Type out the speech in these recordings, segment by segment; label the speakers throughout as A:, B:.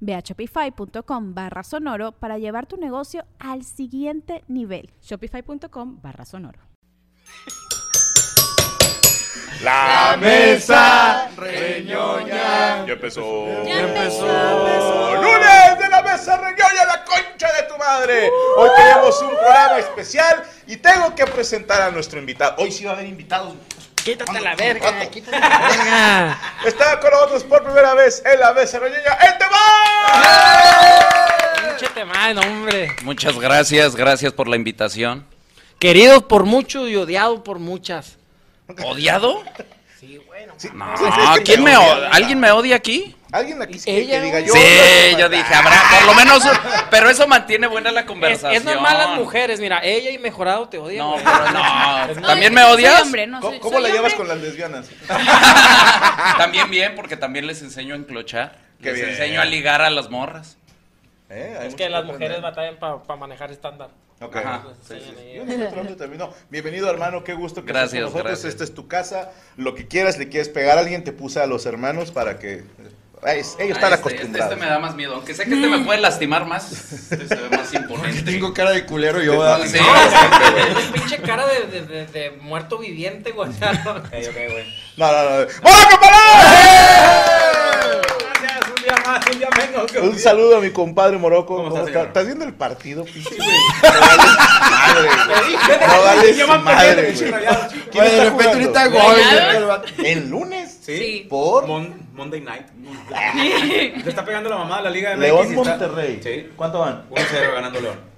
A: Ve a shopify.com barra sonoro para llevar tu negocio al siguiente nivel.
B: Shopify.com barra sonoro.
C: La mesa reñoña. Ya empezó.
D: Ya empezó.
C: Lunes de la mesa reñoña, la concha de tu madre. Hoy tenemos un programa especial y tengo que presentar a nuestro invitado. Hoy sí va a haber invitados.
D: Quítate la
C: Ando,
D: verga,
C: vato.
D: quítate la verga.
C: Está con nosotros por primera vez en la mesa reñoña, el
D: Pinche temán, hombre.
E: Muchas gracias, gracias por la invitación.
D: Querido por muchos y odiado por muchas.
E: ¿Odiado?
D: Sí, bueno.
E: No,
C: Ah,
E: Ah, ¿quién me o- ¿Alguien me odia aquí?
C: ¿Alguien aquí sí
D: Ella,
C: que diga yo?
E: Sí, yo dije, habrá, por lo menos, pero eso mantiene buena la
D: Es,
E: conversación.
D: es normal las mujeres, mira, ella y mejorado te odian.
E: No,
D: güey.
E: pero no. ¿También me odias?
C: ¿Cómo, cómo la llevas con las lesbianas?
E: También bien, porque también les enseño a enclochar.
C: Qué
E: Les
C: bien.
E: enseño a ligar a las morras.
C: Eh, hay
D: Es
C: mucho
D: que las
C: aprender.
D: mujeres batallan para manejar estándar.
C: Ok.
E: Ajá.
C: Sí, sí, sí. Yo no sé por dónde terminó. Bienvenido, hermano. Qué gusto que
E: Gracias,
C: estés con nosotros.
E: gracias.
C: Esta es tu casa. Lo que quieras, le quieres pegar. Alguien te puse a los hermanos para que. Ay, es- ellos están
E: Ah, este, este,
C: acostumbrados.
E: este me da más miedo, aunque sé que este me puede lastimar más. Este se ve más imponente.
F: Tengo cara de culero yo.
C: Este
F: ¿verdad?
C: es
E: Sí,
D: Tienes pinche cara de, de- de- de muerto viviente, güey.
C: No, no, no. ¡Hola, compadre!
D: Gracias, un día más, un día menos.
C: Un saludo a mi compadre Morocco.
E: ¿Cómo
C: ¿Cómo
E: estás,
C: estás?
E: señor?
C: ¿Estás viendo el partido, pinche güey? No vales madre. No vales madre, güey. ¿Quién
F: Oye, de
C: está
F: repente
C: jugando?
F: ahorita gol. güey, el vato.
C: ¿El lunes?
F: Sí.
C: ¿Por?
G: Mon- Monday Night. Se está pegando la mamá de la Liga de
C: León Monterrey.
G: Sí.
C: ¿Cuánto van?
G: 1-0 ganando León.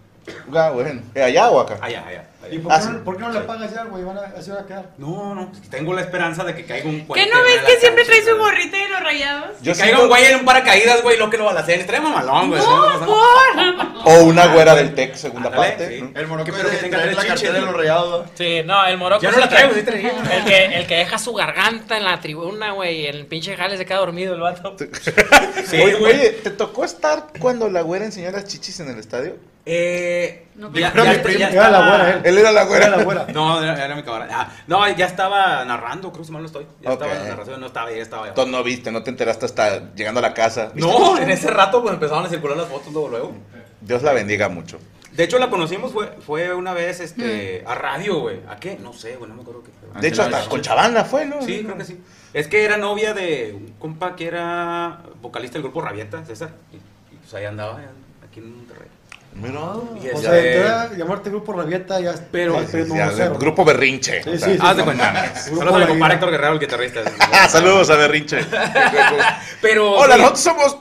C: Ah, bueno. ¿Eh, ¿Allá o acá?
G: Allá, allá. allá.
F: ¿Y por qué,
C: Ah, sí.
F: no, por qué no le pagas ya, güey? Van a, así va a quedar.
G: No, no. pues, Tengo la esperanza de que caiga un
H: ¿Qué
G: puente
H: no ves
G: en la
H: que siempre
G: cancha,
H: trae su
G: güey.
H: gorrita y los rayados?
G: Que
C: Yo
G: caiga
C: siento-
G: un güey en un paracaídas, güey, lo que lo balacen. Extremo malón, güey.
H: No, pues. por.
C: O una güera del Tec, segunda
G: Ándale,
C: parte.
G: sí.
C: ¿no?
F: El monoco
G: Que-
F: es
G: pero
F: de
G: que tenga
F: traer
G: tres
F: la
G: chinches,
F: cartera de
G: ¿no?
F: los rayados. ¿no?
D: Sí, no, el moroco.
G: Ya
D: es
G: no la
D: el
G: traigo,
D: que-
G: sí traía.
D: El que, el que deja su garganta en la tribuna, güey. El pinche jale se queda dormido el vato.
G: Eh, Sí,
C: oye,
G: güey.
C: oye, ¿te tocó estar cuando la güera enseñó las chichis en el estadio?
G: Eh.
H: No,
G: ya-
F: Creo
G: ya-
F: que mi primo
G: ya
F: era la
G: estaba-
F: buena, él.
C: Él era la güera.
F: Era la buena.
G: No, era, era mi cámara. Ah, no, ya estaba narrando, creo que si mal no estoy. Ya
C: Ok.
G: estaba en la narración, no estaba, ya estaba.
C: Entonces no viste, no te enteraste hasta llegando a la casa. ¿Viste?
G: No, en ese rato pues empezaron a circular las fotos luego, luego.
C: Dios la bendiga mucho.
G: De hecho, la conocimos fue, fue una vez este, a radio, güey. ¿A qué? No sé, güey, no me acuerdo qué.
C: De hecho, hasta Cochabamba fue, ¿no?
G: Sí, creo que sí. Es que era novia de un compa que era vocalista del grupo Rabieta, César. Y, y, pues ahí andaba, eh, aquí en Monterrey.
C: Mira.
G: Y
F: O
G: este-
F: sea, de entrada, llamarte grupo Rabieta ya es-
G: Pero-
F: ya es
C: Sí,
F: número
C: ya,
F: cero.
C: grupo Berrinche.
F: Sí,
C: o sea.
F: sí, sí.
G: Haz de
F: no
G: cuenta. Ah,
F: mames. Grupo
G: Saludos a mi compa
F: Rabieta.
G: Héctor Guerrero, el guitarrista.
C: Ah, saludos a Berrinche.
G: pues, Pero.
C: Hola,
G: sí,
C: nosotros somos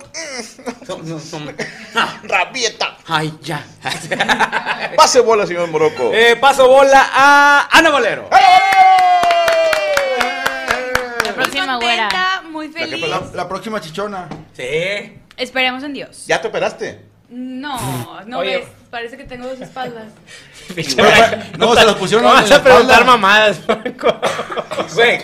G: son- son- son-
C: mm, Rabieta.
G: Ay, ya.
C: Pase bola, señor Morocco.
G: Eh, paso bola a Ana Valero.
H: La
I: próxima
H: muy contenta, muy feliz.
C: La que
F: La próxima chichona.
G: Sí.
H: Esperemos en Dios.
C: ¿Ya te operaste?
H: No, no
D: Oye.
H: ves. Parece que tengo dos espaldas.
F: No, se los pusieron
D: No
C: Ah,
F: en
D: vas
F: la
D: a preguntar
F: espalda.
D: mamadas, Franco.
G: Güey,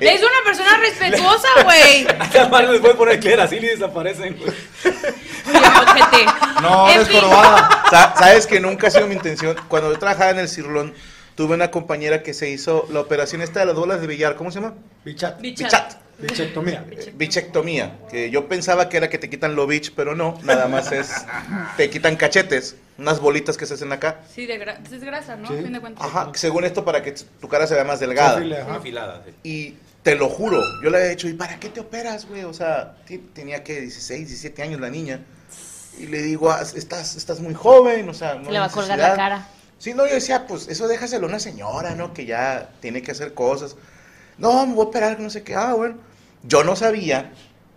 H: Es una persona respetuosa, güey.
G: hasta mal les voy a poner que era así y desaparecen, güey.
H: Ojete.
F: No,
H: En
F: eres
H: fin.
F: jorobada.
C: Sa- Sabes que nunca ha sido mi intención. Cuando yo trabajaba en el Cirlón, tuve una compañera que se hizo la operación esta de las bolas de billar. ¿Cómo se llama?
F: Bichat.
H: Bichat.
F: Bichectomía.
C: Eh, Bichectomía. Que yo pensaba que era que te quitan lo bitch, pero no. Nada más es. Te quitan cachetes. Unas bolitas que se hacen acá.
H: Sí, de gra- es grasa, ¿no?
F: Sí.
H: A fin de cuentas.
C: Ajá. Según esto, para que tu cara se vea más delgada.
F: Sofía, ajá.
G: Afilada, sí.
C: Y te lo juro, yo le había dicho, ¿y para qué te operas, güey? O sea, ti- tenía que 16, 17 años la niña. Y le digo, "Ah, estás, estás muy joven, o sea, no hay
I: Le va a colgar
C: necesidad".
I: la cara.
C: Sí, no, yo decía, pues eso déjaselo a una señora, ¿no? Que ya tiene que hacer cosas. No, me voy a operar, que no sé qué. Ah, bueno. Yo no sabía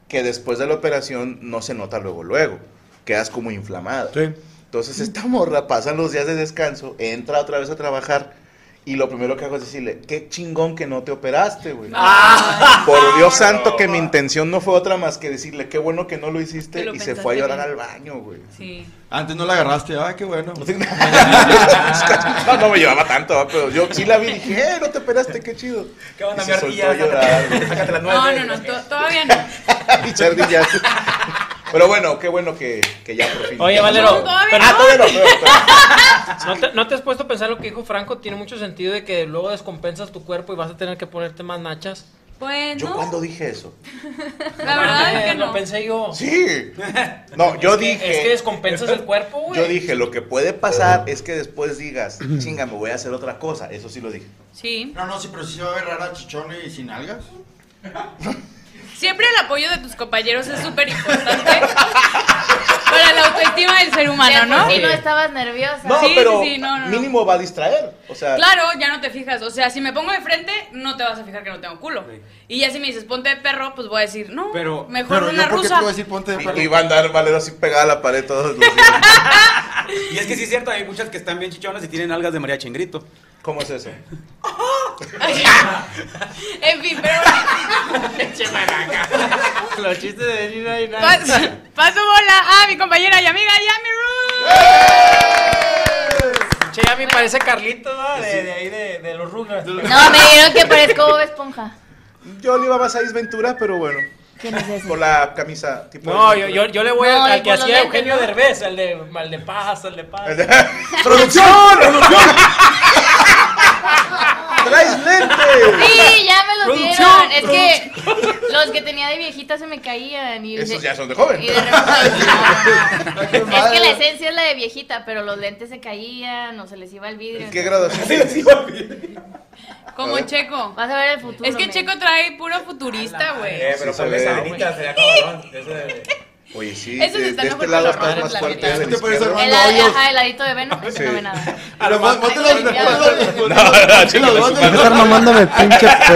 C: que después de la operación no se nota luego, luego. Quedas como inflamada.
F: Sí.
C: Entonces esta morra pasan los días de descanso, entra otra vez a trabajar y lo primero que hago es decirle, qué chingón que no te operaste, güey.
H: Ah.
C: Por Dios santo que mi intención no fue otra más que decirle, qué bueno que no lo hiciste
H: Que lo
C: y se fue a llorar
H: pensaste
C: al baño, güey.
H: Sí.
F: Antes no la agarraste, ah, qué bueno.
C: no, no me llevaba tanto, ¿va? pero yo sí la vi y dije, eh, no te operaste, qué chido.
G: ¿Qué onda,
C: Y
G: mi
C: se soltó
G: ardilla?
C: a llorar. güey.
G: Sácate las
H: No, no, no, to- todavía no.
C: Pinche ardilla. Pero bueno, qué bueno que, que ya por fin.
D: Oye, Valero, pero-
C: Ah, todavía no, todavía no.
D: ¿No te, no te has puesto a pensar lo que dijo Franco? Tiene mucho sentido de que luego descompensas tu cuerpo y vas a tener que ponerte más nachas.
H: Bueno,
C: ¿Yo cuándo dije eso?
H: la
I: Ah,
H: verdad es que
D: Ah, lo
H: no.
D: pensé yo.
C: Sí. No, yo
D: Es que-
C: dije.
D: Es que descompensas el cuerpo, güey.
C: Yo dije, lo que puede pasar es que después digas, chinga, me voy a hacer otra cosa. Eso sí lo dije.
H: Sí.
F: No, no, sí, pero sí se va a ver rara chichón y sin algas.
H: Siempre el apoyo de tus compañeros es súper importante para la autoestima del ser humano, ¿no?
I: pues, Si no estabas nerviosa.
C: No,
H: Sí, sí,
C: pero
H: sí, no, no, no.
C: mínimo va a distraer. O sea,
H: Claro, ya no te fijas. O sea, si me pongo de frente, no te vas a fijar que no tengo culo.
G: Sí.
H: Y ya si me dices, ponte de perro, pues voy a decir, no,
G: Pero-
H: mejor
F: pero
H: una
F: yo, ¿por qué te
H: rusa.
F: voy a decir ponte de
C: y, y
F: perro?
C: va a andar Valero así pegada a la pared todos los días.
G: Y es que sí es cierto, hay muchas que están bien chichonas y tienen algas de María Chingrito.
C: ¿Cómo es eso?
H: en fin, pero
D: Los chistes de Nina y nada.
H: paso, paso bola a mi compañera y amiga Yami Ru.
D: Che, a mí parece Carlito, ¿no? De, de ahí, de, de los Rugrats.
I: No, me dijeron que parezco Bob Esponja.
C: Yo le iba más a Ventura, pero bueno.
I: ¿Quién es ese?
C: Con la camisa tipo.
D: No, yo, yo, yo le voy
I: No,
D: al, al
I: y
D: que
I: por los
D: hacía
I: lentes,
D: Eugenio
I: ¿no?
D: Derbez, al de, al de paz, al de paz.
C: ¡Producción! ¡Producción! ¡Traes lentes!
I: Sí, ya me los
D: Producción,
I: dieron. Es que los que tenía de viejita se me caían. Y
C: Esos ya son de joven.
I: y de repente-
F: Ay, qué
I: Es que la
F: madre.
I: esencia es la de viejita, pero los lentes se caían o se les iba el vidrio.
C: ¿Qué graduación?
H: Como Checo.
I: Vas a ver el futuro.
H: Es que
I: men.
H: Checo trae puro futurista, güey.
G: Eh, pero
C: Sí,
G: con
C: se
G: esa
C: ve.
G: bonita sería cabrón. Ese de-
C: Oye, sí,
H: Esos
C: de,
H: están
C: de
H: mejor
C: este
H: que
C: lado
H: los
C: estás
H: romanos,
C: más
H: la
C: fuerte
H: verdad.
C: del
F: ¿Qué te parece,
C: izquierdo.
I: El,
F: No,
I: la-
F: Dios.
I: ajá, el ladito de Venom, ese no ve nada.
F: Pero vos- vos te los-
I: Ay,
F: vos te
I: ya.
F: los- vos te los-
C: chinga,
F: vos
C: su
F: te los-
C: madre.
F: mamándome el pinche puesto.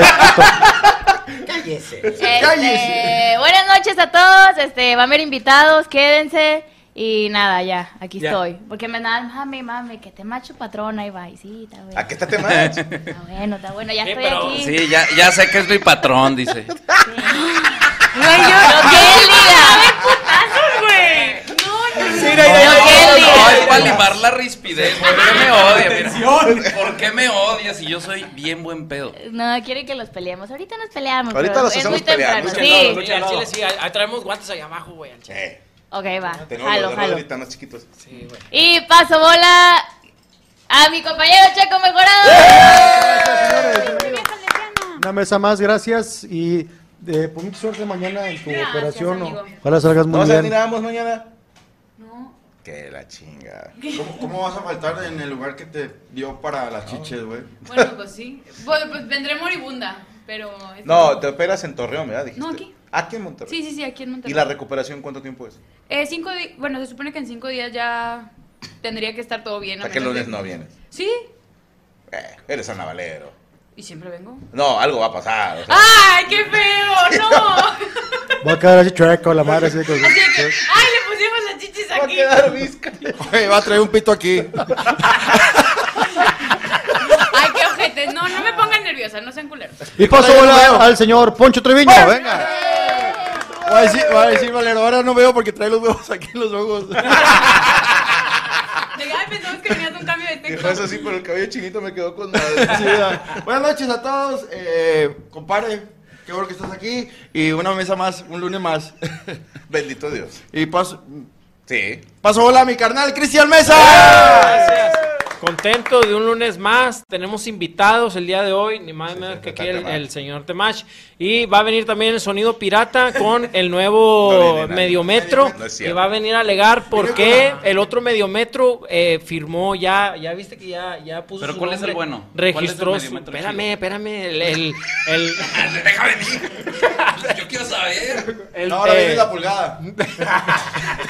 I: Este,
F: Cállese.
I: buenas noches a todos, este, van a haber invitados, quédense. Y nada, ya, aquí
G: Ya.
I: estoy. Porque me andaban, mami, mami, que te macho patrón, ahí va. Y sí, está bueno.
C: ¿A qué te temas?
I: Está bueno, está bueno, ya
D: Sí,
I: estoy
D: pero-
I: aquí.
E: Sí, ya, ya sé que es mi patrón, dice.
I: Ay, yo- Lo que él diga. Lo que él diga.
E: No, es para limar la rispidez. ¿Por qué me odia? Mira, ¿Por qué me odia si yo soy bien buen pedo?
D: Eh,
I: No, quiere que los peleemos. Ahorita nos peleamos.
C: Ahorita
I: pero
C: los
I: es
C: hacemos
I: muy temprano.
C: pelear,
I: Sí.
D: Sí, al chile sí, ahí ahí traemos guantes allá abajo, güey, al chile.
C: Eh,
I: Ok, va.
C: tenemos los
I: Jalo,
C: dedos
I: jalo.
C: ahorita más chiquitos.
D: Sí, güey.
I: Y paso bola a mi compañero Checo Mejorado.
J: Una mesa más, gracias y eh, pues, mucha suerte mañana en tu
H: Gracias,
J: operación. ¿no?
H: amigo.
J: Ojalá salgas muy
C: ¿No
J: bien.
C: cenamos mañana?
H: No.
C: Que la chinga.
F: ¿Cómo, ¿Cómo vas a faltar en el lugar que te dio para las chiches, güey?
H: Bueno, pues sí. Bueno, pues vendré moribunda, pero... es-
C: No, te operas en Torreón, ¿verdad? Dijiste.
H: No, aquí.
C: Aquí en Monterrey.
H: Sí, sí, sí, aquí en
C: ¿Y
H: Monterrey.
C: la recuperación cuánto tiempo es?
H: Eh, cinco di- bueno, se supone que en cinco días ya tendría que estar todo bien. a
C: ¿Para qué
H: menos de-
C: lunes no vienes?
H: Sí,
C: Eh, eres Ana Valero.
H: y siempre vengo.
C: No, algo va a pasar. o sea,
H: ¡Ay, qué feo! ¡No!
J: Va a quedar así chueco la madre. Así de
H: Así de que,
J: que-
H: ¡Ay, le pusimos las chichis
C: va a
H: aquí!
C: quedar visca.
F: Oye, va a traer un pito aquí.
H: ¡Ay, qué ojetes! No, no me pongan nerviosa, no sean culeros.
J: Y paso bola al señor Poncho Treviño. ¿eh? Venga.
F: Va a decir, va a decir Valero, ahora no veo porque trae los huevos aquí en los ojos.
H: De que, ay, pensamos que tenías un cambio de
C: Dijo
H: texto.
C: eso así, pero el cabello chinito me quedó con madre.
F: Sí, ya. Buenas noches a todos, eh, compadre. Qué bueno que estás aquí. Y una mesa más, un lunes más.
C: Bendito Dios.
F: Y paso,
C: Sí. ¡Eh!
F: paso hola a mi carnal, Cristian Mesa.
D: Gracias. Contento de un lunes más. Tenemos invitados el día de hoy, ni más ni menos que aquí el,
C: Temach.
D: el señor Temach. Y va a venir también el sonido pirata con el nuevo
C: No viene nadie.
D: mediometro.
C: No es
D: que
C: cierto.
D: va a venir a alegar por qué el otro mediometro eh, firmó ya. Ya viste que ya, ya puso.
E: ¿Pero
D: su
E: cuál es el
D: nombre,
E: bueno? ¿Cuál es el
D: Registró. su-
E: Mediometro
D: espérame,
E: chido?
D: espérame. El. el, el,
E: Deja venir. Yo quiero saber.
D: el-
F: No, ahora
D: eh,
F: viene la pulgada.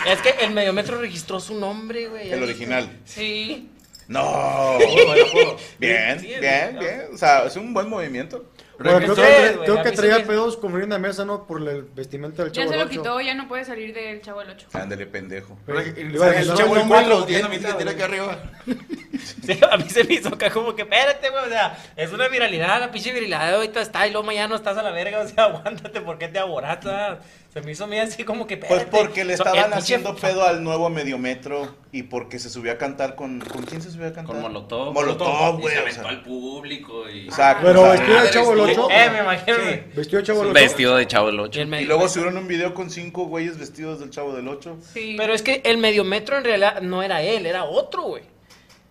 D: es que el mediometro registró su nombre, güey.
C: El original.
H: Sí.
C: No.
E: Bueno, bueno.
C: Bien,
E: Sí,
C: bien, bien. O sea, es un buen movimiento.
J: Bueno, creo
C: Regresó.
J: que,
D: güey,
J: creo
D: a
J: que
D: mí
J: traía
D: se me-
J: pedos con Brenda Mesa, ¿no? Por el vestimenta del
H: Ya
J: chavo.
H: se
J: del
H: lo
J: Ocho.
H: quitó, ya no puede salir del chavo del 8.
C: Ándale, pendejo.
J: Pero-
F: El
J: le iba a decir,
F: chavo
J: no,
F: en
J: no,
F: cuatro,
J: no,
F: tiene que tiene aquí arriba.
D: Sí, a mí se me hizo acá como que, espérate, güey, o sea, es una viralidad, la pinche viralidad de ahorita está y luego mañana estás a la verga, o sea, aguántate, ¿por qué te aboratas? Se me hizo a mí así como que,
C: Pues
D: espérate.
C: porque le
D: So-
C: estaban
D: el pinche-
C: haciendo pedo al nuevo mediometro y porque se subió a cantar con. ¿Con quién se subió a cantar?
E: Con Molotov.
C: Molotov,
E: Y
C: güey.
E: se
C: o
E: aventó
C: sea.
E: al público y...
C: Exacto.
J: Pero
C: o sea,
J: vestido de
E: madres,
J: chavo del
E: tú.
J: Ocho.
D: Eh, me imagino. güey.
J: Vestido de chavo del Ocho.
E: Vestido de chavo del
D: Y el
E: 8.
D: medio-
C: Y luego subieron un video con cinco güeyes vestidos del chavo del 8.
H: Sí.
D: Pero es que el mediometro en realidad no era él, era otro, güey.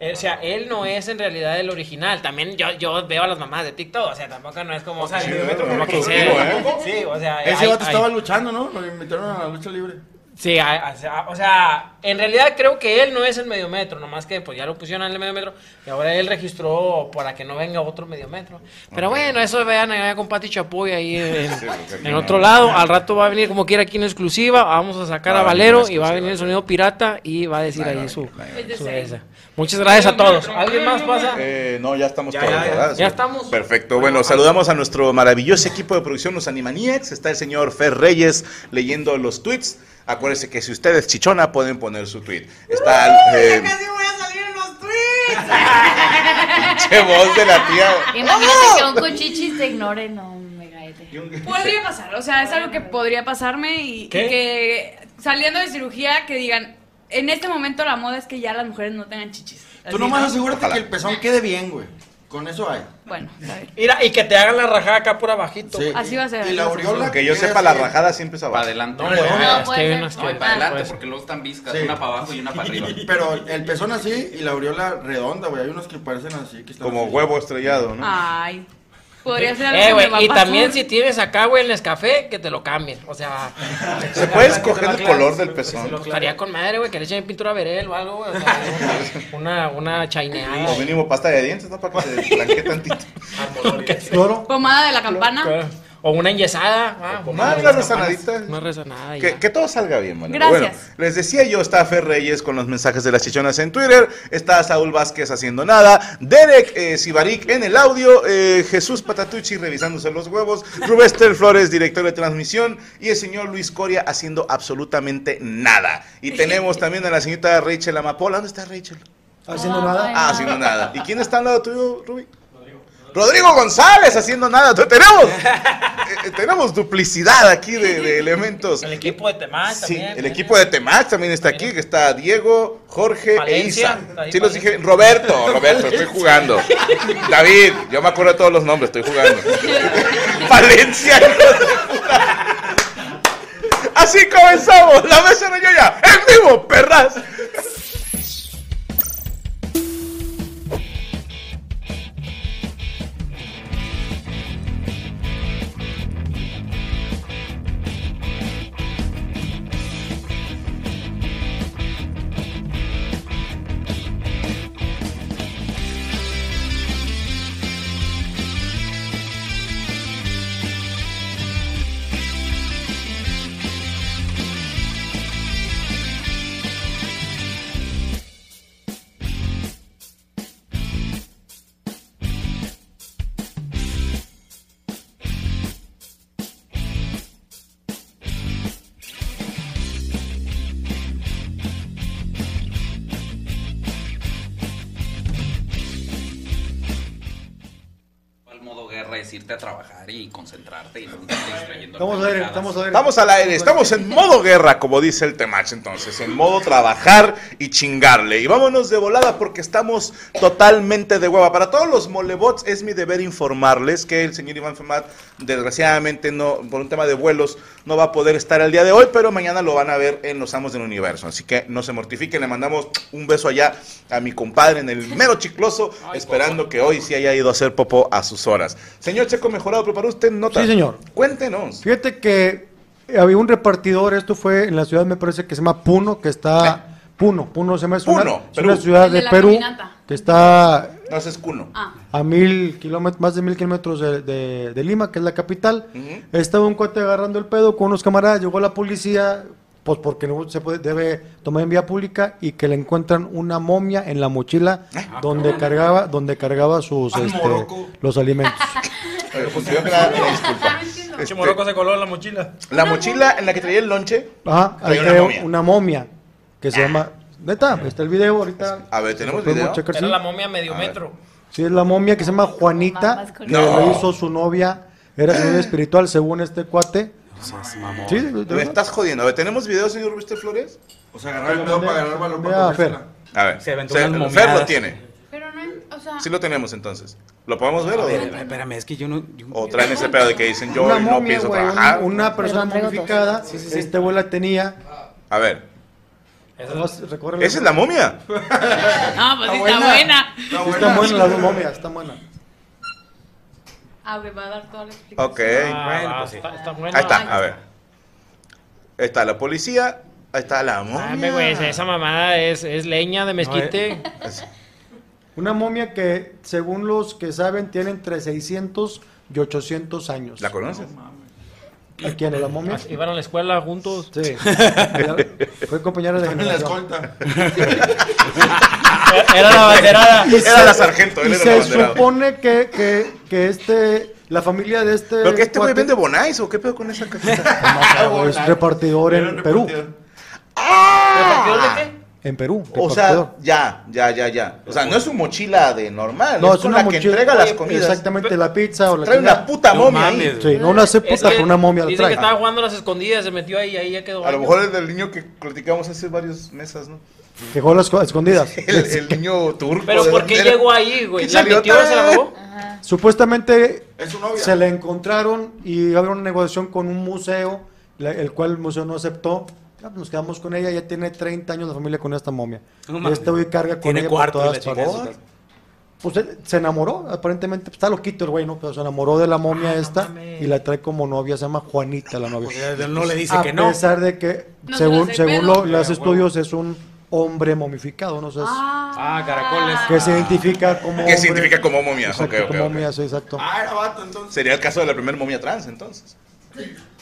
D: Eh, O sea, él no es en realidad el original. También yo, yo veo a las mamás de TikTok. O sea, tampoco no es como. O sea,
C: Sí,
D: el
C: güey,
D: como que
C: productivo, ¿eh?
D: Sí, o sea.
F: Ese
D: hay-
F: vato
D: hay-
F: estaba luchando, ¿no? Lo invitaron a la lucha libre.
D: Sí, a- a- o sea, o sea, en realidad creo que él no es el mediometro, nomás que pues ya lo pusieron en el mediometro y ahora él registró para que no venga otro mediometro. Pero bueno, eso vean allá con Pati Chapoy ahí en,
C: Sí, porque aquí
D: en
C: no.
D: otro lado. Al rato va a venir como quiera aquí en exclusiva, vamos a sacar
C: Va
D: a
C: a venir en
D: Valero y va a
C: exclusiva.
D: venir el sonido pirata y va a decir ahí su...
H: Desde
D: su
H: seis.
D: esa. Muchas gracias a todos. ¿Alguien más pasa?
C: Eh, no, ya estamos
G: Ya,
C: todos,
G: ya, ya.
C: ¿verdad?
D: Ya estamos.
C: Perfecto. Bueno, saludamos a nuestro maravilloso equipo de producción, los Animaniacs. Está el señor Fer Reyes leyendo los tweets. Acuérdense que si usted es chichona, pueden poner su tweet. Está el. eh,
D: voy a salir en los tweets.
C: pinche voz de la tía.
I: Imagínate Ah, que un cuchichis te ignore, no me gaete.
H: Podría pasar, o sea, es algo que podría pasarme y, y
D: ¿Qué?
H: que saliendo de cirugía que digan, en este momento la moda es que ya las mujeres no tengan chichis. Así,
F: Tú nomás
H: ¿no?
F: asegúrate
C: Ojalá.
F: que el pezón quede bien, güey. Con eso hay.
H: Bueno, está bien.
D: Mira, y que te hagan la rajada acá por abajito.
F: Sí.
H: Así va a ser,
F: Y
H: así
F: la
H: va a ser.
F: aureola.
C: Que yo
F: quede
C: sepa, la
F: así.
C: rajada siempre es
E: Para
C: abajo.
E: adelante.
F: No,
E: güey.
F: no,
E: No,
D: es
I: No,
D: que hay
I: puede
D: unas
I: ser.
D: que-
I: por
E: para adelante
D: pues.
E: porque luego están viscas.
F: Sí.
E: Una para abajo y una para arriba.
F: Pero el pezón así y la aureola redonda, güey. Hay unos que parecen así. Que están
C: Como
F: así.
C: huevo estrellado,
D: Ah.
C: ¿no?
H: Ay, podría ser algo
D: Eh,
H: que
D: güey,
H: me va a
D: y
H: pasar.
D: también si tienes acá, güey, el Nescafé, que te lo cambien. O sea,
C: Se puede
D: Que
C: escoger
D: te lo
C: el color
D: aclares,
C: del
D: pues,
C: pezón.
D: Lo estaría con madre, güey, que le echen pintura verel o algo, güey. O sea, una, una chaineada.
C: O mínimo pasta de dientes, ¿no? Para que se blanquee tantito.
J: Toro.
H: Pomada de la campana.
D: O una enyesada. ah,
C: Ah, una rezanadita.
D: Una rezanada. y
C: Que,
D: Ah, ya.
C: que todo salga bien, Manuel.
H: Gracias.
C: Bueno, les decía yo, está Fer Reyes con los mensajes de las chichonas en Twitter, está Saúl Vázquez haciendo nada, Derek eh, Sibarik en el audio, eh, Jesús Patatucci revisándose los huevos, Rubester Flores, director de transmisión, y el señor Luis Coria haciendo absolutamente nada. Y tenemos también a la señorita Rachel Amapola. ¿Dónde está Rachel?
J: Haciendo nada.
C: Ah, haciendo nada. ¿Y quién está al lado tuyo, Ruby? Rodrigo González haciendo nada. Te- Tenemos, eh, tenemos duplicidad aquí de, de elementos.
D: El equipo de Temás
C: Sí,
D: también,
C: el
D: ¿eh?
C: equipo de Temax también está aquí, que está Diego, Jorge
D: Valencia,
C: e Isa.
D: David
C: Sí, los
D: Valencia.
C: dije, Roberto, Roberto, estoy jugando. David, yo me acuerdo de todos los nombres, estoy jugando. Valencia, hijo de puta. Así comenzamos, la mesa de ya en vivo, perras.
E: Al modo guerra es irte a trabajar y concentrarte y no estarte distrayendo.
J: Estamos a ver, estamos a ver.
C: Estamos al aire, estamos en modo guerra, como dice el Temach, entonces, en modo trabajar y chingarle. Y vámonos de volada porque estamos totalmente de hueva. Para todos los molebots es mi deber informarles que el señor Iván Femat, desgraciadamente, no, por un tema de vuelos, no va a poder estar el día de hoy, pero mañana lo van a ver en Los Amos del Universo. Así que no se mortifiquen, le mandamos un beso allá a mi compadre en el mero chicloso, esperando que hoy sí haya ido a hacer popo a sus horas. Señor Checo Mejorado, ¿preparó usted nota?
J: Sí, señor.
C: Cuéntenos.
J: Fíjate que eh, había un repartidor, esto fue en la ciudad, me parece que se llama Puno, que está. Puno, Puno se llama. Es una,
C: Ah. Puno,
J: es una
C: Perú.
J: ciudad
H: El de
J: de,
H: la
J: Perú
H: caminata.
J: que está
C: No, ese es Cuno.
H: Ah,
J: a mil kilómetros, más de mil kilómetros de, de- de Lima, que es la capital. Estaba un cohete agarrando el pedo con unos camaradas, llegó la policía, Pues porque no se puede, debe tomar en vía pública y que le encuentran una momia en la mochila
C: Ah,
J: donde cargaba, donde cargaba sus
E: Al
J: este,
E: moroco.
J: los alimentos.
C: Oye, pues, yo que la- la disculpa.
E: Este,
C: Este,
E: moroco se coló en la mochila.
C: la mochila en la que traía el lonche.
J: Ajá, ahí
C: Traía una
J: trae una
C: momia. Ah.
J: momia. que se llama. Neta, ahí está el video ahorita.
C: A ver, ¿tenemos
J: Lo podemos
C: video?
J: checar,
D: Era
J: sí.
D: la momia medio metro.
J: Sí, es la momia que se llama Juanita, que
C: No.
J: lo hizo su novia, era su novia espiritual, según este cuate. Sí, de- de
C: Me
J: verdad.
C: estás jodiendo. A ver, ¿tenemos video, señor Rubiste Flores?
F: O sea, agarrar el pedo para ganar valor
J: Ve a
F: para
J: Fer.
F: comérsela.
C: A ver.
G: Se aventó
C: Fer-
G: unas
C: Fer lo
G: momiadas.
C: tiene.
H: Pero no, o sea,
C: Sí lo tenemos entonces. ¿Lo podemos ver o,
G: Espérame, espérame, es que yo no. yo-
C: o traen ese pedo de que dicen yo
J: una
C: no
J: momia,
C: pienso
J: güey, un-
C: trabajar?
J: una persona
I: Perdón, traigo tos.
J: momificada, este güey la tenía.
C: A ver.
J: Además, recorre-
C: ¿Esa es la momia?
H: no, pues sí está buena.
J: Sí, están buenas las dos momias, están buenas.
H: Ah, güey, va a dar toda la explicación.
C: Ok.
D: Ah,
G: bueno,
D: va,
G: pues sí.
D: está, está bueno.
C: Ahí está, a ver. Ahí está la policía. Ahí está la
D: Ah, me güey, esa,
C: momia.
D: esa mamada es, es leña de mezquite.
J: Una momia que, según los que saben, tiene entre 600 y 800 años.
C: ¿La conoces?
J: ¿A quién? ¿A la
C: eh.
J: momia? Sí.
D: Iban a la escuela juntos.
J: Ella Fue compañera de
F: En la
J: generación.
F: escolta.
D: Era la banderada.
J: Y
C: Era la sargento, él
J: Y
C: era
J: se
C: el abanderado.
J: supone que, que, que este, la familia de este.
C: ¿Pero que este güey
J: cuate-
C: vende bonais o qué pedo con esa cajita?
J: No, claro, es repartidor
F: Era
J: en
F: un
J: Perú.
F: repartidor.
C: ¡Ah!
D: ¿De qué?
J: En Perú.
C: O sea,
J: repartidor.
C: ya, ya, ya, ya. O sea, no es su mochila de normal.
J: no,
C: ah, es,
J: es
C: con
J: una
C: la que
J: mochila-
C: entrega las comidas.
J: Exactamente, la pizza o la
C: Trae una
J: chingada.
C: puta
G: No
C: momia ahí.
G: mames.
J: Sí, no una
D: Es
J: ceputa,
D: que
J: pero una momia la
D: Dicen que
J: trae.
D: estaba jugando a las escondidas, se metió ahí, ahí ya quedó.
C: A lo mejor es del niño que platicamos hace varias mesas, ¿no?
J: Que juega a las co- escondidas.
C: El, el niño turco.
D: Pero
C: de
D: ¿por qué
C: bandera.
D: llegó ahí, güey?
C: ¿Qué
D: ¿La
C: salió
D: metió,
C: tan-
D: se la robó?
J: Supuestamente
F: Es su novia.
J: se la encontraron y había una negociación con un museo, la- el cual el museo no aceptó. Ah, pues Nos quedamos con ella, ya tiene 30 años la familia con esta momia.
G: No
J: y
G: mames.
J: este hoy carga con
G: Tiene
J: ella
G: cuarto y
J: por
G: la
J: todas
G: chingada en su
J: partes.
G: casa.
J: Pues él se enamoró, aparentemente pues, está loquito el güey, ¿no? Pero se enamoró de la momia
H: Ah,
J: esta y la trae como novia, se llama Juanita la novia.
G: Pues, no le dice
J: a
G: que no.
J: pesar de que,
H: No se
J: según,
H: las de
J: según
H: pedo.
J: lo- los estudios, es un hombre momificado, ¿no? O sea, es-
G: Ah, caracoles.
J: que se identifica como
C: Que
J: hombre.
C: se identifica como momia.
J: Exacto,
C: Ok, ok,
J: como
C: ok.
J: momia, sí, exacto.
F: Ah, era vato entonces.
C: Sería el caso de la primera momia trans, entonces.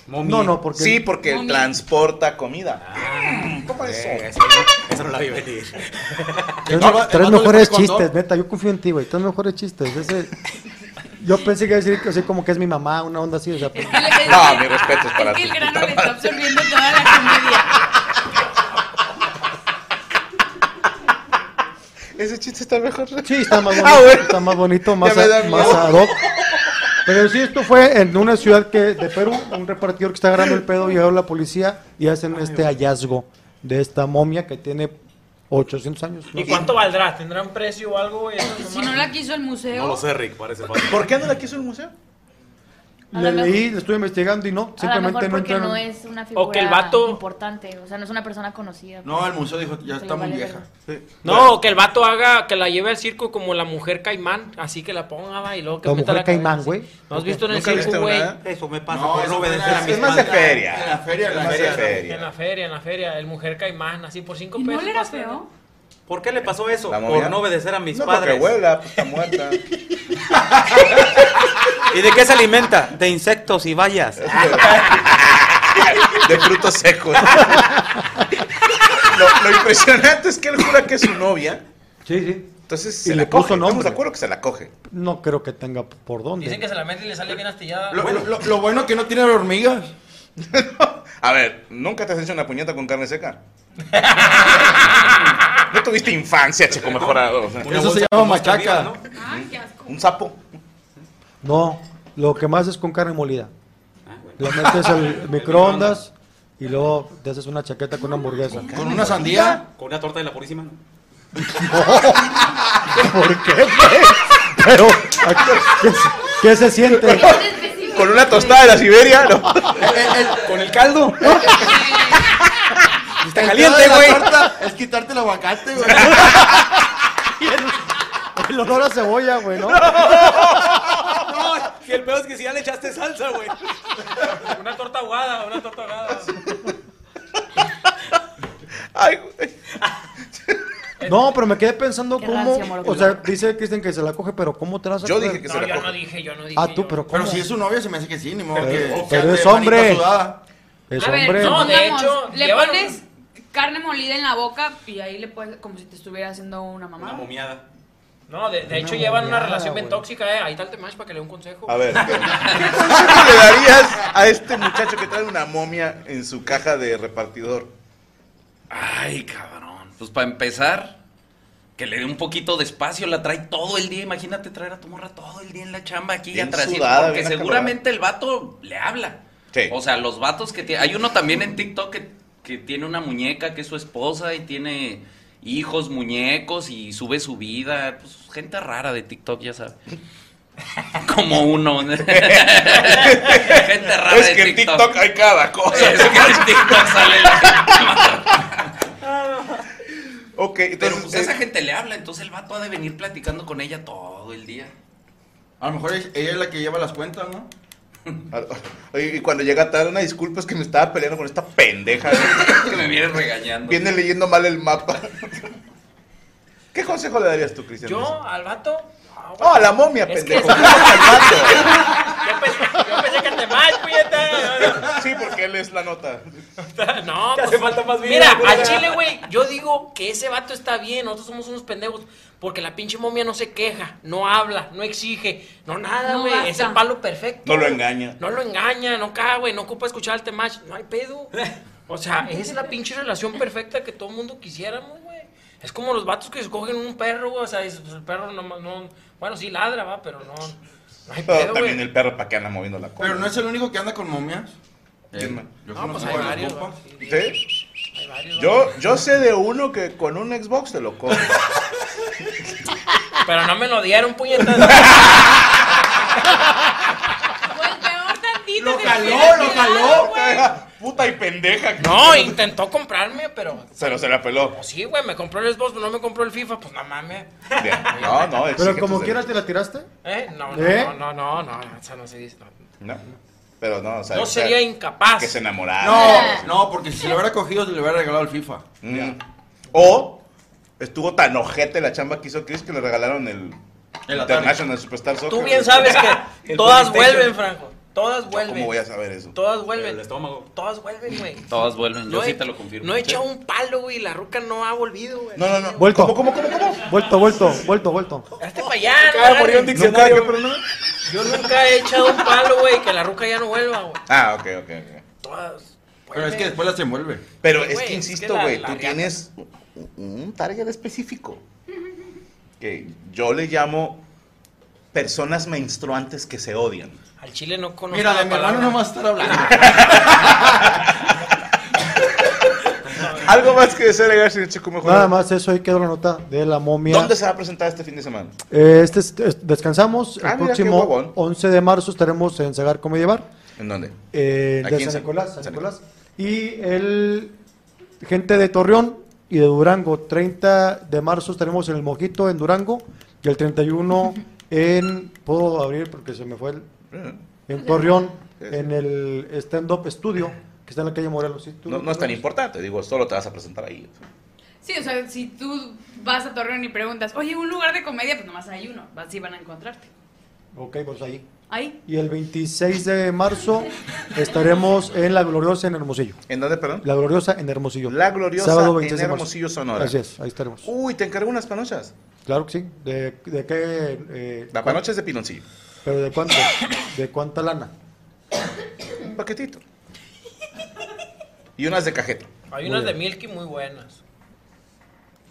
G: Momia.
J: No, no, porque
C: Sí, porque
H: Momia.
C: transporta comida. ¿Cómo es
G: Eh,
C: eso?
G: esa no- esa no la vi venir.
J: Tres,
F: No,
J: tres
F: el vato le
J: mejores
F: pone condón.
J: chistes, neta, yo confío en ti, güey. Tres mejores chistes. Ese, yo pensé que iba a decir que así como que es mi mamá, una onda así, o sea, pues,
H: Es que le- es
C: No,
H: que-
C: mi respeto es para
H: que
C: ti,
H: el grano
C: puta
H: le está
C: madre.
H: absorbiendo toda la comedia.
C: Ese chiste está mejor.
J: sí, está más bonito,
C: Ah, bueno.
J: está más bonito, más,
C: me da
J: a- más
C: miedo.
J: ad hoc. Pero sí, esto fue en una ciudad que de Perú, un repartidor que está agarrando el pedo, llegó la policía y hacen este hallazgo de esta momia que tiene 800 años. ¿no?
D: ¿Y cuánto valdrá? ¿Tendrá un precio o algo, güey? Esas
H: Si no
D: mamadas.
H: la quiso el
G: No lo
H: museo,
G: sé, Rick, parece
C: ¿Por qué no la quiso el museo?
I: A
J: Le
I: lo mejor-
J: leí, le estuve investigando y no,
I: A lo
J: simplemente
I: mejor
J: no
I: porque no
J: entraron.
I: es una figura
D: que el vato-
I: importante, o sea, no es una persona conocida. pues.
F: No, el museo dijo, ya
I: Se
F: está
I: le
F: muy
I: vale
F: vieja.
D: No, que el vato haga, que la lleve al circo como la mujer caimán, así que la ponga, va, y luego que
J: La
D: meta
J: mujer
D: cabeza
J: caimán,
D: así.
J: güey.
D: ¿No has
J: Ok.
D: visto en el
C: ¿Nunca viste una?
D: circo, güey?
G: Eso me pasa
F: No,
G: por
F: eso
G: no
F: fue en
G: obedecer
F: la-
G: a mis
C: Es más de
G: padres.
C: feria.
F: En la feria, en la
C: Es más de
F: feria.
D: En la
C: feria.
D: feria, en la feria, el mujer caimán, así por cinco
H: ¿y
D: pesos.
H: no le era
D: pasa.
H: feo?
G: ¿Por qué le pasó eso?
C: ¿La momia?
G: Por no obedecer a mis
C: No, porque
G: padres.
C: huela, pues, está muerta.
G: ¿Y de qué se alimenta? De insectos y vallas.
C: De frutos secos. Lo, lo impresionante es que él jura que es su novia.
J: Sí, sí.
C: Entonces
J: Y
C: se
J: le
C: la coge.
J: puso
C: Estamos
J: nombre.
C: de acuerdo que se la coge.
J: No creo que tenga por dónde.
D: Dicen que se la mete y le sale bien astillada.
F: Lo, lo- lo bueno que no tiene hormigas.
C: A ver, ¿nunca te has hecho una puñeta con carne seca? No tuviste infancia, chico mejorado. O sea,
F: Eso se llama machaca.
H: Ay, qué asco.
C: Un sapo.
J: No, lo que más es con carne molida. Le metes el microondas y luego te haces una chaqueta con una hamburguesa.
F: Con una sandía.
G: Con una torta de la purísima.
J: ¿Por qué? güey? Pero, ¿a ¿qué, qué se- qué se siente?
C: Con una tostada de la Siberia. ¿no?
G: Con el caldo. Está
F: El
G: caliente,
F: pedo de la
G: güey.
F: torta Es quitarte el aguacate, güey.
J: El olor a cebolla, güey, ¿no?
G: No, si el peor es que si ya le echaste salsa, güey.
D: Una torta aguada, una torta ahogada.
C: Ay, güey.
J: No, pero me quedé pensando
I: Qué
J: cómo.
I: rancio, moro,
J: O sea, dice Cristian que se la coge, pero ¿cómo te la vas a
C: Yo
J: coger?
C: dije que se
D: No,
J: Ah,
F: Ah,
C: la
D: yo
J: Es
H: a ver,
J: hombre.
H: no, de
D: Vamos,
H: hecho,
D: le
H: le
D: pones
H: pones carne molida en la boca y ahí le puedes, como si te estuviera haciendo una mamada.
G: momiada.
D: No, de, de hecho llevan una relación bien tóxica, eh. Ahí está el Temach para que le dé un consejo.
C: A ver, ¿qué, qué consejo le darías a este muchacho que trae una momia en su caja de repartidor?
E: Ay, cabrón. Pues para empezar, que le dé un poquito de espacio, la trae todo el día. Imagínate traer a tu morra todo el día en la chamba aquí
C: Bien
E: atrás.
C: sudada,
E: Porque
C: bien acalorada.
E: seguramente el vato le habla. O sea, los vatos que tiene. Hay uno también en TikTok que, que tiene una muñeca que es su esposa y tiene hijos, muñecos y sube su vida. Pues gente rara de TikTok, ya sabes. Como uno. gente rara
C: Es
E: de
C: que en TikTok Eh, hay cada cosa.
E: Es que en TikTok sale la
C: Ah, Ok,
E: Pero
C: entonces.
E: pues
C: eh,
E: esa gente le habla, entonces el vato ha de venir platicando con ella todo el día.
F: A lo mejor es- ella es la que lleva las cuentas, ¿no?
C: a- oye, y cuando llega tarde, una disculpa es que me estaba peleando con esta pendeja.
E: Que me viene regañando.
C: Viene leyendo mal el mapa. ¿Qué consejo le darías tú, Cristian?
D: Yo al vato. Ah,
C: Oh, a la momia,
D: Es
C: pendejo.
D: que-
C: ¿Cómo al vato?
D: Yo pensé, yo pensé que el Temach, puñeta.
C: Sí, porque él es la nota.
D: No, pues,
G: hace falta más vida,
D: Mira,
G: güey.
D: al chile, güey, yo digo que ese vato está bien, nosotros somos unos pendejos, porque la pinche momia no se queja, no habla, no exige, no nada,
H: No
D: güey,
H: basta.
D: es el palo perfecto.
C: No lo engaña.
D: No lo engaña, no caga, güey, no ocupa escuchar al temach, no hay pedo. O sea, es la pinche relación perfecta que todo el mundo quisiéramos, güey. Es como los vatos que escogen un perro, güey, o sea, dices, pues, el perro no, no, bueno, sí ladra, va, pero no, no hay
C: Pero
D: pedo,
C: también
D: güey.
C: el perro, ¿para qué anda moviendo la cola?
F: Pero no es el único que anda con momias.
C: ¿Quién más?
F: Yo
D: No, pues
F: conozco
D: hay
F: varios
D: varios,
F: compas.
D: va, sí,
C: ¿Sí?
D: hay varios, va.
C: Yo, yo sé de uno que con un Xbox te lo compra.
D: Pero no me lo dieron, puñetazo.
H: Pues peor tantito.
F: Lo
H: que
F: jaló,
H: hubiera
F: lo
H: quedado,
F: jaló.
H: güey.
C: Puta y pendeja.
D: No, intentó comprarme, pero
C: Pero se la peló.
D: pues sí, güey, me compró el Xbox, pero no me compró el FIFA, pues no mames.
C: Bien. No, no,
J: Pero
C: exige
J: como
C: tus
J: quieras te la tiraste.
D: ¿Eh? No, no,
J: ¿Eh?
D: no, no, no, no, no, esa no se dice. No,
C: derechos. No. Pero no, o sea.
D: Yo
C: o sea,
D: sería incapaz.
C: Que se enamorara.
F: No, no, porque si lo hubiera cogido, se le hubiera regalado el FIFA.
C: Mm. O estuvo tan ojete la chamba que hizo Chris que le regalaron el,
F: El Atari.
C: International Superstar Soccer.
D: Tú bien sabes que
G: El
D: todas
G: PlayStation.
D: vuelven, Franco. Todas
C: Yo,
D: vuelven.
C: ¿Cómo voy a saber eso?
D: Todas
G: El
D: vuelven.
G: estómago.
D: Todas vuelven, güey.
E: Todas vuelven, yo
D: No he-
E: sí te lo confirmo.
D: No he echado un palo, güey, la ruca no ha volvido, güey.
C: No, no, no.
J: Vuelto.
C: ¿Cómo, cómo, cómo, cómo?
J: Vuelto, vuelto, vuelto, vuelto.
D: Hazte para allá, no
G: Acaba de morir un
D: hagas-
C: ¿Nunca?
G: Diccionario.
C: ¿Qué, perdón?
D: Yo nunca he echado un palo, güey, que la ruca ya no vuelva, güey.
C: Ah, ok, ok, ok.
D: Todas.
F: Pero es que después las envuelve.
C: Pero
D: Sí,
C: es
D: güey,
C: que
D: es que
C: insisto,
D: la-
C: güey,
D: la
C: tú
D: riata.
C: tienes un- un target específico. Que yo le llamo personas menstruantes que se odian.
D: Al chile no conozco.
F: Mira,
D: la
F: de mi hermano
D: palabra.
F: no vas a estar hablando.
C: Algo más que desear agregar, señor Chico Mejorado?
J: Nada más eso, ahí quedó la nota de la momia.
C: ¿Dónde se va a presentar este fin de semana?
J: Eh, este es- es- descansamos.
C: Ah,
J: el
C: mira, qué
J: próximo
C: huevón.
J: 11 de marzo estaremos en Sagar Comedy Bar.
C: ¿En dónde?
J: eh,
C: Aquí
J: de
C: en
J: San
C: San-
J: Nicolás, San
C: San
J: Nicolás. Y el gente de Torreón y de Durango. 30 de marzo estaremos en el Mojito en Durango. Y el 31 en. Puedo abrir porque se me fue el.
C: Eh.
J: En Torreón, en el Stand Up Studio, que está en la calle Morelos. ¿sí? ¿Tú
C: No,
J: lo
C: no es tan
J: conoces?
C: importante, digo, solo te vas a presentar ahí.
H: Sí, o sea, si tú vas a Torreón y preguntas, oye, un lugar de comedia, pues nomás hay uno. Así van a encontrarte.
J: Ok, pues ahí.
H: Ahí.
J: Y el 26 de marzo estaremos en La Gloriosa en Hermosillo.
C: ¿En dónde, perdón?
J: La Gloriosa en Hermosillo.
C: La Gloriosa en
J: 26 de marzo.
C: Hermosillo, Sonora.
J: Así es, ahí estaremos.
C: Uy, te encargo unas panochas.
J: Claro que sí. ¿De, de qué? eh,
C: La
J: cuán-
C: panocha es de piloncillo.
J: ¿Pero de cuánto? ¿De cuánta lana?
C: Un paquetito. Y unas de cajeta.
D: Hay
J: Muy
D: unas de
J: bien.
D: Milky muy buenas.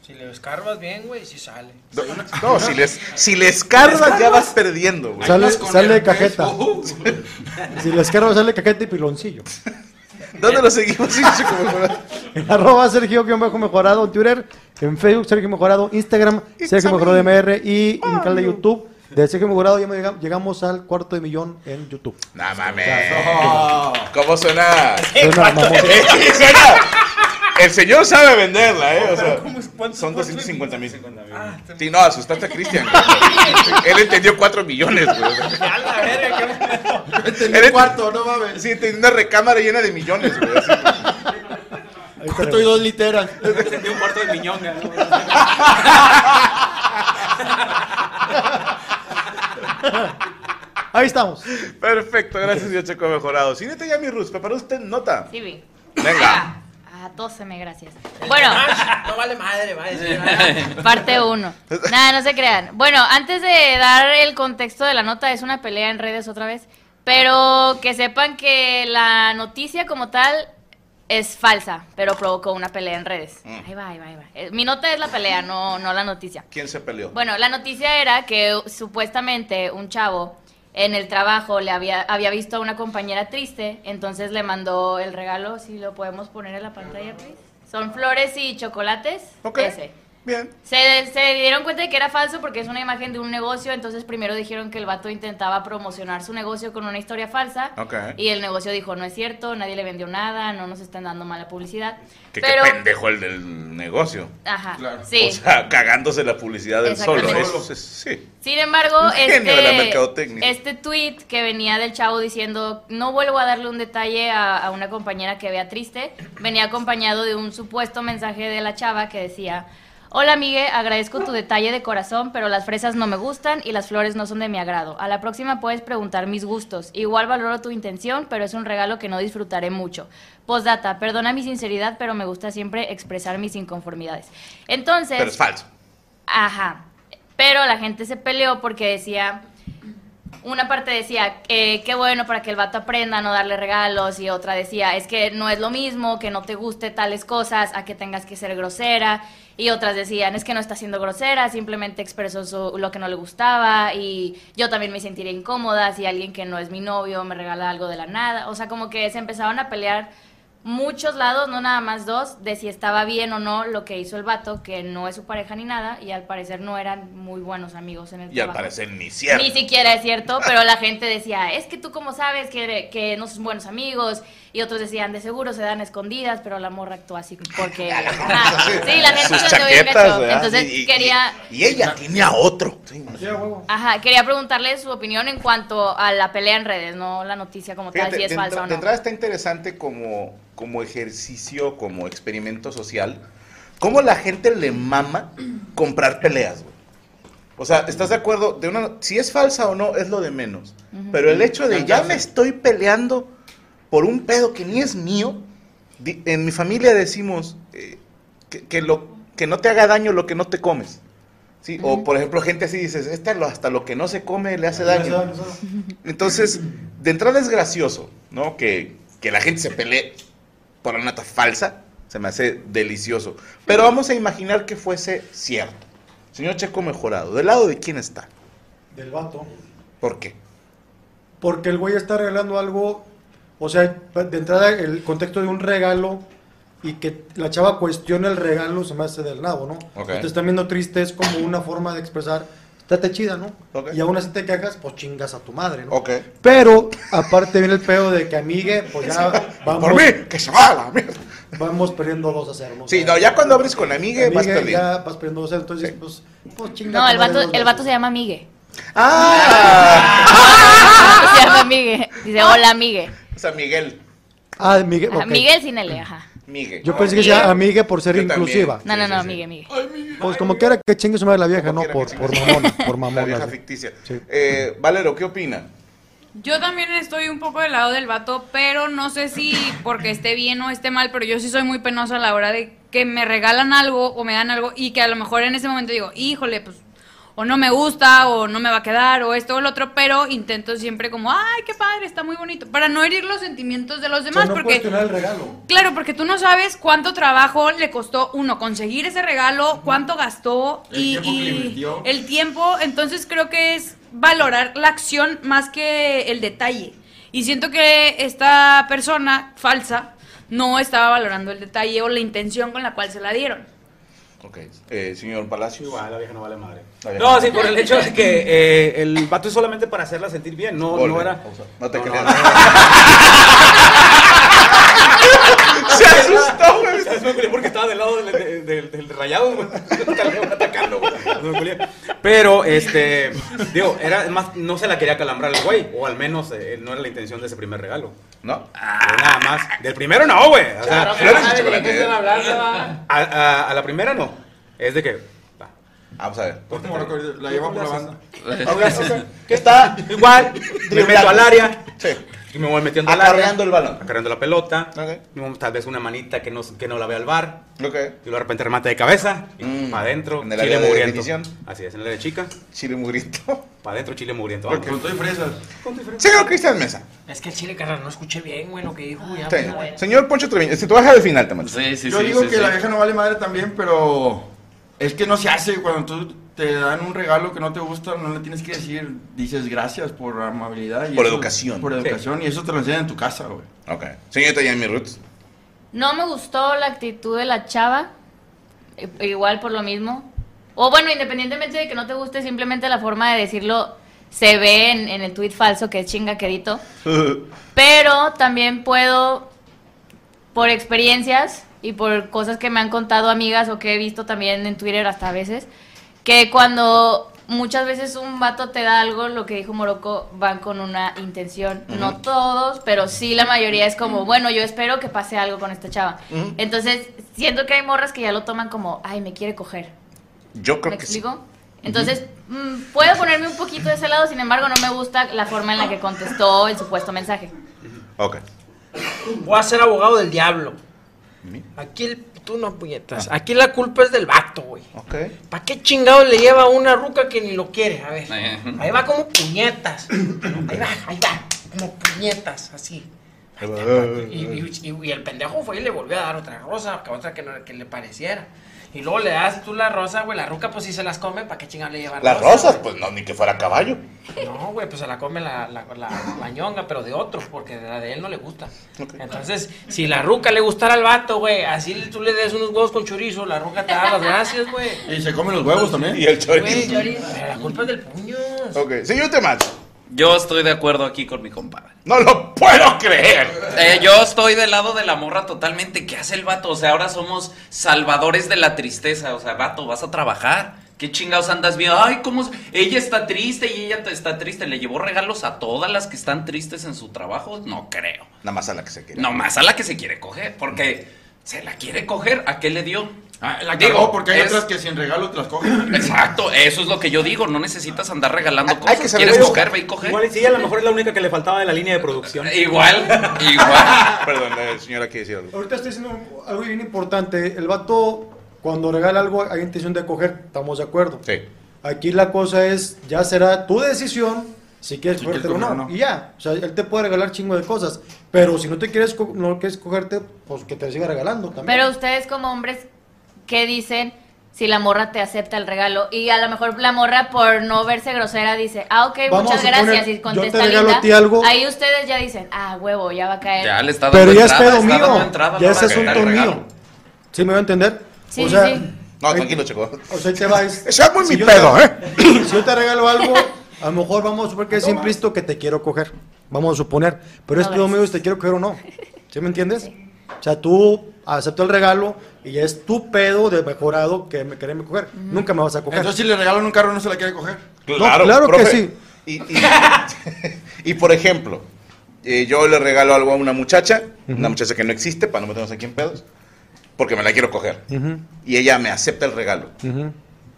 D: Si le escarbas bien, güey, sí sale.
C: No, no, si les, si les cargas ya vas perdiendo, güey.
J: Sale,
F: unas con
J: sale de
F: herpes.
J: cajeta.
F: Uh.
J: Si les cargo, sale de cajeta y piloncillo.
C: ¿Dónde lo seguimos? Sí, Chico Mejorado.
J: En arroba Sergio-Mejorado en Twitter, en Facebook Sergio Mejorado, Instagram Sergio Mejorado MR y en el canal de YouTube de Sergio Mejorado ya me llega- llegamos al cuarto de millón en YouTube.
C: No mames. ¿Cómo suena?
J: Suena mamón.
C: Sí, suena. El señor sabe venderla, ¿eh? O sea, son 250 mil. Sí, no, asustaste a Cristian. güey. Él entendió 4 millones, güey.
D: A la verga, qué pedo.
F: Entendí
C: Eres-
F: cuarto, no mames.
C: Sí, tenía una recámara llena de millones, güey. así.
J: Ahí
F: Cuarto y
J: estaremos.
F: dos literas.
G: Sentí un cuarto de miñonga. ¿no?
J: Ahí estamos.
C: Perfecto, gracias, Dios Checo Mejorado. Sínete ya, mi Rus, preparó usted nota.
I: Sí, vi.
C: Venga.
I: Ah, tóseme, gracias. Bueno,
D: No vale madre, va a decir.
I: parte uno. Nada, no se crean. Bueno, antes de dar el contexto de la nota, es una pelea en redes otra vez. Pero que sepan que la noticia como tal es falsa, pero provocó una pelea en redes. Ahí va, ahí va, ahí va. Eh, Mi nota es la pelea, no, no la noticia.
C: ¿Quién se peleó?
I: Bueno, la noticia era que supuestamente un chavo en el trabajo le había, había visto a una compañera triste, entonces le mandó el regalo, si lo podemos poner en la pantalla, please. Son flores y chocolates.
C: Ok.
I: Ese.
C: Bien.
I: Se, se dieron cuenta de que era falso porque es una imagen de un negocio, entonces primero dijeron que el vato intentaba promocionar su negocio con una historia falsa.
C: Ok.
I: Y el negocio dijo, no es cierto, nadie le vendió nada, no nos están dando mala publicidad.
C: Que
I: pero...
C: qué pendejo el del negocio.
I: Ajá,
F: Claro.
I: sí.
C: O sea, cagándose la publicidad del solo.
I: Exactamente.
C: Eso es- sí.
I: Sin embargo,
C: Un genio de la mercadotecnia.
I: este, este tweet que venía del chavo diciendo no vuelvo a darle un detalle a, a una compañera que vea triste, venía acompañado de un supuesto mensaje de la chava que decía Hola Migue, agradezco tu detalle de corazón, pero las fresas no me gustan y las flores no son de mi agrado. A la próxima puedes preguntar mis gustos. Igual valoro tu intención, pero es un regalo que no disfrutaré mucho. Postdata, perdona mi sinceridad, pero me gusta siempre expresar mis inconformidades. Entonces,
C: Pero es falso.
I: Ajá. Pero la gente se peleó porque decía. Una parte decía, eh, qué bueno para que el vato aprenda a no darle regalos. Y otra decía, es que no es lo mismo que no te guste tales cosas a que tengas que ser grosera. Y otras decían, es que no está siendo grosera, simplemente expresó su- lo que no le gustaba. Y yo también me sentiría incómoda si alguien que no es mi novio me regala algo de la nada. O sea, como que se empezaron a pelear muchos lados, no nada más dos, de si estaba bien o no lo que hizo el vato, que no es su pareja ni nada, y al parecer no eran muy buenos amigos en el
C: Y al
I: trabajo.
C: parecer ni cierto.
I: Ni siquiera es cierto, pero la gente decía, es que tú como sabes que, que no son buenos amigos, y otros decían, de seguro se dan escondidas, pero la morra actuó así porque... Ah, sí, la gente
C: Sus
I: se lo bien
C: chaquetas,
I: hecho.
C: ¿verdad?
I: Entonces
C: Y- y-
I: quería...
C: Y ella tiene a otro.
I: Ajá, quería preguntarle su opinión en cuanto a la pelea en redes, no la noticia como
C: Fíjate,
I: tal, si es
C: de,
I: falsa
C: entra-
I: o
C: de
I: no.
C: entrada está interesante como, como ejercicio, como experimento social, cómo la gente le mama comprar peleas, güey. O sea, ¿estás de acuerdo? De una, si es falsa o no, es lo de menos. Pero el hecho de ya me estoy peleando por un pedo que ni es mío, di- en mi familia decimos eh, que, que lo, que no te haga daño lo que no te comes. ¿sí? O por ejemplo, gente así dices, este lo- hasta lo que no se come le hace daño. Entonces, de entrada es gracioso, ¿no? Que, que la gente se pelee por una nota falsa, se me hace delicioso. Pero vamos a imaginar que fuese cierto. Señor Checo Mejorado, ¿del lado de quién está?
J: Del vato.
C: ¿Por qué?
J: Porque el güey está regalando algo, o sea, de entrada el contexto de un regalo y que la chava cuestiona el regalo se me hace del nabo, ¿no?
C: Ok.
J: Te están viendo triste, es como una forma de expresar, estate chida, ¿no?
C: Ok.
J: Y aún así te cagas, pues chingas a tu madre, ¿no?
C: Ok.
J: Pero aparte viene el pedo de que amigue, pues ya vamos,
C: Por mí, que se va a la mierda.
J: vamos perdiendo dos a cero, ¿no?
C: Sí,
J: O sea,
C: no, ya cuando abres con amigue, vas
J: amigue,
C: perdiendo.
J: ya vas perdiendo dos a cero, entonces, pues, pues chinga
I: No,
J: tu madre
I: el vato,
J: dos
I: el
J: veces.
I: vato se llama Migue.
C: ¡Ah!
I: Se llama Migue. Dice, hola Migue.
C: O sea, Miguel.
J: Ah, Miguel,
I: Ajá,
J: ok.
I: Miguel sin L, ajá.
C: Miguel.
J: Yo pensé que sea amigue por ser
C: Yo también.
J: inclusiva.
I: No, no,
C: Sí,
I: no,
C: sí, sí.
I: Migue, Migue.
J: Pues como quiera que chingue su madre la vieja,
C: Como
J: ¿no?
C: quiera
J: Por,
C: que
J: por
C: chingue.
J: mamona, por
C: La
J: mamona.
C: vieja
J: sí.
C: ficticia.
J: Sí.
C: Eh, Valero, ¿qué opina?
H: Yo también estoy un poco del lado del vato, pero no sé si porque esté bien o esté mal, pero yo sí soy muy penosa a la hora de que me regalan algo o me dan algo y que a lo mejor en ese momento digo, híjole, pues o no me gusta o no me va a quedar o esto o lo otro, pero intento siempre como, ay, qué padre, está muy bonito, para no herir los sentimientos de los
J: O sea,
H: demás,
J: no
H: porque...
J: cuestionar el regalo.
H: Claro, porque tú no sabes cuánto trabajo le costó uno conseguir ese regalo, cuánto gastó
F: El
H: y,
F: tiempo que le
H: y
F: invirtió.
H: el tiempo. Entonces creo que es valorar la acción más que el detalle. Y siento que esta persona falsa no estaba valorando el detalle o la intención con la cual se la dieron.
C: Ok. Eh, señor Palacio.
G: Igual, la vieja no vale madre.
C: La vieja
G: No,
C: no
G: sí,
C: vale
G: por el hecho de que eh, el vato es solamente para hacerla sentir bien, no, no
C: Volve.
G: era.
C: O sea, no te
G: no,
C: creas.
G: no,
C: Se asustó, güey.
G: ¿Sabes? Me culé porque estaba del lado del, del- del- del rayado, güey. Tal vez me atacando, güey. Me culé. Pero, este, digo, era más, no se la quería calambrar el güey, o al menos eh, no era la intención de ese primer regalo.
C: ¿No?
G: Pero nada más. Del primero no, güey. O sea,
D: Claro,
C: flores y ¿eh?
D: madre, ¿de
C: chocolate,
D: qué
C: ¿eh?
D: están hablando? va?
G: a, a- a Pues la primera no. Es de que. va.
C: Vamos a ver.
F: Corte Morocco, la llevamos por la banda.
C: ¿Qué está?
G: Igual, me
C: Driblando.
G: meto al área.
C: Sí.
G: Y me voy metiendo al área.
C: Acarreando el balón.
G: Acarreando la pelota.
C: Ok.
G: y vamos, Tal vez una manita que no, que no la vea al bar.
C: Lo que
G: Y luego de repente remate de cabeza. Y
C: Mm.
G: para adentro.
C: En el
G: chile
C: área de
G: mugriento.
C: definición.
G: Así es, en el área chica.
C: Chile Mugrito.
G: Para adentro, chile mugriento.
F: Con
G: Vamos.
F: todo y fresas.
C: Señor Cristian Mesa.
D: Es que el chile, carnal, no escuché bien, güey, lo que dijo. Ya,
C: Sí.
D: pues, güey.
C: Señor Poncho Treviño. Si tú bajas al final, te mato.
E: Sí, sí,
F: Yo
E: sí,
F: digo
E: sí,
F: que
E: sí.
F: la vieja no vale madre también, pero es que no se hace. Cuando tú te dan un regalo que no te gusta, no le tienes que decir, dices gracias por amabilidad. Y
C: Por
F: eso-
C: educación.
F: Por educación, y eso te lo enseñan en tu casa, güey.
C: Ok. Señorita Jamie Roots.
I: No me gustó la actitud de la chava, i- igual por lo mismo. O bueno, independientemente de que no te guste, simplemente la forma de decirlo se ve en, en el tuit falso que es chingaquerito. Pero también puedo, por experiencias y por cosas que me han contado amigas o que he visto también en Twitter hasta a veces, que cuando muchas veces un vato te da algo, lo que dijo Morocco, van con una intención. No todos, pero sí la mayoría es como, bueno, yo espero que pase algo con esta chava. Entonces, siento que hay morras que ya lo toman como, ay, me quiere coger.
C: Yo creo
I: ¿Me
C: que sí.
I: explico? Entonces, mm, puedo ponerme un poquito de ese lado, sin embargo, no me gusta la forma en la que contestó el supuesto mensaje.
C: Ok.
D: Voy a ser abogado del diablo. Aquí el, tú no puñetas. Aquí la culpa es del vato, güey.
C: Ok.
D: ¿Para qué chingado le lleva a una ruca que ni lo quiere? A ver.
E: Eh.
D: Ahí va como puñetas. Ahí va, ahí va. Como puñetas, así. Y, y- y- y el pendejo fue y le volvió a dar otra rosa, que otra que, no- que le pareciera. Y luego le das tú la rosa, güey. La ruca, pues si se las come, ¿para qué chingado le lleva
C: Las
D: rosa,
C: rosas,
D: güey?
C: pues no, ni que fuera caballo.
D: No, güey, pues se la come la, la, la- la ñonga, pero de otro, porque de la de él no le gusta. Entonces, si la ruca le gustara al vato, güey, así tú le des unos huevos con chorizo, la ruca te da las gracias, güey.
F: Y se comen los huevos también.
C: Y el
D: Güey,
C: chorizo.
D: pero la culpa es del puño.
C: Ok. Señor Temacho.
E: Yo estoy de acuerdo aquí con mi compadre.
C: No lo puedo creer.
E: Eh, yo estoy del lado de la morra totalmente. ¿Qué hace el vato? O sea, ahora somos salvadores de la tristeza. O sea, vato, vas a trabajar. ¿Qué chingados andas viendo? Ay, cómo. es- Ella está triste y ella t- está triste. ¿Le llevó regalos a todas las que están tristes en su trabajo? No creo.
C: Nada más a la que se quiere.
E: Nomás a la que se quiere coger. Porque se la quiere coger. ¿A qué le dio?
F: Ah, la
E: Digo,
F: cagó porque hay
E: es-
F: otras que sin regalo te las cogen.
E: Exacto, eso es lo que yo digo. No necesitas andar regalando
C: Hay- hay
E: cosas.
C: que saber
E: ¿Quieres
C: eso.
E: coger? Ve y coger.
G: Igual y sí, a lo mejor es la única que le faltaba de la línea de producción.
E: Igual, igual.
C: Perdón, la señora quiere decir algo.
J: Ahorita estoy diciendo algo bien importante. El vato, cuando regala algo, hay intención de coger. Estamos de acuerdo.
C: Sí.
J: Aquí la cosa es, ya será tu decisión si quieres
F: Si
J: cogerte
F: quieres
J: o
F: coger
J: no.
F: o no.
J: Y ya. O sea, él te puede regalar chingo de cosas. Pero si no te quieres, co- no quieres cogerte, pues que te siga regalando también.
I: Pero ustedes como hombres, ¿qué dicen si la morra te acepta el regalo? Y a lo mejor la morra por no verse grosera dice, ah, ok,
J: Vamos
I: muchas
J: a suponer,
I: gracias, y
J: yo
I: contesta
J: te regalo
I: linda.
J: a ti algo.
I: Ahí ustedes ya dicen, ah, huevo, ya va a caer.
E: Ya le está dando
J: Pero ya es
E: entrada,
J: pedo
E: está dando
J: mío.
E: entrada a la
J: ya es
E: hora de dar
J: asunto
E: el regalo.
J: mío. ¿Sí me voy a entender? o
I: Sí, sí,
J: sea,
I: sí.
C: No,
J: ahí-
C: tranquilo, chico.
J: O sea, ahí te va. es-
C: Ese amo es
J: si
C: mi
J: yo
C: pedo,
J: te-
C: ¿eh?
J: Si yo te regalo algo, a lo mejor vamos a suponer que es implícito que te quiero coger. Vamos a suponer. Pero es
I: A
J: tu
I: ver.
J: amigo si te quiero coger o no. ¿Sí me entiendes? O sea, tú acepto el regalo y ya es tu pedo de mejorado que me quererme coger. Nunca me vas a coger.
F: Entonces, si le regalan un carro, no se la quiere coger.
J: No, claro que sí.
C: Y, y- y, por ejemplo, eh, yo le regalo algo a una muchacha, una muchacha que no existe, para no meternos aquí en pedos, porque me la quiero coger.
J: Ujú,
C: Y ella me acepta el regalo.
J: ujú,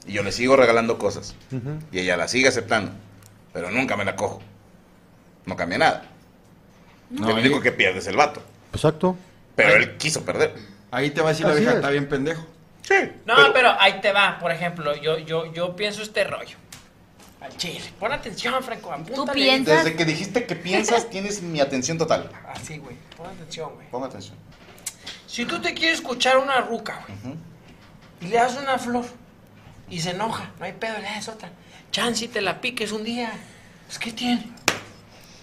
C: Y yo le sigo regalando cosas.
J: ujú.
C: Y ella la sigue aceptando. Pero nunca me la cojo. No cambia nada. Lo único que pierde es el vato.
J: Exacto.
C: Pero él quiso perder.
F: Ahí te va a decir la
J: Así
F: vieja,
J: es.
F: está bien pendejo.
C: Sí.
D: No, pero, ahí te va, por ejemplo, yo, yo, yo pienso este rollo. Al chile. Pon atención, Franco. apúntale.
I: Tú piensas.
C: Desde que dijiste que piensas, tienes mi atención total.
D: Así, güey. Pon atención, güey.
C: Ponga atención.
D: Si tú te quieres escuchar una ruca, güey, y le das una flor y se enoja, no hay pedo, le das otra. Chance y te la piques un día. Pues, ¿qué tiene?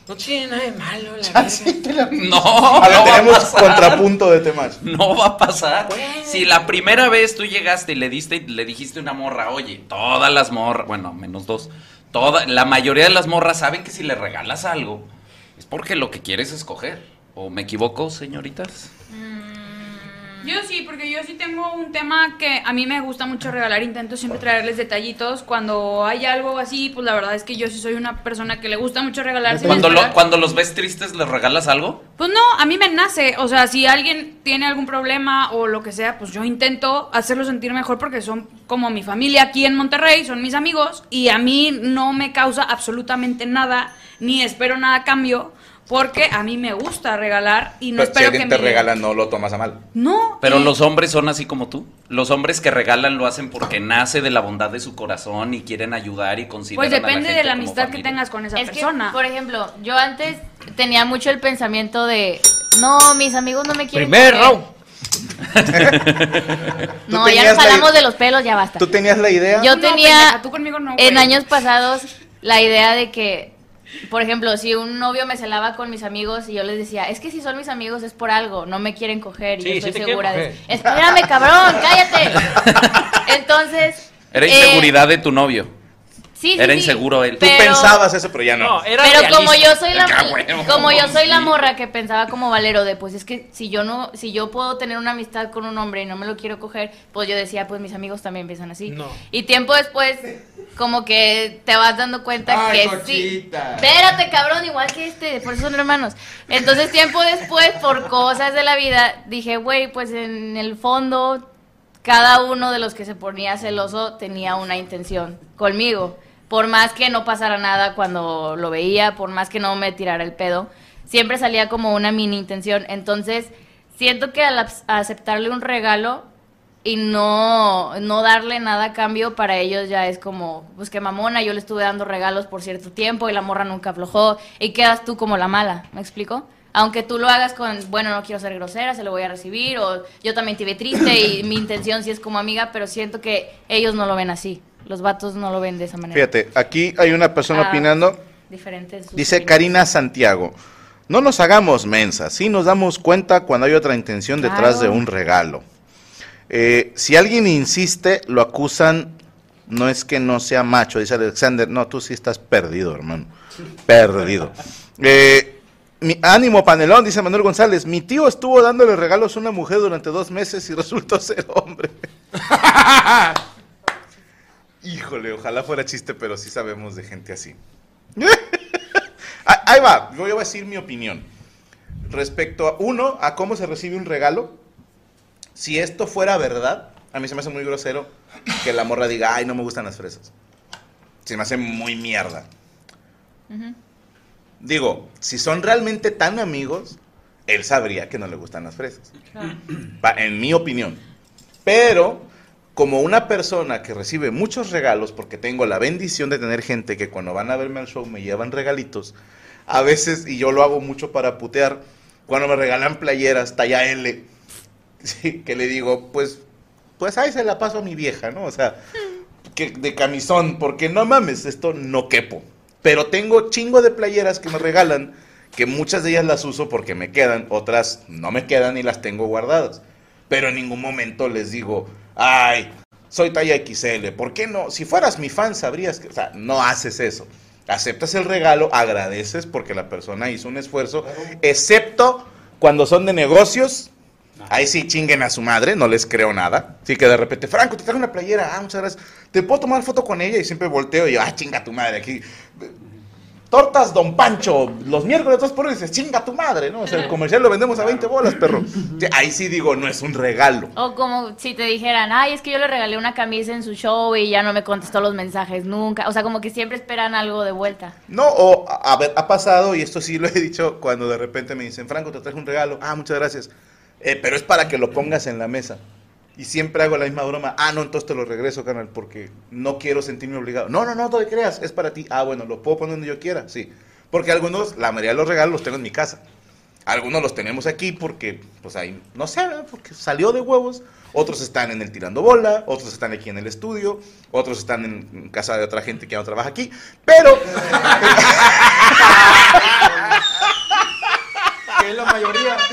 D: No tiene nada de malo, la verga.
E: No,
C: Ahora
E: no va a
C: tenemos
E: pasar.
C: contrapunto de temas.
E: No va a pasar.
D: Güey.
E: Si la primera vez tú llegaste y le diste y le dijiste a una morra, oye, todas las morras, bueno, menos dos, toda, la mayoría de las morras saben que si le regalas algo es porque lo que quieres es coger. ¿O me equivoco, señoritas?
H: Yo sí, porque yo sí tengo un tema que a mí me gusta mucho regalar. Intento siempre traerles detallitos. Cuando hay algo así, pues la verdad es que yo sí soy una persona que le gusta mucho regalar. sí me
E: Cuando, lo-
H: espera-
E: cuando los ves tristes, ¿les regalas algo?
H: Pues no, a mí me nace. O sea, si alguien tiene algún problema o lo que sea, pues yo intento hacerlo sentir mejor porque son como mi familia aquí en Monterrey, son mis amigos y a mí no me causa absolutamente nada, ni espero nada a cambio, porque a mí me gusta regalar y no
C: Pero si
H: espero que
C: alguien te
H: me...
C: regala, no lo tomas a mal.
H: No.
E: Pero
H: y-
E: los hombres son así como tú. Los hombres que regalan lo hacen porque nace de la bondad de su corazón y quieren ayudar y consideran
H: Pues
E: a
H: depende de
E: gente
H: la
E: como
H: amistad que
E: familia.
H: tengas con esa
I: Es que,
H: persona.
I: por ejemplo, yo antes tenía mucho el pensamiento de, no, mis amigos no me quieren.
D: Primer
I: porque-".
D: round.
I: No,
C: Tú
I: ya
C: tenías
I: nos
C: la
I: jalamos
C: i-
I: de los pelos, ya basta.
C: ¿Tú tenías la idea?
I: Yo
H: No,
I: tenía
H: pendeja, tú conmigo no,
I: en
H: güey.
I: años pasados la idea de que, por ejemplo, si un novio me celaba con mis amigos y yo les decía, es que si son mis amigos es por algo, no me quieren coger y
D: Sí,
I: yo
D: sí
I: estoy
D: te quieren
I: segura de
D: coger.
I: eso. Espérame, cabrón, cállate. Entonces...
E: Era
I: eh,
E: inseguridad de tu novio.
I: sí, sí,
E: Era
I: sí,
E: inseguro él. Tú
C: Tú pensabas eso, pero ya no.
D: No, era
I: pero como
D: realista.
I: yo soy la
E: Ah, huevo.
I: como yo soy la
E: Sí.
I: morra que pensaba como Valero de pues es que si yo no si yo puedo tener una amistad con un hombre y no me lo quiero coger pues yo decía pues mis amigos también piensan así
D: No.
I: y tiempo después como que te vas dando cuenta
F: Ay,
I: que sí
F: Conchita.
I: espérate cabrón igual que este por eso son hermanos entonces tiempo después por cosas de la vida dije güey pues en el fondo cada uno de los que se ponía celoso tenía una intención conmigo. Por más que no pasara nada cuando lo veía, por más que no me tirara el pedo, siempre salía como una mini intención. Entonces, siento que al aps- aceptarle un regalo y no, no darle nada a cambio, para ellos ya es como, pues que mamona, yo le estuve dando regalos por cierto tiempo y la morra nunca aflojó y quedas tú como la mala, ¿me explico? Aunque tú lo hagas con, bueno, no quiero ser grosera, se lo voy a recibir, o yo también te vi triste y mi intención sí es como amiga, pero siento que ellos no lo ven así. Los vatos no lo ven de esa manera.
C: Fíjate, aquí hay una persona
I: Ah.
C: opinando.
I: Diferentes. sus
C: Dice
I: opiniones.
C: Karina Santiago. No nos hagamos mensas, sí nos damos cuenta cuando hay otra intención detrás de
I: Claro.
C: un regalo. Eh, si alguien insiste, lo acusan, no es que no sea macho, dice Alexander, no, tú sí estás perdido, hermano, perdido. Eh, mi ánimo panelón, dice Manuel González, mi tío estuvo dándole regalos a una mujer durante dos meses y resultó ser hombre. Híjole, ojalá fuera chiste, pero sí sabemos de gente así. Ah, Ahí va, yo voy a decir mi opinión. Respecto a uno, a cómo se recibe un regalo. Si esto fuera verdad, a mí se me hace muy grosero que la morra diga, ay, no me gustan las fresas. Se me hace muy mierda. Digo, si son realmente tan amigos, él sabría que no le gustan las fresas. Va, En mi opinión. Pero, como una persona que recibe muchos regalos, porque tengo la bendición de tener gente que cuando van a verme al show me llevan regalitos, a veces, y yo lo hago mucho para putear, cuando me regalan playeras talla L, sí, que le digo, pues, pues ahí se la paso a mi vieja, ¿no? O sea, que, de camisón, porque no mames, esto no quepo. Pero tengo chingo de playeras que me regalan, que muchas de ellas las uso porque me quedan, otras no me quedan y las tengo guardadas. Pero en ningún momento les digo, ay, soy talla XL, ¿por qué no? Si fueras mi fan sabrías que, o sea, no haces eso. Aceptas el regalo, agradeces porque la persona hizo un esfuerzo, excepto cuando son de negocios, Ahí sí chinguen a su madre, no les creo nada. Así que de repente, Franco, te traje una playera, ah, muchas gracias. ¿Te puedo tomar foto con ella? Y siempre volteo y yo, ah, chinga tu madre aquí. Tortas Don Pancho, los miércoles dos por uno, y dices, chinga tu madre, ¿no? O sea, el comercial lo vendemos a 20 bolas, perro. Sí, Ahí sí digo, no es un regalo.
I: O como si te dijeran, ay, es que yo le regalé una camisa en su show y ya no me contestó los mensajes nunca. O sea, como que siempre esperan algo de vuelta.
C: No, o a a ver, ha pasado, y esto sí lo he dicho, cuando de repente me dicen, Franco, te traje un regalo, ah, muchas gracias, Eh, pero es para que lo pongas en la mesa. Y siempre hago la misma broma, ah, no, entonces te lo regreso, canal, porque no quiero sentirme obligado. No, no, no, no te creas, es para ti. Ah, bueno, lo puedo poner donde yo quiera, sí. Porque algunos, la mayoría de los regalos los tengo en mi casa. Algunos los tenemos aquí porque, pues ahí, no sé, ¿verdad? porque salió de huevos. Otros están en el tirando bola, otros están aquí en el estudio, otros están en casa de otra gente que ya no trabaja aquí. Pero
F: Que es la mayoría.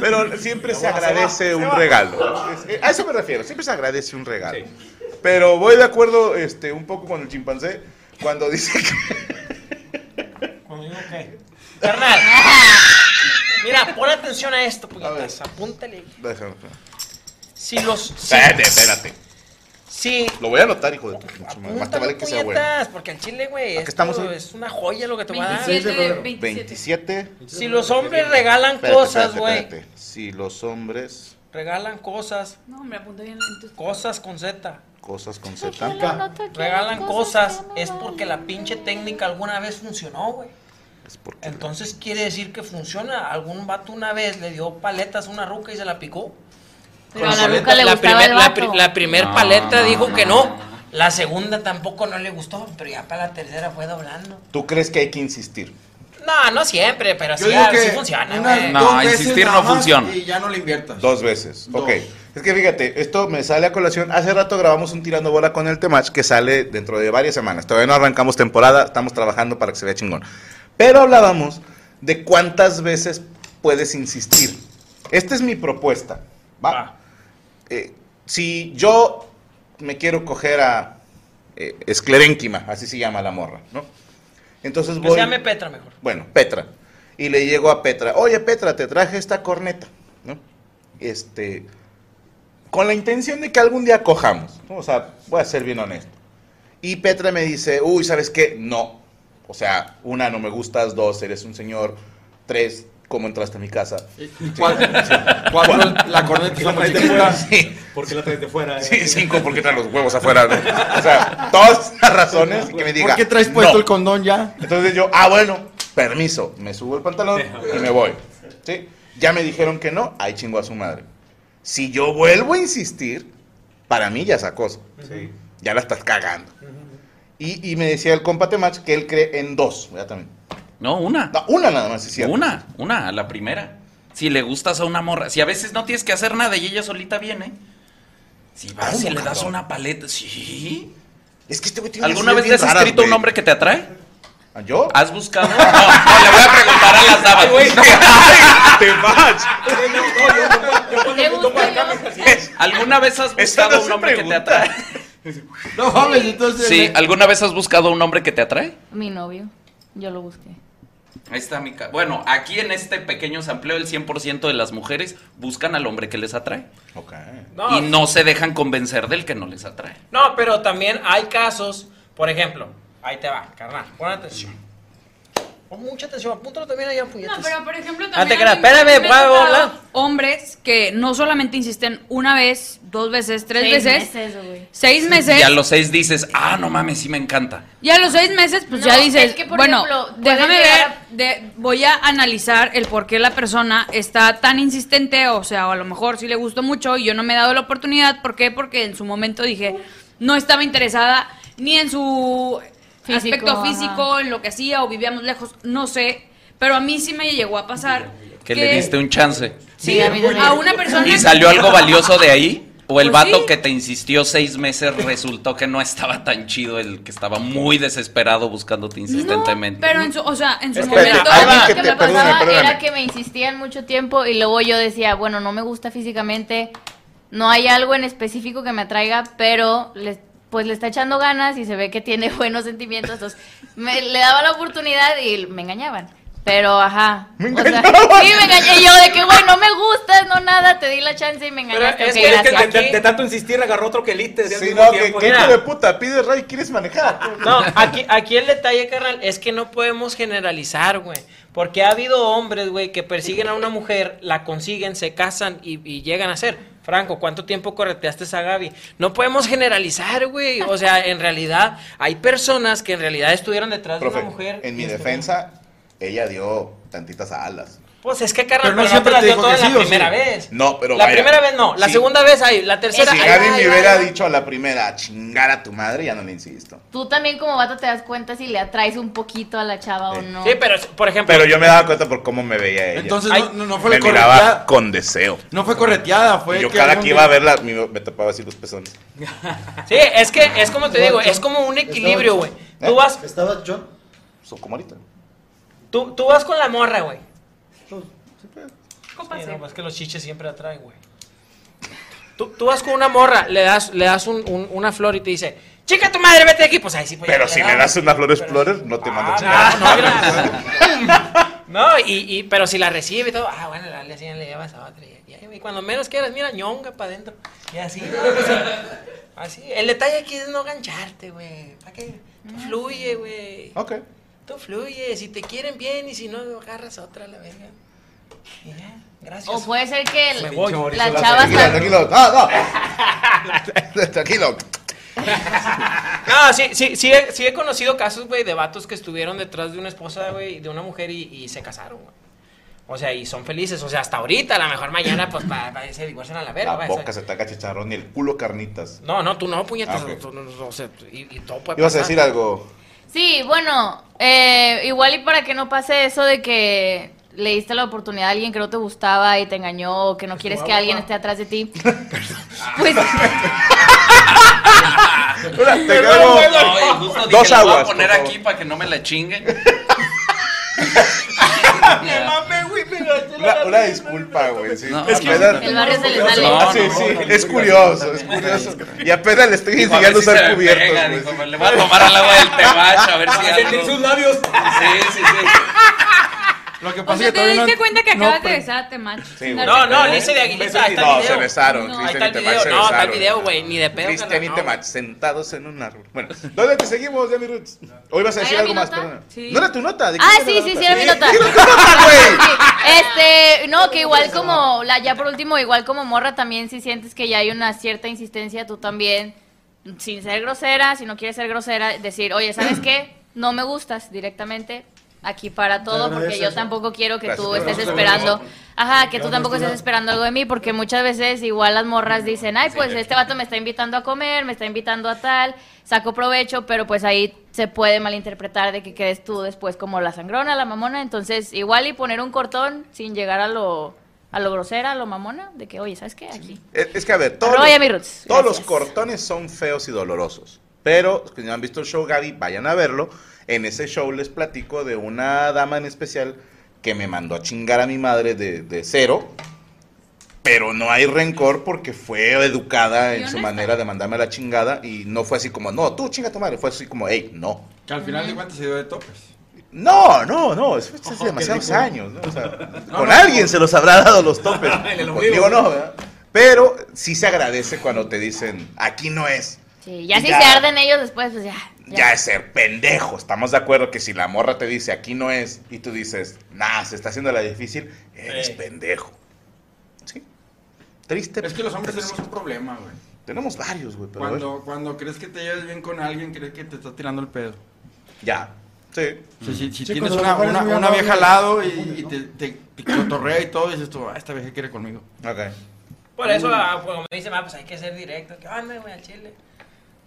C: Pero siempre se agradece un regalo. Es- A eso me refiero, siempre se agradece un regalo. Pero voy de acuerdo este, un poco con el chimpancé cuando dice que...
D: Conmigo, ¿qué? Carnal. Mira, mira, pon atención a esto, puñetas. Apúntale.
C: Déjame.
D: Si los. Si,
C: Espérate, espérate.
D: si-
C: Lo voy a anotar, hijo de tu pinche madre. Más te
D: apúntalo,
C: vale que sea bueno.
D: puñetas, porque al chile, güey,
C: ¿A qué estamos
D: esto
C: hoy?
D: es una joya lo que te va a dar.
H: 27, 27.
C: 27.
D: Si los hombres regalan
C: Espérate,
D: cosas,
C: espérate,
D: güey.
C: espérate. Si los hombres,
D: Regalan cosas.
H: No, hombre, apunta bien lento.
D: Cosas con Z.
C: cosas con Z.
D: Regalan cosas. Es porque la pinche técnica alguna vez funcionó, güey.
C: Es porque.
D: Entonces quiere decir que funciona. Algún vato una vez le dio paletas a una ruca y se la picó.
I: Pero a
D: Con
I: la
D: su-
I: ruca le gustaba
D: primer-
I: el
D: la pri-
I: vato.
D: la primer
E: No,
D: paleta
E: no,
D: dijo
E: no,
D: que
E: no,
D: no.
E: no.
D: La segunda tampoco no le gustó, pero ya para la tercera fue doblando.
C: ¿Tú crees que hay que insistir?
D: No, no siempre, pero sí,
F: Yo digo
D: ah,
F: que
D: sí funciona,
F: unas
D: güey.
E: No,
F: dos veces
E: insistir
F: Eh, nada
E: no
F: más
E: funciona.
F: Y ya no le inviertas.
C: Dos veces.
F: Dos.
C: Ok. Es que fíjate, esto me sale a colación. Hace rato grabamos un tirando bola con el Temach que sale dentro de varias semanas. Todavía no arrancamos temporada, estamos trabajando para que se vea chingón. Pero hablábamos de cuántas veces puedes insistir. Esta es mi propuesta. ¿va?
D: Va.
C: Eh, si yo me quiero coger a eh, esclerénquima, así se llama la morra, ¿no? Entonces
D: Que se
C: voy.
D: llame Petra mejor.
C: Bueno, Petra. Y le llegó a Petra, oye Petra, te traje esta corneta, ¿no? Este, con la intención de que algún día cojamos, ¿no? o sea, voy a ser bien honesto. Y Petra me dice, uy, ¿sabes qué? No. O sea, una, no me gustas, dos, eres un señor, tres, ¿cómo entraste a mi casa?
F: Y cuatro, cuatro, la corneta está muy chiquita.
C: Sí,
G: ¿Por qué la traes de fuera? eh?
C: sí, cinco, porque traen los huevos afuera? no? O sea, todas las razones que me diga.
F: ¿Por qué traes puesto
C: "No".
F: el condón ya?
C: Entonces yo, ah, bueno, permiso, me subo el pantalón y me voy. ¿Sí? Ya me dijeron que no, ahí chingo a su madre. Si yo vuelvo a insistir, para mí ya es acoso. Ya la estás cagando. Y, y me decía el compa Temach que él cree en dos, ¿verdad? También.
E: No, una.
C: No, una nada más, es cierto.
E: Una, una, a la primera. Si le gustas a una morra. Si a veces no tienes que hacer nada y ella solita viene. Si vas
C: ¿Cómo,
E: y le das
C: cabrón?
E: una paleta. Sí.
C: Es que este güey tiene
E: ¿Alguna
C: unas
E: vez le
C: ideas
E: has
C: bien raras,
E: escrito un
C: güey.
E: hombre que te atrae?
C: ¿A ¿Yo?
E: ¿Has buscado? No, no, le voy a preguntar a las damas.
C: Temach!
I: ¿Te gusta yo?
E: ¿Alguna vez has
C: Esa
E: buscado
C: no
E: un
C: se
E: hombre que te
C: pregunta.
E: atrae?
F: No mames, entonces.
E: Sí, ¿alguna vez has buscado un hombre que te atrae?
I: Mi novio. Yo lo busqué.
E: Ahí está mi ca- Bueno, aquí en este pequeño sampleo el 100% de las mujeres buscan al hombre que les atrae
C: Ok.
D: No,
E: y no se dejan convencer del que no les atrae.
D: No, pero también hay casos, por ejemplo, ahí te va, carnal, pon atención. Pon mucha atención, apúntalo también allá,
H: No,
D: puñetas.
H: pero por ejemplo
D: Ah, te
H: también.
D: creas,
H: a mí me-
D: espérame,
H: me
D: voy a
H: ha tocado
D: hablar.
H: Hombres que no solamente insisten una vez, dos veces, tres
I: Seis
H: veces,
I: meses, güey.
H: seis meses.
E: Y a los seis dices, ah, no mames, sí me encanta.
H: Y a los seis meses, pues
I: No,
H: ya dices,
I: es que, por
H: bueno,
I: ejemplo,
H: déjame
I: puedes
H: ver,
I: llegar a-
H: de- voy a analizar el por qué la persona está tan insistente, o sea, o a lo mejor sí le gustó mucho y yo no me he dado la oportunidad, ¿por qué? Porque en su momento dije, no estaba interesada ni en su
I: Físico,
H: aspecto
I: ajá.
H: físico, en lo que hacía, o vivíamos lejos, no sé, pero a mí sí me llegó a pasar.
E: Que le diste un chance.
H: Sí,
I: a mí también.
H: a una persona...
E: ¿Y salió algo valioso de ahí? ¿O el
H: Pues
E: vato
H: sí.
E: que te insistió seis meses resultó que no estaba tan chido, el que estaba muy desesperado buscándote
H: No,
E: insistentemente?
H: pero en su, o sea, en su
C: Espérate,
H: momento...
C: alguien que
H: ¿qué
C: te
H: me pasaba?
C: perdone,
I: pasaba
C: perdóname.
I: era que me insistían mucho tiempo y luego yo decía, bueno, no me gusta físicamente, no hay algo en específico que me atraiga, pero les- pues le está echando ganas y se ve que tiene buenos sentimientos, entonces me- le daba la oportunidad y me engañaban. Pero, ajá.
C: Me
I: o sea,
C: engañaban.
I: sí, me engañé yo de que, güey, no me gustas, no nada, te di la chance y me
D: Pero
I: engañaste.
D: es
I: ok,
D: que- es que
I: gracias.
D: te-
G: De, de tanto insistir, agarró otro que elite. desde
C: Sí,
G: hace
C: no,
G: mucho
C: que,
G: tiempo.
C: que
D: mira.
C: hijo de puta, pides rey, quieres manejar.
D: No, aquí, aquí el detalle, carnal, es que no podemos generalizar, güey. Porque ha habido hombres, güey, que persiguen a una mujer, la consiguen, se casan y, y llegan a ser. Franco, ¿cuánto tiempo correteaste a Gaby? No podemos generalizar, güey. O sea, en realidad, hay personas que en realidad estuvieron detrás de
C: Profe,
D: una mujer.
C: en mi
D: y este estuvieron-
C: defensa, ella dio tantitas alas.
D: Pues es que, carnal,
F: Pero no
D: pero no,
F: siempre
D: te las
F: te
D: dio
F: dijo
D: todas
F: que
D: la
F: sí, ¿o sí?
D: primera vez.
C: No, pero
D: La
C: vaya.
D: primera vez no, la
C: Sí.
D: segunda vez hay, la tercera
C: Si
D: ahí
C: Gaby
D: va, ahí
C: me
D: va,
C: hubiera
D: ahí va.
C: dicho a la primera, "A chingar a tu madre, ya no le insisto.
I: Tú también como vato te das cuenta si le atraes un poquito a la chava o
C: Sí.
I: no.
D: Sí, pero, por ejemplo,
C: Pero yo me daba cuenta por cómo me veía ella.
F: Entonces
D: Ay,
F: no, no- no fue
C: me
F: la
C: miraba
F: correteada.
C: con deseo.
F: No fue correteada, fue.
C: Y yo
F: que
C: cada
F: algún
C: que iba a
F: día-
C: verla, me, me tapaba así los pezones.
D: sí, es que es como te digo, es como un equilibrio, güey. Tú vas,
J: ¿Estaba John?
C: So, como ahorita.
D: tú, tú vas con la morra, güey.
H: Compa,
D: Sí,
H: sí.
D: no, pues es que los chiches siempre atraen, güey. Tú, tú vas con una morra, le das, le das un- un- una flor y te dice, chica tu madre, vete de aquí. Pues ahí sí, pues ya
C: Pero si le das una flor explorer, no te mando
D: Ah,
C: chingar.
D: no, no, mira. No, y, y- pero si la recibe y todo, ah, bueno, dale así, le llevas a otra. Y, y- y cuando menos quieras, mira, ñonga para adentro. Y así, ¿no? O sea, así. El detalle aquí es no gancharte, güey. ¿Para qué? Tú fluye, güey.
C: Ok.
D: Tú fluye. Si te quieren bien y si no, agarras otra, la verga. Y ya, gracias.
I: O puede ser que
D: Me
I: el-
D: voy.
I: la
C: Tranquilo,
I: chava está-
C: tranquilo. No, no. tranquilo.
D: No, sí, sí, sí, he, sí he conocido casos, güey, de vatos que estuvieron detrás de una esposa, güey, de una mujer y, y se casaron, güey. O sea, y son felices. O sea, hasta ahorita, a lo mejor mañana, pues, para se divorcian a la verga.
C: La
D: va,
C: boca
D: eso-
C: se taca chicharrón y el culo carnitas.
D: No, no, tú no, puñetas.
C: Ah, ok.
D: tú no, no, o sea, y, y todo puede
C: Ibas a
D: pasar.
C: decir algo.
I: Sí, bueno, eh, igual y para que no pase eso de que le diste la oportunidad a alguien que no te gustaba y te engañó o que no quieres que alguien esté atrás de ti. pues
C: Te
E: No, y justo dije,
C: Dos
E: la voy a
C: aguas,
E: poner
C: por favor.
E: aquí para que no me la chingue.
C: Una, una disculpa, güey. sí.
E: No,
C: Apenas-
E: es que-
I: el barrio se les sale.
E: No,
C: Ah, sí,
E: no,
C: sí,
E: no,
C: es curioso, es curioso. Y apenas le estoy
E: Dijo, a
C: enseñando a
E: ver si se
C: usar
E: me
C: cubiertos.
E: pega,
C: güey.
E: dijo, Pues le voy a tomar al agua del tebacho, a ver si
G: Sentir sus
E: algo.
G: labios.
E: Sí, sí, sí.
F: Lo que
H: O
F: pasa es
H: sea,
F: que
H: te
F: todavía no-
H: diste cuenta que
F: no
H: acabas de
F: pre-
H: besar a Temach.
C: Sí,
H: sin
C: güey.
H: darte
D: No, no,
H: cuenta.
D: le hice de aguilita. Ahí está
C: No,
D: el
C: se
D: video.
C: besaron.
H: No,
D: Ahí
C: Cristian
D: está
C: y
D: el
C: Temach
D: video.
C: se
D: No, está el
C: besaron.
D: video, güey. Ni de pedo.
C: Cristian
D: carnal,
C: y
D: no,
C: Temach sentados en un árbol. Bueno, ¿dónde te seguimos, Demi Roots? Hoy vas a
I: ¿Ah,
C: decir
I: era
C: algo
I: mi
C: más,
I: nota?
C: perdona.
H: Sí.
C: ¿No era tu nota? ¿De
I: Ah,
C: quién
I: sí,
C: era
I: sí,
C: la
I: sí, era mi nota.
C: ¿Sí? ¿Quién era tu nota, güey?
I: Este, no, que igual como, la, ya por último, igual como morra también si sientes que ya hay una cierta insistencia, tú también, sin ser grosera, si no quieres ser grosera, decir, oye, ¿sabes qué? No me gustas directamente, aquí para todo, porque yo
J: agradeces.
I: tampoco quiero que tú
C: Gracias.
I: estés esperando, ajá, que tú
J: Gracias,
I: tampoco estés
J: tía.
I: esperando algo de mí, porque muchas veces igual las morras dicen, ay, pues este vato me está invitando a comer, me está invitando a tal, saco provecho, pero pues ahí se puede malinterpretar de que quedes tú después como la sangrona, la mamona, entonces igual y poner un cortón sin llegar a lo, a lo grosera, a lo mamona, de que, oye, ¿sabes qué? Aquí.
C: Es Eh, es que a ver, todos,
I: Arroba
C: los,
I: Demi Roots.
C: todos los
I: Gracias.
C: cortones son feos y dolorosos. Pero, que no han visto el show Gaby, vayan a verlo. En ese show les platico de una dama en especial que me mandó a chingar a mi madre de, de cero. Pero no hay rencor porque fue educada en su manera de mandarme a la chingada. Y no fue así como, no, tú chinga a tu madre. Fue así como, hey, no.
F: Que al final de cuentas se dio de topes.
C: No, no, no, eso fue hace
F: Ojo,
C: demasiados
F: qué rico.
C: años. ¿no? O sea,
F: No,
C: con
F: no,
C: alguien se los habrá dado los topes.
G: En el
C: Conmigo
G: ombligo.
C: no, ¿verdad? Pero sí se agradece cuando te dicen, aquí no es.
I: Sí, ya si
C: Ya.
I: se arden ellos después, pues ya.
C: Ya. es ser pendejo. Estamos de acuerdo que si la morra te dice, aquí no es, y tú dices, nah, se está haciendo la difícil, eres
G: Sí.
C: pendejo. ¿Sí? Triste.
F: Es que los hombres
C: pero sí.
F: tenemos un problema, güey.
C: Tenemos varios, güey, pero bueno,
F: Cuando, cuando crees que te lleves bien con alguien, crees que te está tirando el pedo.
C: ya. Sí.
F: O sea, si, si
J: Sí,
F: tienes
J: cuando
F: una,
J: las mujeres
F: una,
J: muy
F: una vieja al lado y,
J: amables,
F: y
J: ¿no?
F: te, te, te cotorrea y todo, dices tú, ah, esta vieja quiere conmigo.
C: Ok.
D: Por eso, ah, pues, como me dice, ma, pues hay que ser directo. ¿Qué onda, güey, al chile?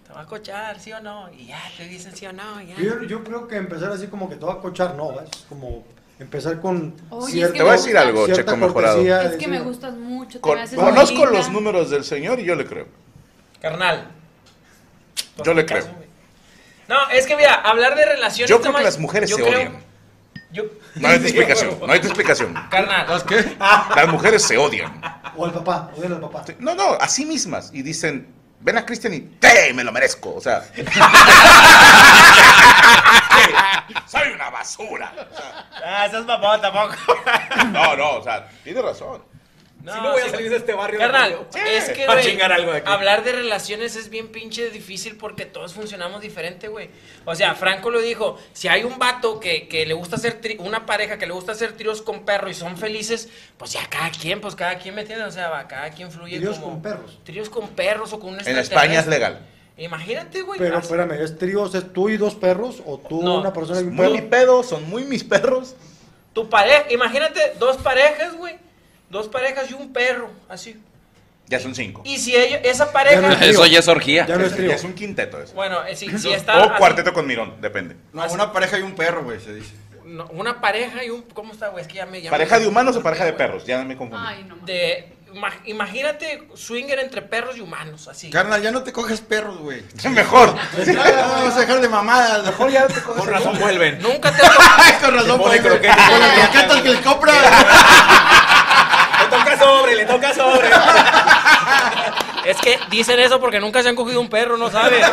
D: ¿Te va a cochar, sí o no? Y ya, te dicen sí o no, y ya.
J: Yo, yo creo que empezar así como que te va a cochar, no, es como empezar con
H: Oye,
J: cierta,
H: es que
C: Te voy a decir algo,
J: cierta
C: Checo Mejorado.
J: cortesía,
H: Es que
J: decir,
H: me gustas mucho, te
C: Con-
H: me haces muy
C: conozco
H: linda.
C: los números del señor y yo le creo.
D: Carnal.
C: Yo le
D: Hazme caso,
C: creo.
D: güey. No, es que mira, hablar de relaciones.
C: Yo creo
D: Tomás,
C: que las mujeres
D: yo
C: se
D: creo-
C: odian.
D: Yo,
C: No hay otra explicación, no hay otra explicación.
D: carnal.
F: qué?
C: Las mujeres se odian.
J: O al papá, o al papá.
C: No, no, a sí mismas. Y dicen, ven a Cristian y te me lo merezco. O sea. Soy una basura. O sea,
D: Ah, estás papá tampoco.
C: no, no, o sea, tiene razón.
D: No,
G: si no voy a
D: sí,
G: salir de este barrio.
D: Carnal,
G: Sí.
D: es que,
G: Pa'
D: güey,
G: chingar algo de aquí.
D: hablar de relaciones es bien pinche difícil porque todos funcionamos diferente, güey. O sea, Franco lo dijo, si hay un vato que, que le gusta hacer, tri- una pareja que le gusta hacer tríos con perro y son felices, pues ya cada quien, pues cada quien, ¿me entiendes? O sea, va, cada quien fluye
J: Tríos
D: como-
J: con perros.
D: Tríos con perros o con un
C: En España es
D: extraterrestre.
C: legal.
D: Imagínate, güey.
J: Pero
D: así.
J: espérame, ¿es tríos? ¿Es tú y dos perros? ¿O tú,
D: No,
J: una persona y un
C: Muy mi
J: perro?
C: pedo, son muy mis perros.
D: Tu pareja, imagínate dos parejas, güey. Dos parejas y un perro, así.
C: Ya son cinco.
D: Y si ellos, esa pareja...
J: Ya no es-
E: Eso ya es orgía.
J: Ya no es
C: Ya
J: trío.
C: es un quinteto eso.
D: Bueno, eh, si, si está...
C: O
D: así-
C: cuarteto con mirón, depende.
F: No, una pareja y un perro, güey, se dice.
D: No, una pareja y un. ¿Cómo está, güey? Es que ya me ya me-
C: ¿Pareja de humanos o pareja de perros? Ya me confundí.
H: Ay, no mames.
D: De- ima- imagínate swinger entre perros y humanos, así.
F: Carnal, ya no te coges perros, güey.
C: Mejor.
F: Ya, Vamos a dejar de mamadas. Mejor ya no te coges
G: Con razón vuelven.
D: Nunca te ha
F: Ay, con razón,
G: pone
F: güey. Con
G: croquetas.
F: las croquetas que le compran.
G: Le toca sobre, le toca sobre.
D: tocado- Es que dicen eso porque nunca se han cogido un perro, no sabes.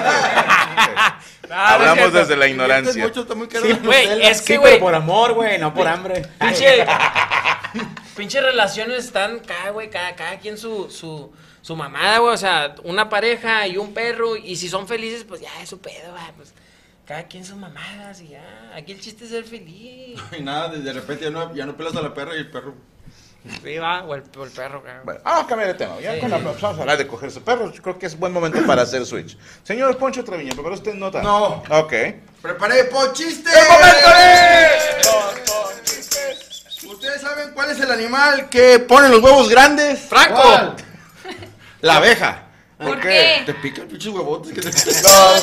C: Hablamos
D: cierto.
C: desde la
F: Inviertes
C: ignorancia.
F: mucho, está muy caro
G: Sí,
F: la
D: güey,
F: novela.
D: es que,
G: Sí,
D: güey.
G: pero por amor, güey, no por hambre.
D: Pinche. pinche relaciones están cada, güey, cada, cada quien su, su, su mamada, güey. O sea, una pareja y un perro. Y si son felices, pues ya es su pedo, güey. Pues cada quien sus mamadas y ya. Aquí el chiste es ser feliz.
F: Y nada, de- de repente ya no, ya no pelas a la perra y el perro.
D: Sí, va, o el, o el perro, cabrón.
C: Bueno, vamos a cambiar de tema. Ya
D: Sí.
C: con la, vamos a hablar de cogerse perros. Yo creo que es buen momento para hacer switch. Señor Poncho Treviño, ¿preparó usted nota?
F: No.
C: Ok.
F: Preparé pochiste. ¿Ustedes saben cuál es el animal que pone los huevos grandes?
D: ¡Franco!
F: ¿Cuál? La abeja.
H: ¿Por qué?
F: Te pican pinches huevotes que te
C: Iba a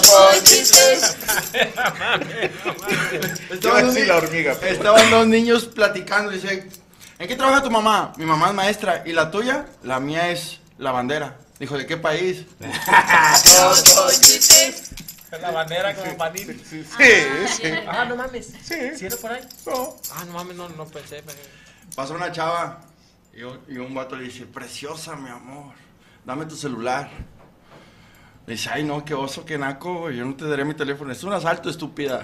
F: Estaban dos,
C: decir
F: ni-
C: la hormiga, pero-
F: estaban dos niños platicando. Dice, ¿en qué trabaja tu mamá? Mi mamá es maestra. ¿Y la tuya? La mía es la bandera. Dijo, ¿de qué país?
H: Ah,
D: La bandera como panini.
C: Sí, sí.
D: Ah, no mames.
C: Sí.
D: ¿Sí era por ahí?
C: No.
D: Ah, no mames, no, no pensé. pero-
F: Pasó una chava y un, y un vato le dice, preciosa, mi amor, dame tu celular. Le dice, ay no, qué oso, qué naco, güey, yo no te daré mi teléfono. Es un asalto, estúpida.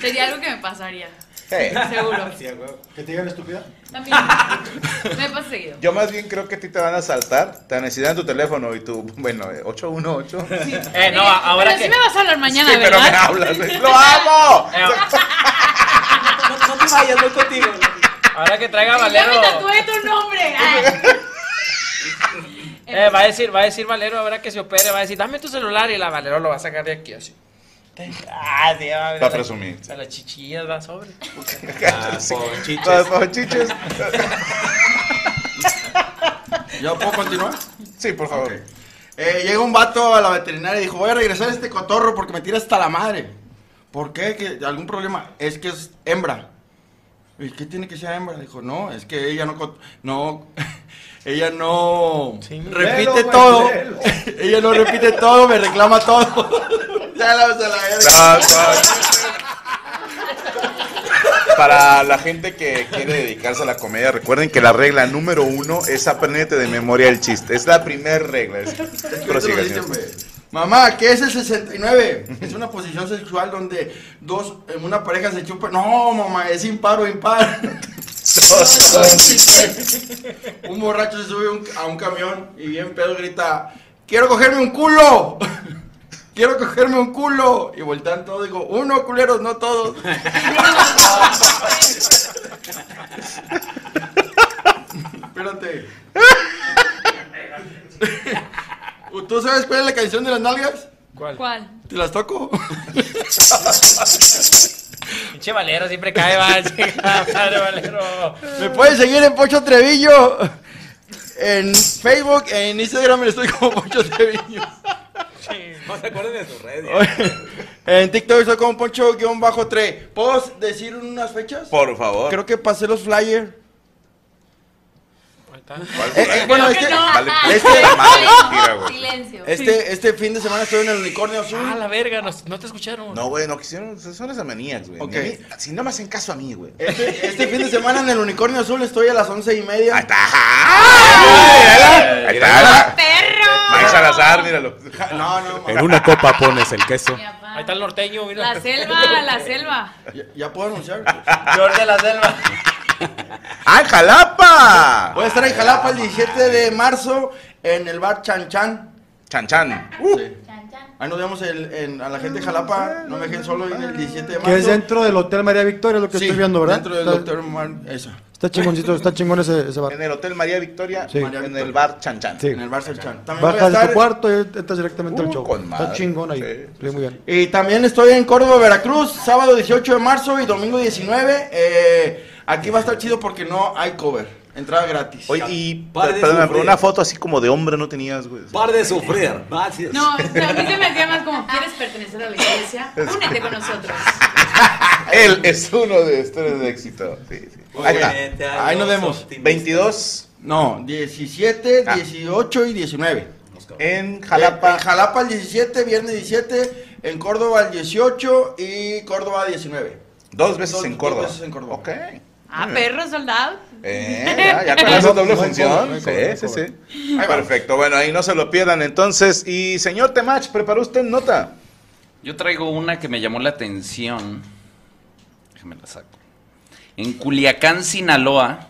H: Sería algo que me pasaría,
C: Hey,
H: seguro.
J: ¿Que te digan estúpida?
H: También. Me pasa seguido.
C: Yo más bien creo que a ti te van a saltar. Te necesitan tu teléfono y tu, bueno, eh, 818. Sí,
D: Eh, no, ahora
H: Pero
D: que.
H: sí me vas a hablar mañana,
C: pero me
H: ¿verdad?
C: hablas. güey. ¡Lo amo!
D: Eh,
G: No, no te vayas, voy contigo.
D: Eh, ahora que traiga
H: Ya me
D: Valero.
H: tatué tu nombre. Ay,
D: Eh, va a decir, va a decir Valero, ahora que se opere, va a decir, dame tu celular y la Valero lo va a sacar de aquí así. Ah, sí, va a
C: Va a presumir.
D: A las chichillas va sobre.
G: Ah, ponchiches.
C: Los ponchiches.
F: ¿Ya puedo continuar?
C: Sí, por favor.
F: Ok. Eh, llega un vato a la veterinaria y dijo, voy a regresar a este cotorro porque me tira hasta la madre. ¿Por qué? ¿Que ¿Algún problema? Es que es hembra. ¿Y qué tiene que ser hembra? Dijo, no, es que ella no... cot- No, ella no... repite
J: Léelo, güey,
F: todo.
J: léelo.
F: ella no repite todo, me reclama todo. Ah, Ya la- se la verga.
C: Los ponchiches.
F: ah.
C: Para la gente que quiere dedicarse a la comedia, recuerden que la regla número uno es aprenderte de memoria el chiste. Es la primera regla. Es-
F: Yo te lo
C: prosiga,
F: dije,
C: señor.
F: güey. Mamá, ¿qué es el 69? Es una posición sexual donde dos, en una pareja se chupa. No, mamá, es impar o impar.
C: Los ponchiches.
F: Un borracho se sube un- a un camión y bien pedo grita, quiero cogerme un culo. Quiero cogerme un culo. Y voltean todos, digo, uno culeros, no todos. Espérate. ¿Tú sabes cuál es la canción de las nalgas?
H: ¿Cuál?
F: ¿Te las toco?
D: Pinche Valero siempre cae, va. chica, madre, Valero.
F: Me puedes seguir en Pocho Trevillo. En Facebook, en Instagram estoy como Pocho Trevillo.
G: No se acuerden de sus redes.
F: en TikTok estoy como Poncho-3. ¿Puedo decir unas fechas?
C: Por favor.
F: Creo que pasé los flyers.
D: Ahí está.
C: ¿Cuál
F: Eh, eh, bueno,
H: Creo que
F: este,
H: no.
C: Vale,
F: Es
C: puta
F: que-
C: madre, mentira, güey.
I: Silencio.
F: este, este fin de semana estoy en el Unicornio Azul.
D: Ah, la verga, no, no te escucharon.
C: No, güey, no quisieron. Son las manías, güey. Ni
F: Ok.
C: a mí- Si no me hacen caso a mí, güey.
F: Este, este fin de semana en el Unicornio Azul estoy a las once y media.
C: Ahí está. Ahí está. Mike
H: ¡Perro!
C: Salazar, míralo.
F: No, no, ma-
K: En una copa pones el queso.
H: Mi papá.
D: Ahí está el norteño, mira.
H: Ah. La selva, la selva.
F: ya, ya puedo anunciar. pues.
D: George de la selva.
C: ¡Ah, en Jalapa!
F: Voy a estar en Jalapa el 17 de marzo en el bar Chan Chan.
C: Chan Chan.
F: Sí.
I: Chan, chan.
F: Ahí nos vemos el- en- a la gente de Jalapa. No me dejen solo en el 17 de marzo.
J: Que es dentro del Hotel María Victoria, lo que
F: Sí,
J: estoy viendo, ¿verdad?
F: Dentro del
J: Está-
F: doctor Man, esa.
J: Está chingoncito, está chingón ese, ese
C: En
J: bar.
C: el Hotel María Victoria,
J: Sí.
C: en el bar Chan Chan.
J: Sí.
F: En el Barça Chan. También voy a
J: Bajas de
F: estar-
J: tu cuarto y entras directamente
C: Uh,
J: al show.
C: con
J: Está
C: madre.
J: chingón ahí.
C: Sí,
J: Sí, muy bien.
F: Y también estoy en Córdoba, Veracruz, sábado 18 de marzo y domingo 19. Eh, aquí va a estar chido porque no hay cover. Entrada gratis.
C: Oye, y
G: Pare de
C: perdóname, pero
G: sufrir.
C: una foto así como de hombre no tenías, güey.
G: Par de sufrir. Gracias.
H: No, o sea, a mí se me hacía más como, ¿quieres pertenecer a la iglesia? Únete con nosotros.
C: Él es uno de estos de éxito. Sí, sí. Ahí está.
G: Únete a
F: Ahí nos
G: los
F: vemos.
G: optimistas.
C: 22
F: No, 17,
C: Ah.
F: 18 y 19.
G: Nos cabrón.
C: en Jalapa.
F: En Jalapa el 17, viernes 17. En Córdoba el 18 y Córdoba 19.
C: Dos veces
F: Dos-
C: en Córdoba.
F: dos veces en Córdoba.
C: Ok.
H: Ah,
C: Muy bien.
H: perro soldado.
C: Eh, ya, ya con
J: No,
C: esa doble
J: no hay
C: función.
J: cover, no hay
C: sí, sí,
J: cover,
C: sí. Perfecto, bueno, ahí no se lo pierdan entonces. Y señor Temach, ¿preparó usted nota?
E: Yo traigo una que me llamó la atención. Déjame la saco. En Culiacán, Sinaloa,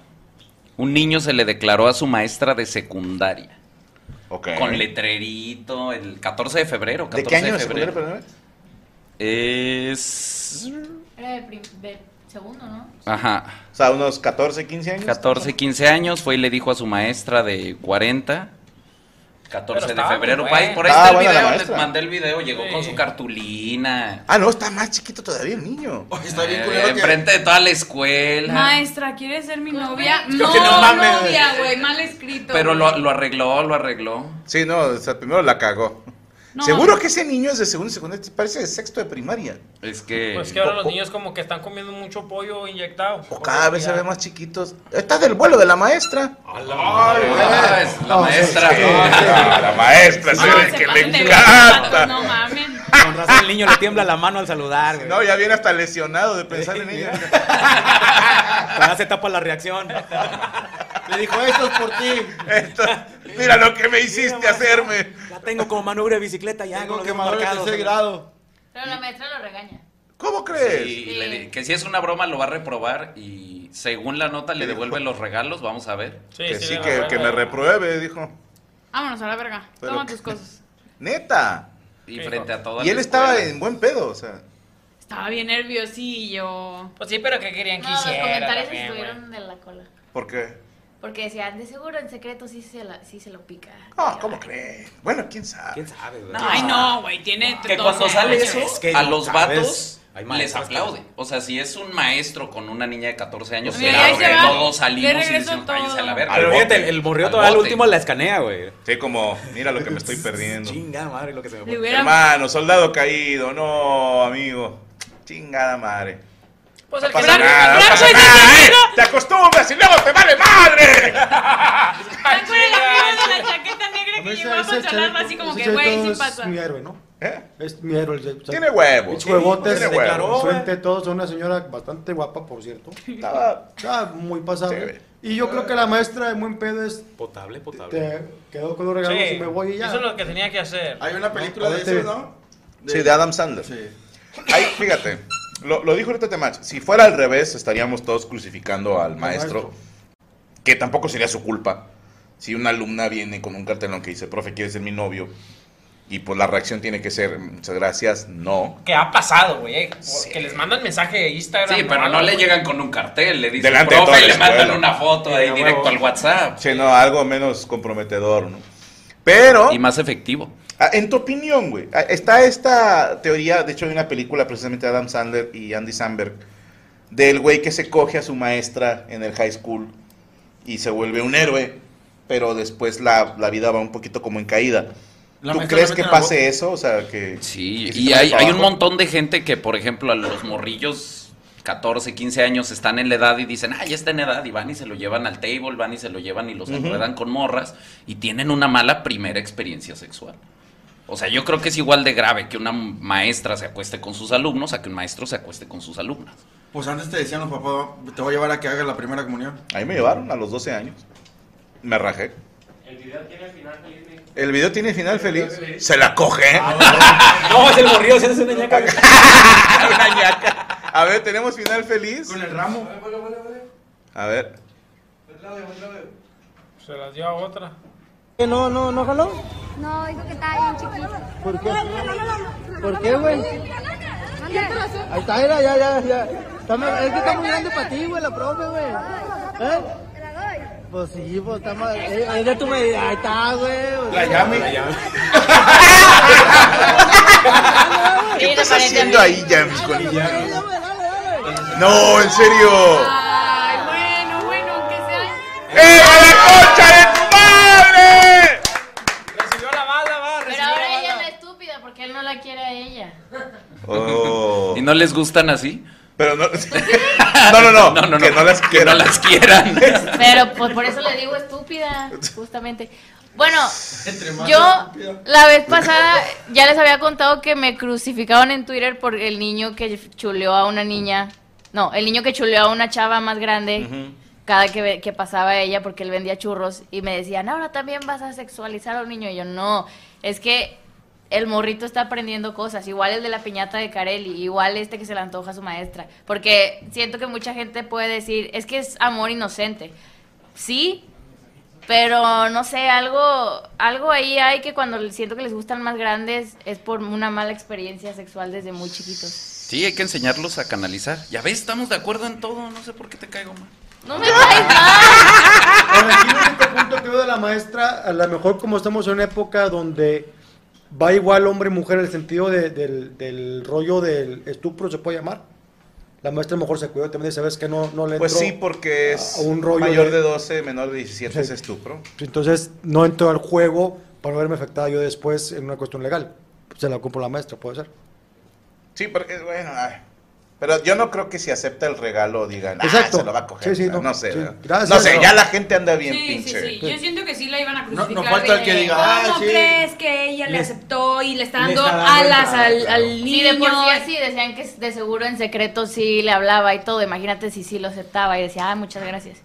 E: un niño se le declaró a su maestra de secundaria.
C: Ok.
E: Con letrerito, el 14 de febrero. 14
C: ¿De qué año
E: de
C: se
E: febrero.
C: perdón?
E: Es.
I: Era de prim- de segundo, ¿no?
E: Ajá.
C: O sea, unos 14, 15 años.
E: 14, 15 años, fue y le dijo a su maestra de 40. 14 de
D: estaba muy
E: febrero.
D: buena.
E: Ahí- por ahí
C: Ah,
E: está el
C: buena la
E: video, les
C: maestra.
E: mandé el video, llegó con
D: Sí.
E: su cartulina.
C: Ah, no, está más chiquito todavía el niño.
F: Oye, está bien
E: eh,
F: culero que-
E: enfrente de toda la escuela.
H: Maestra, ¿quieres ser mi novia? No,
E: que no mames.
H: novia, güey, mal escrito.
E: Pero lo,
H: güey.
E: lo arregló, lo arregló.
C: Sí, no, o sea, primero la cagó.
H: No,
C: Seguro
H: no.
C: que ese niño es de segundo y secundaria, parece de sexto de primaria.
E: Es que.
D: Pues que ahora los niños como que están comiendo mucho pollo inyectado.
C: O cada vez se ve más chiquitos. Está del vuelo de la maestra.
E: Ah, es la
C: Oh,
J: No,
E: maestra.
J: sí,
C: Ah, la maestra, se
H: No,
C: ve
H: se
C: que le
H: pasan de
C: encanta.
H: verga, No mames.
K: Con razón el niño le tiembla la mano al saludar, güey.
C: No, ya viene hasta lesionado de pensar en ella.
K: Todavía se tapa la reacción.
F: Le dijo, esto es por ti.
C: Esto- mira lo que me hiciste hacerme.
K: La tengo como manubrio de bicicleta ya,
F: Tengo
K: con
F: que
K: los
F: madrugar
K: marcados.
F: tercer grado.
I: Pero la maestra lo regaña.
C: ¿Cómo
E: Sí,
C: crees?
E: y le di- que si es una broma lo va a reprobar y según la nota le devuelve los regalos, vamos a ver.
C: que sí, que, que me repruebe, dijo.
H: Vámonos a la verga.
C: Pero-
H: Toma tus cosas.
C: Neta.
E: Y frente a toda
C: Y
E: la
C: él estaba
E: escuela.
C: en buen pedo, o sea.
H: Estaba bien nerviosillo.
D: Pues sí, pero que querían que
I: No, los
D: hiciera
I: comentarios
D: también, güey.
I: estuvieron de la cola.
C: ¿Por qué?
I: Porque decían, de seguro en secreto sí se, la- sí se lo pica.
C: Ah, ¿cómo crees? Bueno, quién sabe.
K: ¿Quién sabe, güey?
H: Ay, no, güey, tiene
E: Que
H: 12
E: cuando sale
H: años.
E: eso,
K: Es que
E: a
K: no
E: los
K: sabes,
E: vatos
K: hay
E: les
K: maestras que-
E: aplaude. O sea, si es un maestro con una niña de 14 años,
H: Mira,
E: claro
H: ahí se
E: que
H: va.
E: todos
H: De
E: salimos y
H: regreso
E: decimos, váyanse a la
H: todo.
E: verga.
K: Pero
C: Al
K: fíjate, el,
C: bote.
K: el morrillo
E: Al
K: todavía al
E: bote.
K: último la escanea, güey.
C: Sí, como, mira lo que me estoy perdiendo.
K: Chinga madre lo que se me
H: Le
K: fue.
H: hubiera.
C: Hermano, soldado caído, no, amigo. Chingada madre.
D: Pues
C: No
D: el que
C: pasa
H: Frank-
C: nada, no
H: Frank
C: pasa
H: Soy
C: nada, ¿eh?
H: Testigo.
C: Te acostumbras y luego te vale madre.
H: ¿Te acuerdas la foto de la chaqueta negra que llevó a Pachalama así como que, güey, sin
J: Es
H: pasa?
J: mi héroe, ¿no?
C: ¿Eh?
J: Es mi héroe. el- o sea,
C: Tiene huevos.
J: pinche huevotes,
C: Tiene
J: declaró,
C: huevos.
J: frente de todos, una señora bastante guapa, por cierto.
C: Estaba-
J: Está muy pasable.
C: Sí.
J: Y yo creo que la maestra de buen pedo es,
K: Potable, potable.
J: te quedó con los regalos y me voy y ya.
D: Eso es lo que tenía que hacer.
F: Hay una película de
J: Ahorita-
F: eso, ¿no?
C: Sí, de Adam Sandler.
F: Sí.
C: Ay, fíjate, lo, lo dijo ahorita Temach. Si fuera al revés, estaríamos todos crucificando al maestro,
J: maestro.
C: que tampoco sería su culpa. Si una alumna viene con un cartelón que dice, profe, ¿quieres ser mi novio? Y pues la reacción tiene que ser, muchas gracias, no.
D: Que ha pasado, güey. eh,
C: Sí.
D: Que les mandan mensaje de Instagram.
E: Sí,
D: o
E: pero
D: algo,
E: no le
D: güey.
E: llegan con un cartel, le dicen,
C: Delante de toda
E: profe,
C: la
E: le mandan
C: escuela.
E: una foto
K: Sí,
E: ahí
K: a
E: directo
K: huevo.
E: al WhatsApp.
C: Sí, no, algo menos comprometedor, ¿no? Pero,
E: Y más efectivo.
C: ah, en tu opinión, güey, ah, está esta teoría, de hecho hay una película precisamente de Adam Sandler y Andy Samberg, del güey que se coge a su maestra en el high school y se vuelve un héroe, pero después la, la vida va un poquito como en caída.
F: La
C: ¿Tú
F: maestra
C: crees
F: le
C: que
F: mete la
C: pase eso? O sea, que...
E: Sí,
C: que se
E: y
C: te
E: hay,
C: vaya
E: hay
C: para
E: un
C: abajo.
E: montón de gente que, por ejemplo, a los morrillos 14, 15 años están en la edad y dicen, ah, ya está en edad, y van y se lo llevan al table, van y se lo llevan y los
C: Ujú.
E: enredan con morras y tienen una mala primera experiencia sexual. O sea, yo creo que es igual de grave que una maestra se acueste con sus alumnos a que un maestro se acueste con sus alumnas.
F: Pues antes te decían los papás, te voy a llevar a que hagas la primera comunión.
C: Ahí me llevaron a los 12 años. Me rajé. El video tiene final feliz. El video tiene final feliz. Se la coge.
F: Ah,
K: No, es el morrillo, si es una ñaca.
C: Una ñaca. A ver, tenemos final feliz.
F: Con el ramo.
C: A ver.
D: Se las dio a otra.
L: No, no, no jaló.
M: No, dijo que estaba bien chiquito.
L: ¿Por qué? ¿Por qué, güey? Ahí está, era, ya, ya, ya. Está muy- es que está muy grande para ti, güey, la profe, güey. ¿Eh? Pues sí, pues está más. Es es de tu medida. Ahí está, güey. Pues, o sea.
F: La llame.
I: Sí,
C: ¿Qué estás
I: la pared
C: haciendo
I: también.
C: ahí, James, con
L: Dale, dale, dale, dale.
C: No, en serio.
H: Ay, bueno, bueno, que sea.
C: ¡Eh, a la concha de tu madre!
D: Recibió Ah, la bala, va.
I: Pero ahora ella es la estúpida porque él no la quiere a ella.
C: Oh.
E: ¿Y no les gustan así?
C: Pero no. No, no, no. Que no las
E: que no
C: quieran.
E: las quieran.
I: Pero pues por eso le digo estúpida, justamente. Bueno, yo la vez pasada ya les había contado que me crucificaron en Twitter por el niño que chuleó a una niña. No, el niño que chuleó a una chava más grande. cada que, ve- que pasaba ella porque él vendía churros y me decían, ahora también vas a sexualizar a un niño. Y yo, no, es que el morrito está aprendiendo cosas, igual el de la piñata de Carelli, igual este que se le antoja a su maestra. Porque siento que mucha gente puede decir, es que es amor inocente. Sí, pero no sé, algo, algo ahí hay que cuando siento que les gustan más grandes es por una mala experiencia sexual desde muy chiquitos.
E: Sí, hay que enseñarlos a canalizar. Ya ves, estamos de acuerdo en todo, no sé por qué te caigo mal.
I: No me caes mal.
J: Pero aquí el único punto que veo de la maestra, a lo mejor como estamos en una época donde va igual hombre y mujer en el sentido de- del, del rollo del estupro, se puede llamar. La maestra a lo mejor se cuidó también de saber que no, no le
C: Pues
J: entró
C: sí, porque
J: a-
C: es
J: a un rollo
C: mayor
J: de-
C: de 12, menor de 17 es
J: Sí.
C: estupro.
J: Pues Entonces no entró al juego para no verme afectada yo después en una cuestión legal. Se la compro la maestra, puede ser.
C: Sí, porque, bueno, ay. pero yo no creo que si acepta el regalo digan, ah,
J: Exacto.
C: se lo va a coger.
J: Sí, sí,
C: no,
J: no.
C: no sé,
J: Sí.
C: ¿verdad?
J: Gracias.
C: no sé, ya la gente anda bien
H: Sí, sí,
C: pinche.
H: sí. Yo siento que sí la iban a
F: no
H: crucificar.
F: falta el
H: de,
F: que diga, "Ah,
H: ¿Cómo
F: sí".
H: crees que ella le
F: Le-
H: aceptó y le está
F: le
H: dando
F: está dando
H: alas
F: entrada,
H: al,
F: claro.
H: al
I: Sí,
H: niño?
I: de por sí así, decían que de seguro en secreto sí le hablaba y todo. Imagínate si sí lo aceptaba y decía, ah, muchas gracias.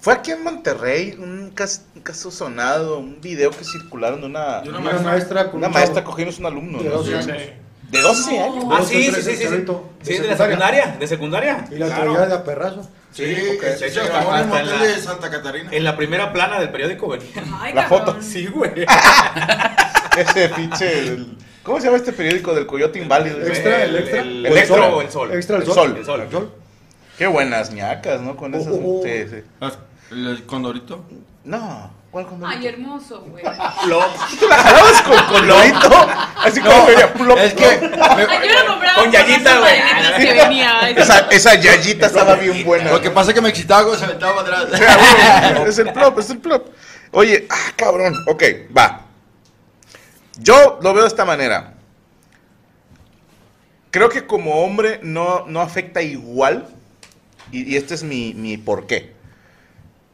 C: Fue aquí en Monterrey un cas- un caso, sonado, un video que circularon de una,
J: una maestra. maestra con
C: una
J: un
C: maestra
J: chavo.
C: cogiendo a un alumno.
J: De
C: ¿no?
J: 12
C: Sí.
J: años.
C: ¿De 12 años?
G: Ah, sí, sí, sí, sí. Sí,
J: Chavito, de
G: Sí, de
J: secundaria.
G: la secundaria, de secundaria.
J: Y la
G: Claro.
J: autoridad de a perrazo.
G: Sí,
F: Sí,
G: porque
F: que
G: de
F: se
G: hecho hasta,
F: grabó en un
G: hasta en,
F: hotel de
G: la,
F: Santa Catarina.
G: en la primera plana del periódico venía.
H: Ay,
C: La
H: cabrón.
C: foto.
G: Sí, güey.
C: Ese pinche. el- ¿Cómo se llama este periódico del Coyote Inválido?
J: Extra, el extra.
G: El,
C: El
G: extra
C: sol.
G: o el sol.
J: Extra el
C: El
J: sol.
C: sol.
G: El
J: sol.
C: Qué buenas ñacas, ¿no? Con esas.
J: Oh, oh, oh.
C: sí, sí.
F: Las- ¿El condorito?
C: No. ¿Cuál con
H: Ay, hermoso, güey.
G: Lo-
C: ¿Tú la jalabas con colorito? Así como veía plop,
F: Es que me-
H: Ay, yo lo compraba
G: Con
H: con
G: Yayita,
H: esa
G: güey.
H: paletita que venía. ay,
C: Esa, esa yayita estaba bien buena. Ah,
F: lo que pasa es que me excitaba cuando se aventaba para atrás.
C: es el plop, es el plop. Oye, ah, cabrón. Ok, va. Yo lo veo de esta manera. Creo que como hombre no, no afecta igual. Y, y este es mi, mi por qué.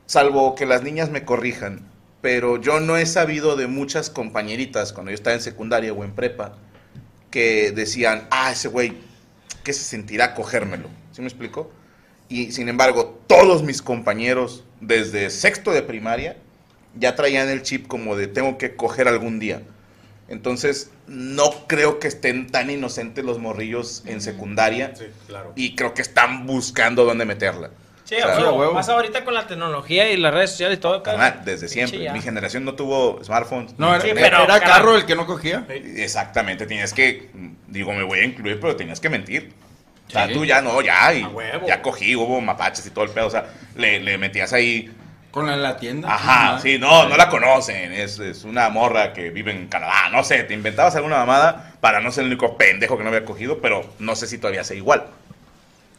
C: Salvo que las niñas me corrijan. Pero yo no he sabido de muchas compañeritas cuando yo estaba en secundaria o en prepa que decían, ah, ese güey, ¿qué se sentirá cogérmelo? ¿Sí me explico? Y sin embargo, todos mis compañeros desde sexto de primaria ya traían el chip como de tengo que coger algún día. Entonces, no creo que estén tan inocentes los morrillos en secundaria
G: Sí, claro.
C: y creo que están buscando dónde meterla.
D: Sí,
C: O sea,
D: o sea,
C: a huevo.
D: más ahorita con la tecnología y las redes sociales y todo.
C: Carnal, desde siempre.
D: Pinche ya.
C: Mi generación no tuvo smartphones.
F: No,
C: ni
F: era,
D: Sí,
C: internet. Eh,
D: pero,
F: era
D: cara-
F: carro el que no cogía.
C: Exactamente, tenías que, digo, me voy a incluir, pero tenías que mentir. O sea,
G: Sí.
C: tú ya no, ya, y
G: A huevo.
C: ya cogí, hubo mapaches y todo el pedo, o sea, le, le metías ahí
F: Con la, la tienda.
C: Ajá, sí, no, no la conocen. Es, es una morra que vive en Canadá. No sé, te inventabas alguna mamada para no ser el único pendejo que no había cogido, pero no sé si todavía sea igual.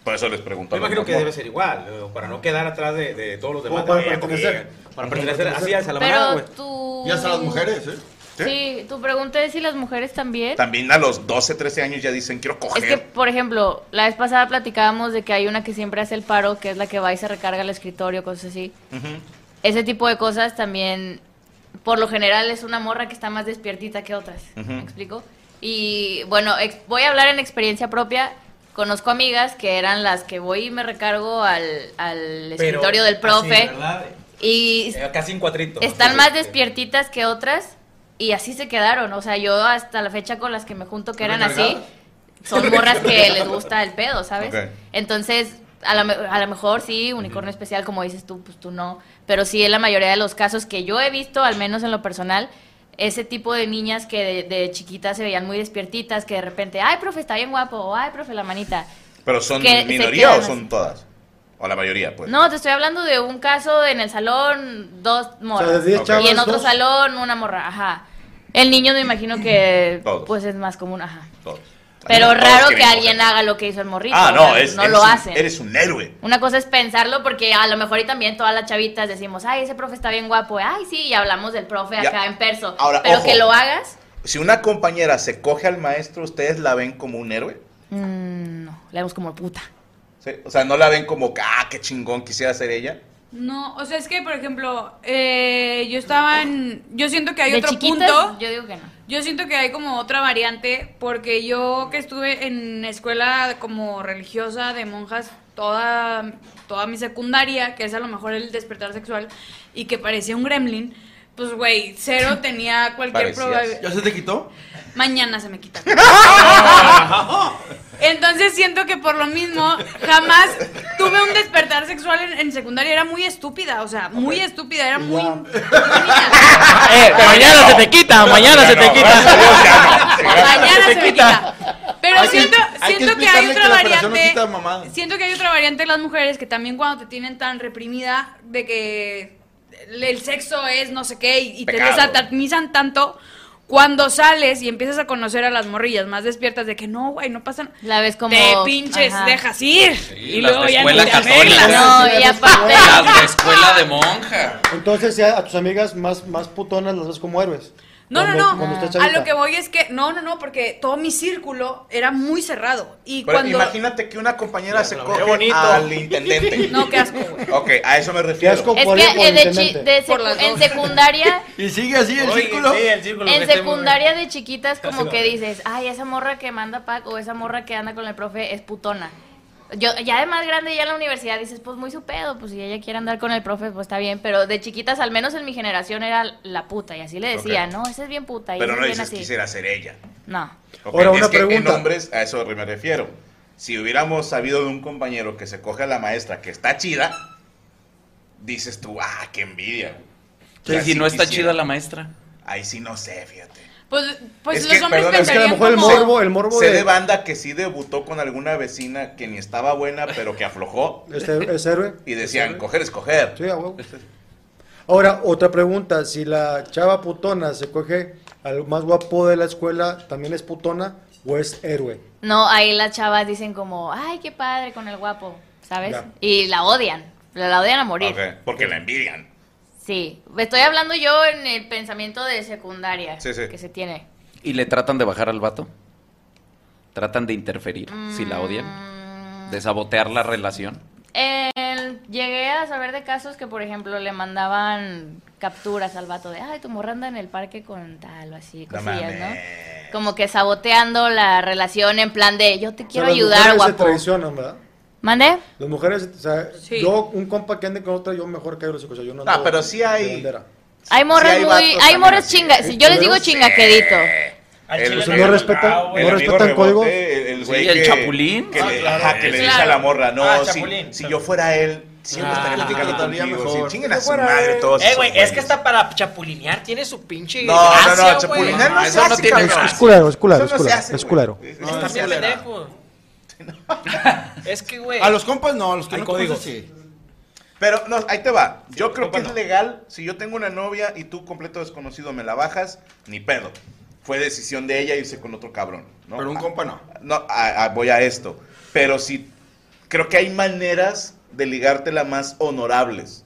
C: Por eso les pregunto.
G: Yo
C: a los
G: imagino que
C: morros.
G: debe ser igual, eh, para no quedar atrás de, de todos los demás.
J: Como para
G: Eh,
J: pertenecer.
G: porque- Para pertenecer así a la manada,
I: Pero
G: güey.
I: tú...
F: Y hasta las mujeres, ¿eh?
I: Sí, tu pregunta es si las mujeres también.
C: También a los 12, 13 años ya dicen, quiero coger.
I: Es que, por ejemplo, la vez pasada platicábamos de que hay una que siempre hace el paro, que es la que va y se recarga el escritorio, cosas así.
C: Ujú.
I: Ese tipo de cosas también, por lo general, es una morra que está más despiertita que otras.
C: Ujú.
I: ¿Me explico? Y bueno, ex- voy a hablar en experiencia propia. Conozco amigas que eran las que voy y me recargo al, al
G: Pero
I: escritorio del
G: así,
I: profe.
G: ¿verdad?
I: y
G: Eh, Casi en cuatrito.
I: están más
G: despiertos
I: despiertitas que otras y así se quedaron. O sea, yo hasta la fecha con las que me junto que eran así,
F: ¿Recargadas?
I: son morras que les gusta el pedo, ¿sabes?
C: Ok.
I: Entonces, a lo, me- a lo mejor sí, unicornio especial, como dices tú, pues tú no. Pero sí, en la mayoría de los casos que yo he visto, al menos en lo personal, ese tipo de niñas que de, de chiquitas se veían muy despiertitas, que de repente, ay, profe, está bien guapo, o, ay, profe, la manita.
C: Pero son
I: que se
C: minoría
I: quedan
C: o son todas? O la mayoría, pues.
I: No, te estoy hablando de un caso en el salón, dos morras.
J: O sea, de diez
C: Ok.
J: chavas,
I: y en otro
J: dos.
I: salón, una morra, ajá. El niño me imagino que
C: Todos.
I: pues es más común, ajá.
C: Todos.
I: Pero
C: Todos
I: raro que
C: quieren
I: alguien
C: coger.
I: haga lo que hizo el morrito.
C: Ah,
I: o
C: no,
I: sea,
C: es,
I: no
C: eres
I: lo
C: un-
I: hacen.
C: Eres un héroe.
I: Una cosa es pensarlo porque a lo mejor y también todas las chavitas decimos, ay, ese profe está bien guapo, ay, sí, y hablamos del profe
C: Ya.
I: acá en perso.
C: Ahora,
I: Pero
C: ojo.
I: que lo hagas,
C: Si una compañera se coge al maestro, ¿ustedes la ven como un héroe?
I: mm, no, le damos como puta.
C: Sí, O sea, no la ven como, ah, qué chingón quisiera ser ella.
H: No, o sea, es que, por ejemplo, eh, yo estaba en... Yo siento que hay
I: de
H: otro
I: chiquitas,
H: punto.
I: yo digo que no.
H: Yo siento que hay como otra variante, porque yo que estuve en escuela como religiosa de monjas toda, toda mi secundaria, que es a lo mejor el despertar sexual, y que parecía un gremlin, pues güey, cero tenía cualquier
F: ¿Ya
H: probabilidad.
F: se te quitó?
H: Mañana se me quita. Entonces siento que por lo mismo jamás tuve un despertar sexual en, en secundaria, era muy estúpida, o sea, muy estúpida, era muy...
D: Eh, mañana se te quita, mañana se te quita.
H: Mañana se me quita. Pero
F: Hay que-
H: siento,
F: hay que
H: siento que,
F: explicarle
H: hay
F: que
H: otra
F: la operación no
H: variante.
F: quita mamadas.
H: siento que hay otra variante en las mujeres que también cuando te tienen tan reprimida de que el el sexo es no sé qué y, y te
I: Pecado.
H: desatanizan tanto. Cuando sales y empiezas a conocer a las morrillas más despiertas de que no, güey, no pasan.
I: La ves como.
H: Te pinches,
I: ajá.
H: dejas ir. y
E: las
H: luego
E: de
H: ya ni
E: escuela
H: te
E: católica.
H: arreglas.
I: No, y aparte.
E: Las de escuela de monja.
J: Entonces, ya a tus amigas más, más putonas las ves como héroes.
H: No, no,
J: Cuando-
H: no.
J: cuando estás
H: A
J: chavita.
H: lo que voy es que, no, no, no, porque todo mi círculo era muy cerrado. Y
C: Pero
H: cuando.
C: imagínate que una compañera se coge
D: bonito.
C: al intendente.
H: No, qué asco,
C: Ok, a eso me refiero.
I: Es que eh, de chi- de secu- en secundaria
F: Y sigue así el círculo.
I: En secundaria de chiquitas como que dices, ay, esa morra que manda pack o esa morra que anda con el profe es putona. Yo, ya de más grande, ya en la universidad, dices, pues muy su pedo, pues si ella quiere andar con el profe, pues está bien. Pero de chiquitas, al menos en mi generación, era la puta. Y así le decía,
C: Ok.
I: no, esa es bien puta. Y
C: Pero
I: esa
C: no
I: es
C: le
I: bien
C: dices
I: así.
C: quisiera ser ella.
I: No.
C: Ok,
J: Ahora, una
C: es que en
J: pregunta.
C: hombres, a eso me refiero. Si hubiéramos sabido de un compañero que se coge a la maestra que está chida, dices tú, ah, qué envidia.
E: Sí, si no está chida la
C: maestra? Ahí sí no sé, fíjate.
H: Pues, pues
C: Es
H: los hombres
C: perdón,
J: Es que a lo mejor el
H: como-
J: morbo, el morbo
C: sé
J: de...
C: de banda que sí debutó con alguna vecina que ni estaba buena, pero que aflojó.
J: Es her- es héroe.
C: Y decían, coger es coger.
J: Sí, a huevo. Ahora, otra pregunta. Si la chava putona se coge al más guapo de la escuela, ¿también es putona o es héroe?
I: No, ahí las chavas dicen como, ay, qué padre con el guapo, ¿sabes?
J: Ya.
I: Y la odian. La, la odian a morir.
C: Ok, Porque la envidian.
I: Sí. Estoy hablando yo en el pensamiento de secundaria
E: Sí, sí.
I: que se tiene.
E: ¿Y le tratan de bajar al vato? ¿Tratan de interferir si la odian? ¿De sabotear la relación?
I: El- llegué a saber de casos que, por ejemplo, le mandaban capturas al vato de, ay, tu morra anda en el parque con tal o así,
E: No
I: cosillas, ¿no?
E: mames.
I: Como que saboteando la relación en plan de, yo te quiero
J: O sea, las
I: ayudar,
J: mujeres se
I: guapo.
J: traicionan, ¿verdad?
I: ¿Mande?
J: Las mujeres, o sea,
I: Sí.
J: yo, un compa que ande con otra, yo mejor caigo los hijos. o sea, yo no
C: Ah,
J: ando
C: pero sí
J: de
C: hay-
J: bandera.
I: Hay morras
C: hay vatos
I: muy, hay
C: también
I: morras
C: así.
I: chingas, yo les digo
C: Sí.
I: chingaquedito.
C: El, Ah,
J: chile no respetan- no
C: amigo
J: respetan
C: rebote,
J: códigos.
C: El, el
E: Sí,
C: güey
E: el
C: que-
E: chapulín.
C: Que
E: Ah,
C: le,
E: claro,
C: ajá, que le
E: ese.
C: dice a la morra, no,
D: Ah,
C: si,
D: chapulín,
C: si yo fuera él, siempre
D: Ah.
C: estaría platicando
D: Trataría
C: contigo.
D: mejor.
C: Si chinguen a
D: Si
C: su
D: fuera
C: madre
D: él.
C: todos.
D: Eh,
C: esos
D: güey, es que
C: güeyes.
D: está para chapulinear, tiene su pinche.
C: No, no, no,
D: gracia,
C: chapulinear
D: güey. Ah,
C: no se hace, cabrón.
J: Es culero, es culero,
C: Eso
J: es
C: no se
J: culero,
C: hace,
J: es
C: güey.
J: culero.
D: Estás bien
F: culera.
D: pendejo. Es que, güey.
F: A los compas no, a los que
D: Hay
F: no
D: códigos.
F: compas sí.
C: Pero no, ahí te va. Yo creo que
D: no.
C: es legal. Si yo tengo una novia y tú completo desconocido me la bajas, ni pedo. Fue decisión de ella irse con otro cabrón. ¿no?
F: Pero un
C: Ah,
F: compa no.
C: No, a- a- voy a esto. Pero sí, creo que hay maneras de ligártela más honorables.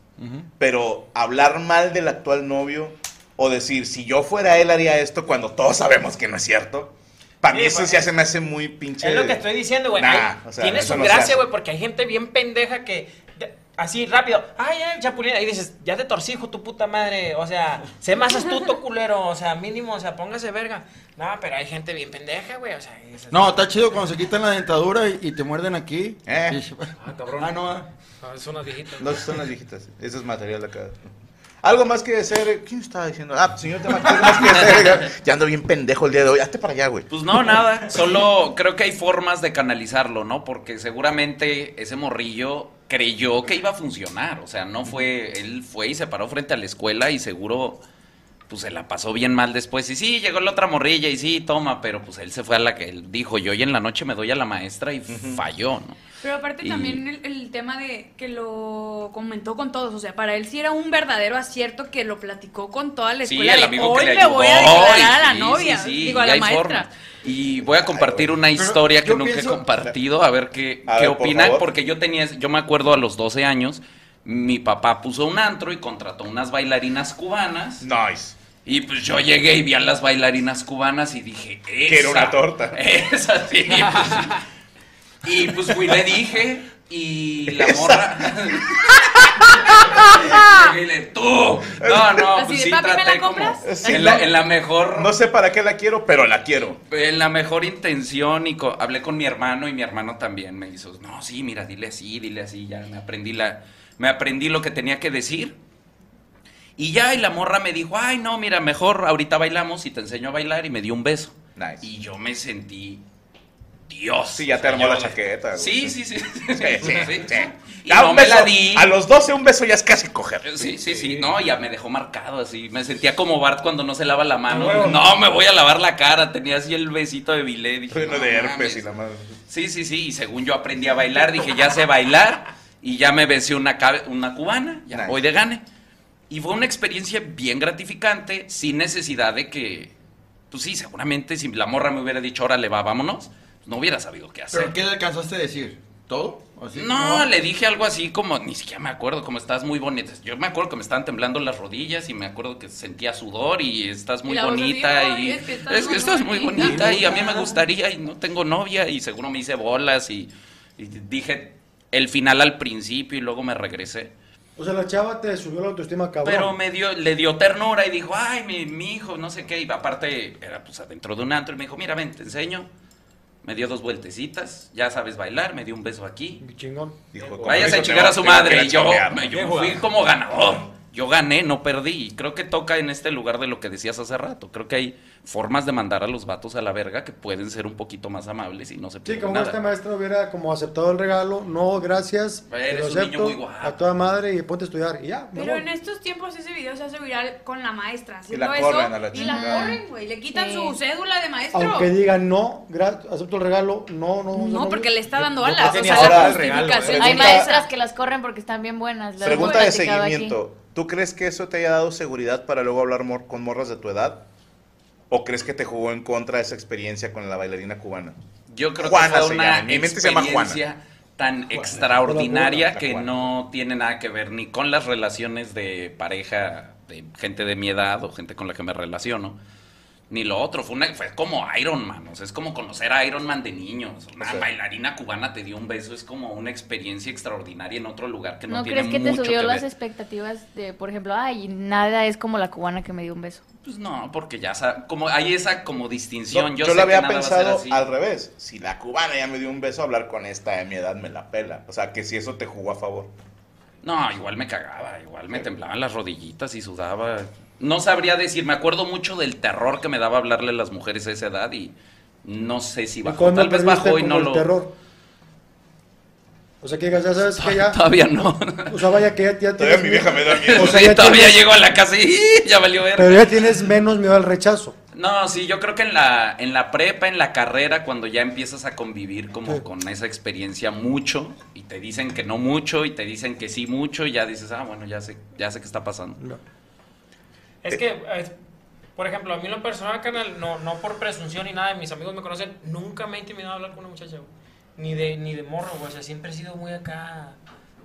C: Pero hablar mal del actual novio o decir, si yo fuera él haría esto cuando todos sabemos que no es cierto. Para mí
D: Sí,
C: eso
D: pues,
C: ya se me hace muy pinche.
D: Es lo que estoy diciendo, güey.
C: Nah,
D: Ahí
C: o sea,
D: tiene
C: eso
D: su
C: no se hace.
D: gracia, güey, porque hay gente bien pendeja que de- así rápido, ay, ay, chapulín, ahí dices, ya te torcí, hijo tu puta madre, o sea, sé más astuto, culero, o sea, mínimo, o sea, póngase verga. No, pero hay gente bien pendeja, güey, o sea, dices,
F: No, está chido cuando se quitan la dentadura y, y te muerden aquí.
C: Eh.
F: Y se-
D: ah, cabrón.
F: Ah, no. ah.
D: No, son unos viejitos.
C: No, son las viejitas. Eso es material de acá. Algo más que hacer. ¿Quién estaba diciendo? Ah, señor, ¿qué más que hacer? Ya ando bien pendejo el día de hoy. Hazte para allá, güey.
E: Pues no, nada. Solo creo que hay formas de canalizarlo, ¿no? Porque seguramente ese morrillo creyó que iba a funcionar. O sea, no fue. Él fue y se paró frente a la escuela y seguro. Pues se la pasó bien mal después. Y sí, llegó la otra morrilla y sí, toma. Pero pues él se fue a la que él dijo: Yo hoy en la noche me doy a la maestra y falló, ¿no?
H: Pero aparte
E: Y-
H: también el, el tema de que lo comentó con todos, o sea, para él sí era un verdadero acierto que lo platicó con toda la
E: Sí,
H: escuela.
E: el
H: de,
E: amigo
H: Hoy
E: que le
H: le voy a
E: ayudó,
H: declarar
E: y-
H: a la
E: sí,
H: novia,
E: sí, sí,
H: digo a
E: y
H: la
E: hay
H: maestra.
E: forma. Y voy a compartir una historia que
F: yo
E: nunca
F: pienso-
E: he compartido, a ver qué,
C: A
E: qué
C: ver, por
E: opinan,
C: favor.
E: porque yo tenía, yo me acuerdo a los 12 años, mi papá puso un antro y contrató unas bailarinas cubanas.
C: Nice.
E: Y pues yo llegué y vi a las bailarinas cubanas y dije, esa.
C: Quiero una torta.
E: Esa, sí. pues, sí. y pues fui, le dije, y la morra. Y le, tú. No, no,
H: Así
E: pues
H: de,
E: sí
H: "Papi, ¿me la
E: traté como-
H: compras?"
E: en, la, en la mejor.
C: No sé para qué la quiero, pero la quiero.
E: En la mejor intención y co- hablé con mi hermano y mi hermano también me hizo, no, sí, mira, dile así, dile así, ya me aprendí la, me aprendí lo que tenía que decir. Y ya, y la morra me dijo, ay, no, mira, mejor ahorita bailamos y te enseño a bailar y me dio un beso. Y yo me sentí, Dios.
C: Sí, ya te
E: O sea,
C: armó
E: yo-
C: la chaqueta. güey.
E: Sí, sí, sí. sí,
C: sí,
E: sí. Y
C: Ya,
E: no
C: un
E: me
C: beso. Ah,
E: la di.
C: A los 12 un beso ya es casi coger.
E: Sí, sí, sí, no, ya me dejó marcado así. Me sentía como Bart cuando no se lava la mano. No, me voy a lavar la cara. Tenía así el besito de bilé. Dije,
C: Bueno,
E: "No
C: de
E: mames".
C: herpes y la madre.
E: Sí, sí, sí. Y según yo aprendí a bailar, dije, ya sé bailar. Y ya me besé una, cabe- una cubana. Ya voy de gane. Y fue una experiencia bien gratificante, sin necesidad de que. Pues sí, seguramente si la morra me hubiera dicho, órale, va, vámonos, pues no hubiera sabido qué hacer.
F: ¿Pero qué le alcanzaste a decir? ¿Todo? ¿Así?
E: No, le dije algo así como, ni siquiera me acuerdo, como estás muy bonita. Yo me acuerdo que me estaban temblando las rodillas y me acuerdo que sentía sudor y estás muy
H: Y la voz así,
E: bonita
H: "Ay,
E: y
H: es que estás
E: es que
H: muy
E: estás muy
H: bonita".
E: bonita y a mí me gustaría y no tengo novia y seguro me hice bolas y, y dije el final al principio y luego me regresé.
J: O sea, la chava te subió la autoestima, cabrón.
E: Pero me dio, le dio ternura y dijo, ay, mi, mi hijo, no sé qué. Y aparte, era pues adentro de un antro y me dijo, mira, ven, te enseño. Me dio dos vueltecitas, ya sabes bailar, me dio un beso aquí.
J: Chingón.
E: Dijo,
J: con
E: Váyase
J: permiso,
E: a chingar
J: te
E: a su
J: tengo que ir
E: madre.
J: a
E: Y yo,
J: chambear.
E: me- yo
J: Bien
E: fui
J: jugado.
E: como ganador. Yo gané, no perdí. Y creo que toca en este lugar de lo que decías hace rato. Creo que hay formas de mandar a los vatos a la verga que pueden ser un poquito más amables y no se
J: Sí,
E: pierde
J: como este
E: nada.
J: maestro hubiera como aceptado el regalo, no, gracias,
E: Eres
J: te lo
E: un niño
J: acepto,
E: muy guapo.
J: a toda madre y ponte a estudiar y ya. me
H: Pero
J: voy.
H: en estos tiempos ese video se hace viral con la maestra.
J: la
H: Haciendo
J: corren
H: eso,
J: a la
H: y la
J: chingada.
H: corren, güey. Le quitan su cédula de maestro.
J: Aunque digan no, gra- acepto el regalo, no, no.
H: No, porque le está dando
J: yo
H: alas.
J: creo
H: O
J: que
H: sea,
J: ni ahora
H: la
J: el regalo,
H: justificación.
J: ¿eh?
I: Hay
J: Pregunta-
I: maestras que las corren porque están bien buenas. lo hemos
C: Pregunta de
I: platicado aquí.
C: seguimiento. ¿Tú crees que eso te haya dado seguridad para luego hablar mor- con morras de tu edad? ¿O crees que te jugó en contra esa experiencia con la bailarina cubana?
E: Yo creo
C: Juana
E: que
C: se
E: fue una
C: llama, en mi mente se llama Juana.
E: experiencia tan extraordinaria
C: Juana.
E: que no tiene nada que ver ni con las relaciones de pareja de gente de mi edad o gente con la que me relaciono. Ni lo otro, fue, una- fue como Iron Man, o sea, es como conocer a Iron Man de niños. Una
C: O sea.
E: bailarina cubana te dio un beso, es como una experiencia extraordinaria en otro lugar que no,
I: ¿No
E: tiene
I: crees que te
E: mucho
I: subió
E: que
I: las
E: ver.
I: expectativas de, por ejemplo, ay, nada es como la cubana que me dio un beso?
E: Pues no, porque ya sa- como hay esa como
C: No,
E: distinción.
C: yo
E: yo sé
C: lo
E: que
C: había
E: nada va a ser
C: pensado
E: así.
C: al revés. Si la cubana ya me dio un beso, hablar con esta de mi edad me la pela. O sea, que si eso te jugó a favor.
E: No, igual me cagaba, igual me temblaban las rodillitas y sudaba. No sabría decir, me acuerdo mucho del terror que me daba hablarle a las mujeres a esa edad y no sé si
J: ¿Y
E: bajó.
J: cuándo
E: Tal vez
J: perdiste
E: bajó y
J: como
E: no
J: el
E: lo.
J: terror? O sea, que digas, ya sabes que ya...
E: Todavía no.
J: O sea, vaya que ya, ya
C: Todavía
J: tienes...
C: mi vieja me da miedo.
J: O sea,
E: Sí,
J: ya
E: todavía
J: tienes-
E: llego a la casa y ¡ih! ya valió ver.
J: Pero ya tienes menos miedo al rechazo.
E: No, sí, yo creo que en la, en la prepa, en la carrera, cuando ya empiezas a convivir como
J: Sí.
E: con esa experiencia mucho, y te dicen que no mucho, y te dicen que sí mucho, y ya dices, ah, bueno, ya sé, ya sé qué está pasando.
D: Es que, es- por ejemplo, a mí en lo personal, canal, no, no por presunción ni nada, mis amigos me conocen, nunca me he intimidado a hablar con una muchacha, güey. Ni de, ni de morro, güey. O sea, siempre he sido muy acá.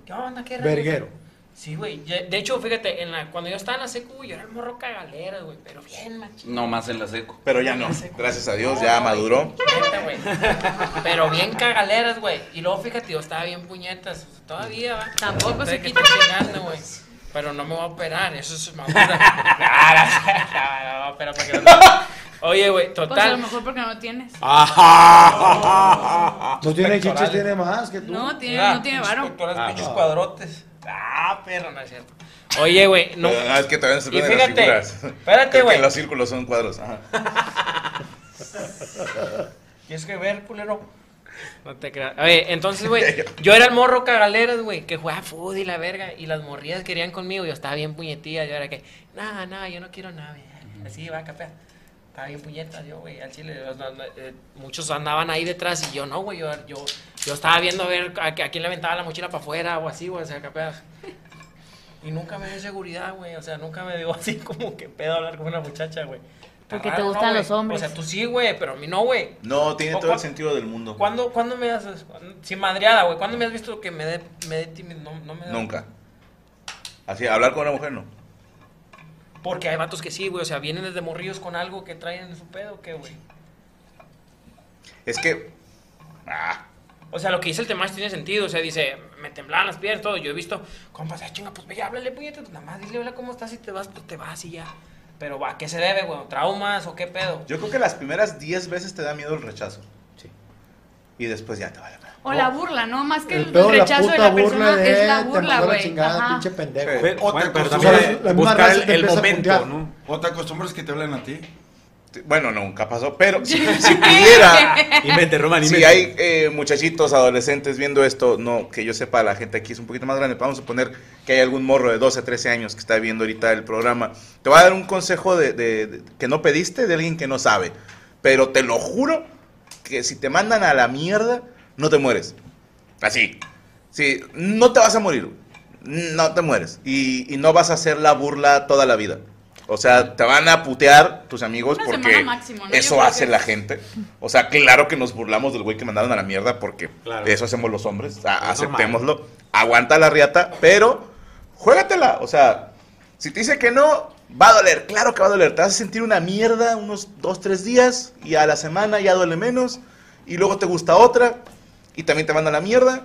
D: ¿Qué onda? ¿Qué rollo?
J: Verguero.
D: Sí, güey. Ya- De hecho, fíjate, en la, cuando yo estaba en la secu, yo era el morro cagalera, güey. Pero bien, machín.
E: No más en la seco.
C: Pero ya no. Gracias a Dios, ya maduró.
D: Neta, güey. Pero bien cagaleras, güey. Y luego, fíjate, yo estaba bien puñetas. O sea, todavía, va.
H: Tampoco se
D: Estoy
H: quita.
D: chingando, güey. Pero no me voy a operar, eso es madura. no, no, no, no, pero para que no- Oye, güey,
H: Pues a lo
D: total.
H: mejor porque no tienes.
J: No tiene chichis, tiene más que tú.
H: No, tiene, no tiene varón.
J: Ah,
D: pinches
J: no.
D: cuadrotes. Ah, perro, no es cierto. Oye, güey, no.
C: Pero, ah, es que todavía no se
D: Y
C: ponen
D: fíjate,
C: las figuras.
D: espérate,
C: Creo que
D: güey.
C: los círculos son cuadros. Ajá.
D: Tienes que ver, culero. No te creas. Oye, entonces, güey, yo era el morro cagaleras, güey, que jugaba fútbol y la verga. Y las morrillas querían conmigo. Yo estaba bien puñetilla. Yo era que, nada, nada, yo no quiero nada, güey. Así va, capea. Estaba bien puñeta, yo, güey, al chile. los- los- los- eh, muchos andaban ahí detrás y yo no, güey. Yo, yo, yo estaba viendo a ver a, a quién le aventaba la mochila para afuera o así, güey, o sea, capea. Y nunca me dio seguridad, güey. O sea, nunca me dio así como que pedo hablar con una muchacha, güey. Está
I: Porque te
D: raro, ¿no,
I: gustan
D: güey?
I: los hombres.
D: O sea, tú sí, güey, pero a mí no, güey.
C: No, tiene
D: ¿O
C: todo
D: cuál-
C: el sentido del mundo.
D: ¿Cuándo, cuándo me haces? cuándo- Sin madreada, güey. ¿Cuándo me has visto que me dé me dé tímido? No, no me da.
C: Nunca. Así, hablar con una mujer no.
D: Porque hay vatos que sí, güey. O sea, vienen desde morrillos con algo que traen en su pedo, ¿qué, güey?
C: Es que. Ah,
D: O sea, lo que dice el Temach tiene sentido. O sea, dice, me temblaban las piernas, todo. Yo he visto, compas, ah, chinga, pues, ve, háblale, puñete, pues, nada más, dile, hola, ¿cómo estás? Y te vas, pues, te vas y ya. Pero, ¿a qué se debe, güey? ¿Traumas o qué pedo?
C: Yo creo que las primeras 10 veces te da miedo el rechazo. Sí. Y después ya te vale. madre.
H: O la burla, ¿no? Más que
J: El
H: el,
J: pedo, la
H: rechazo de
J: puta
H: la
J: burla
H: persona
J: de
H: es la
J: te
H: burla,
J: mandó la
H: güey.
J: chingada,
H: Ajá.
J: pinche pendejo.
F: Pero-
J: O te
F: otra
J: acostumbras-
F: cosa es
J: la misma raza te empieza a putear.
F: Otra costumbre es que te hablen a ti.
C: Bueno, nunca pasó, pero si, si pudiera.
G: Invente, Roman,
C: Si
G: invente.
C: hay eh, muchachitos, adolescentes viendo esto, no, que yo sepa, la gente aquí es un poquito más grande. Vamos a suponer que hay algún morro de 12, 13 años que está viendo ahorita el programa. Te voy a dar un consejo de, de- de- que no pediste de alguien que no sabe. Pero te lo juro que si te mandan a la mierda, no te mueres. Así. Sí, no te vas a morir. No te mueres. Y, y no vas a hacer la burla toda la vida. O sea, te van a putear tus amigos
H: Una
C: porque
H: semana máximo, ¿no? Yo
C: eso
H: creo
C: hace
H: que-
C: la gente. O sea, claro que nos burlamos del güey que mandaron a la mierda porque eso hacemos los hombres. A- aceptémoslo. Aguanta la riata, pero juégatela. O sea, si te dice que no, va a doler. Claro que va a doler. Te vas a sentir una mierda unos dos, tres días y a la semana ya duele menos. Y luego te gusta otra y también te manda a la mierda.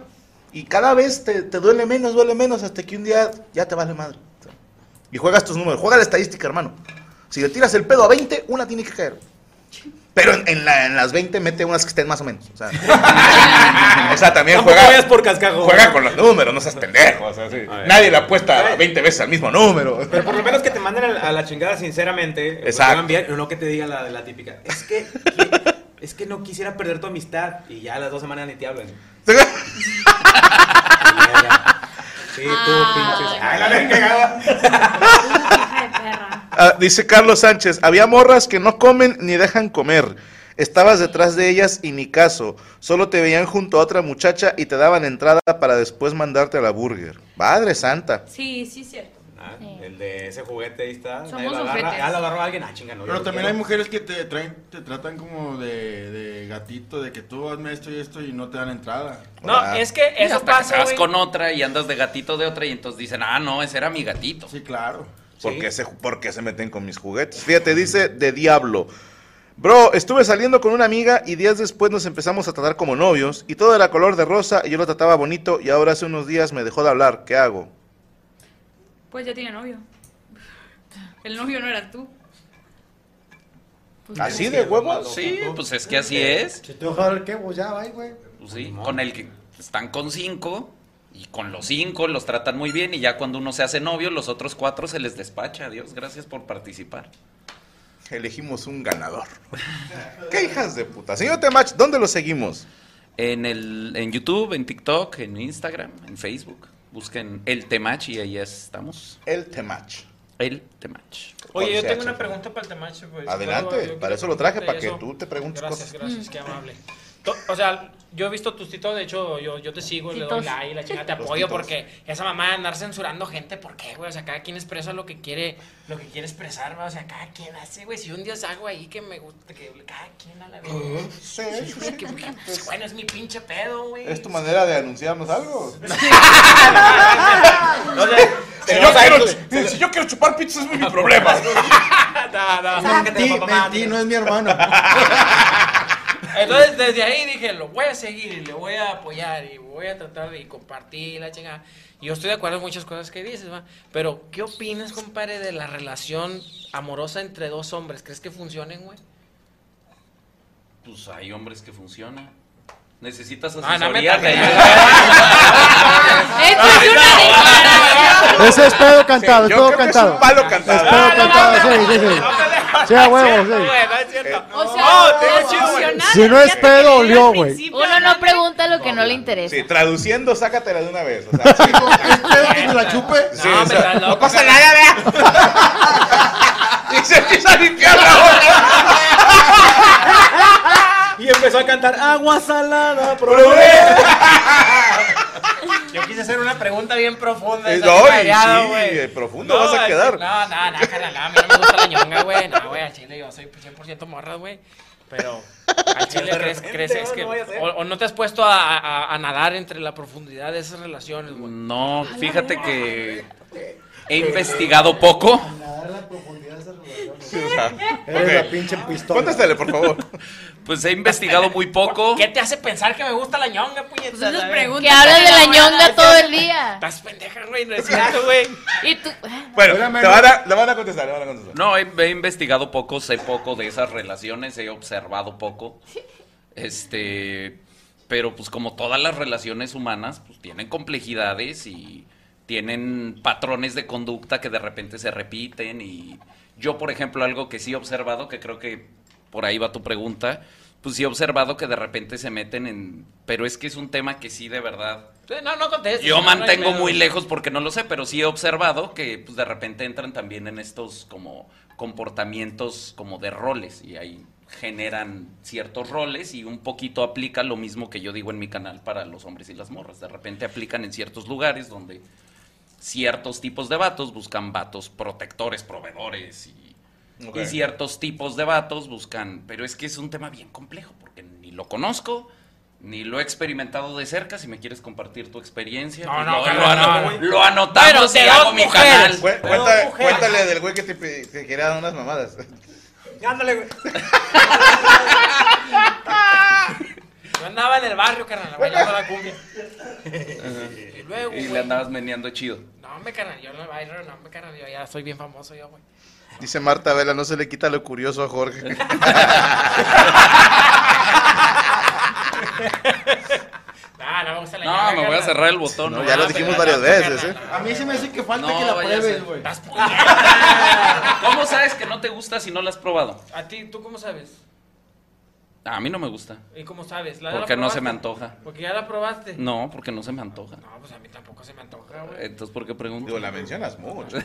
C: Y cada vez te, te duele menos, duele menos, hasta que un día ya te vale madre. Y juegas tus números, juega la estadística, hermano. Si le tiras el pedo a 20, una tiene que caer. Pero en, en la- en las 20 mete unas que estén más o menos. O sea, o sea, también
G: Tampoco
C: juega.
G: vayas por cascajo.
C: Juega con los números, no seas pendejo. o sea, sí. Nadie le apuesta 20 veces al mismo número.
G: Pero por lo menos que te manden a la, a la chingada sinceramente. pues,
C: Exacto.
G: te hagan bien, no que te digan la, la típica. Es que, es que no quisiera perder tu amistad. Y ya a las dos semanas ni te hablan. Y ya, ya. Sí, tú,
H: Ah.
G: pinches. Ay, la ven cagada.
C: Ah, dice Carlos Sánchez, había morras que no comen ni dejan comer. Estabas detrás de ellas y ni caso. Solo te veían junto a otra muchacha y te daban entrada para después mandarte a la burger. Padre santa.
H: Sí, sí, cierto.
G: Ah, el de ese juguete ahí está. nadie
H: Somos
G: lo agarra.
H: ojetes.
G: Ya lo agarró alguien. Ah, chinga, no. yo
F: Pero
G: lo
F: también
G: quiero.
F: hay mujeres que te traen, te tratan como de, de gatito, de que tú hazme esto y esto y no te dan entrada.
D: No, Ah. es que
E: Y
D: eso
E: hasta que
D: pasa,
E: te vas
D: güey.
E: con otra y andas de gatito de otra y entonces dicen, ah, no, ese era mi gatito.
F: Sí, claro.
C: ¿Por, qué se, por qué se meten con mis juguetes? Fíjate, dice de diablo. Bro, estuve saliendo con una amiga y días después nos empezamos a tratar como novios y todo era color de rosa y yo lo trataba bonito y ahora hace unos días me dejó de hablar. ¿Qué hago?
H: Pues ya tiene novio. El novio no eras tú. Pues,
C: ¿Así de huevo?
E: Sí, pues es que así es.
J: Si te vas a hablar, ¿qué? Pues ya, bye, güey.
E: Pues sí, con el que están con cinco y con los cinco los tratan muy bien y ya cuando uno se hace novio, los otros cuatro se les despacha. Dios, gracias por participar.
C: Elegimos un ganador. ¿Qué hijas de puta? Señor Temach, ¿dónde lo seguimos?
E: En, el, en YouTube, en TikTok, en Instagram, en Facebook. Busquen El Temach y ahí estamos.
C: El Temach.
E: El Temach.
D: Oye, yo
E: Con
D: tengo
E: CH.
D: una pregunta para el Temach. pues.
C: Adelante,
D: Yo- yo
C: para
D: quiero
C: eso lo traje, para
D: preguntarte
C: que tú te preguntes
D: gracias,
C: cosas.
D: Gracias, qué amable. To- O sea, yo he visto tus titos, de hecho, yo, yo te sigo, le doy
E: Titos.
D: like, la chingada, te
E: Los
D: apoyo,
E: titos.
D: porque esa mamá de andar censurando gente, ¿por qué, güey? O sea, cada quien expresa lo que quiere, lo que quiere expresar, ¿va? O sea, cada quien hace, güey, si un día hago ahí que me gusta, que cada quien a la vez.
C: Ujú.
D: Sí, güey, que, güey, pues, bueno, es mi pinche pedo, güey.
C: ¿Es tu manera de anunciarnos algo?
D: No, no,
C: Si
D: no,
C: yo
D: no,
C: quiero-
D: no,
C: si yo quiero chupar pizza es mi problema.
D: No, no, no, que te
F: Mentí,
D: lo mamá.
F: mentí, no es mi hermano.
D: Entonces desde ahí dije, lo voy a seguir y le voy a apoyar y voy a tratar de compartir la chingada. Y yo estoy de acuerdo en muchas cosas que dices, ¿va? Pero, ¿qué opinas, compadre, de la relación amorosa entre dos hombres? ¿Crees que funcionen, güey?
E: Pues hay hombres que funcionan. Necesitas
D: Ah, no,
E: asesoría.
D: me
E: de-
D: toques.
E: Ay,
D: es una
E: no.
J: Ese es pedo cantado, es
C: Ah, yo
J: pedo
C: creo que es
J: cantado.
C: un palo cantado. Ah,
J: Es pedo cantado, sí, sí, sí. Sí, a huevo, sí.
I: O sea,
J: Si no es pedo, olió, güey.
I: uno no pregunta lo que no le interesa.
C: Sí, traduciendo, sácatela de una vez. O sea, sí,
F: que me la chupe?
C: sí, o sea, no pasa nada, vea. y se empieza a limpiar la boca.
G: Y empezó a cantar agua salada,
D: Yo quise hacer una pregunta bien profunda. esa
C: Eh, No, y
D: callada,
C: sí,
D: güey.
C: eh, profundo vas a quedar.
D: No, no, no, jala, no, a mí no me gusta la ñonga, güey. No, güey, al chile yo soy 100% morra, güey. Pero al chile
G: De
D: crees,
G: repente,
D: crees es
G: no,
D: que...
G: no vaya a ser.
D: o, o no te has puesto a, a- a nadar entre la profundidad de esas relaciones, güey.
E: No, fíjate que he investigado poco.
J: Eres la pinche pistola.
C: Contéstale, por favor.
E: Pues he investigado muy poco.
D: ¿Qué te hace pensar que me gusta la ñonga, puñetas?
I: Pues esas
D: A ver.
I: preguntas Que hablas de la enamorada, ñonga todo el día.
D: Estás pendeja, güey, no es cierto, güey.
I: Y tú.
C: Bueno, te van a, le van a contestar, le van a contestar.
E: No, he, he investigado poco, sé poco de esas relaciones, he observado poco. Este, pero pues como todas las relaciones humanas, pues tienen complejidades y tienen patrones de conducta que de repente se repiten y yo, por ejemplo, algo que sí he observado, que creo que por ahí va tu pregunta, pues sí he observado que de repente se meten en, pero es que es un tema que sí de verdad
D: Sí, No, no contestes.
E: yo
D: no, no hay
E: mantengo
D: pedo.
E: muy lejos porque no lo sé, pero sí he observado que pues, de repente entran también en estos como comportamientos como de roles y ahí generan ciertos roles y un poquito aplica lo mismo que yo digo en mi canal para los hombres y las morras. De repente aplican en ciertos lugares donde ciertos tipos de vatos buscan vatos protectores, proveedores y,
C: Ok.
E: y ciertos tipos de vatos buscan, pero es que es un tema bien complejo porque ni lo conozco. Ni lo he experimentado de cerca, si me quieres compartir tu experiencia.
D: No,
E: pues
D: no,
E: lo,
D: carnal,
E: lo ano-
D: no, güey.
E: lo anotamos
D: Pero de
E: y
D: dos
E: hago mi
D: mujeres.
E: canal.
C: Cué- cuenta- cuéntale del güey que te, pe- te quería dar unas mamadas.
D: Ándale, güey. Yo andaba en el barrio, carnal, bailando la cumbia. Y luego,
E: Y
D: güey.
E: le andabas meneando chido.
D: No, me carnal, yo no bailo, no, me carnal, yo ya soy bien famoso yo, güey.
C: Dice Marta Vela, no se le quita lo curioso a Jorge.
D: No, no me gusta la
E: No,
D: ñaca,
E: me voy a
D: carnal.
E: cerrar el botón.
C: No,
E: ¿no?
C: ya lo
E: Ah,
C: dijimos
E: pero-
C: varias veces, ¿eh?
F: A mí se me hace que falta
E: No,
F: que la
E: vaya a
F: pruebes,
E: ser.
F: güey.
D: Estás pu-
E: ¿Cómo sabes que no te gusta si no la has probado?
D: A ti, ¿tú cómo sabes?
E: A mí no me gusta.
D: ¿Y cómo sabes? ¿La- la
E: Porque no se me
D: probaste?
E: antoja.
D: Porque ya la probaste.
E: No, porque no se me antoja.
D: No, pues a mí tampoco se me antoja, güey.
E: Entonces, ¿por qué pregunto?
C: Digo, la mencionas mucho.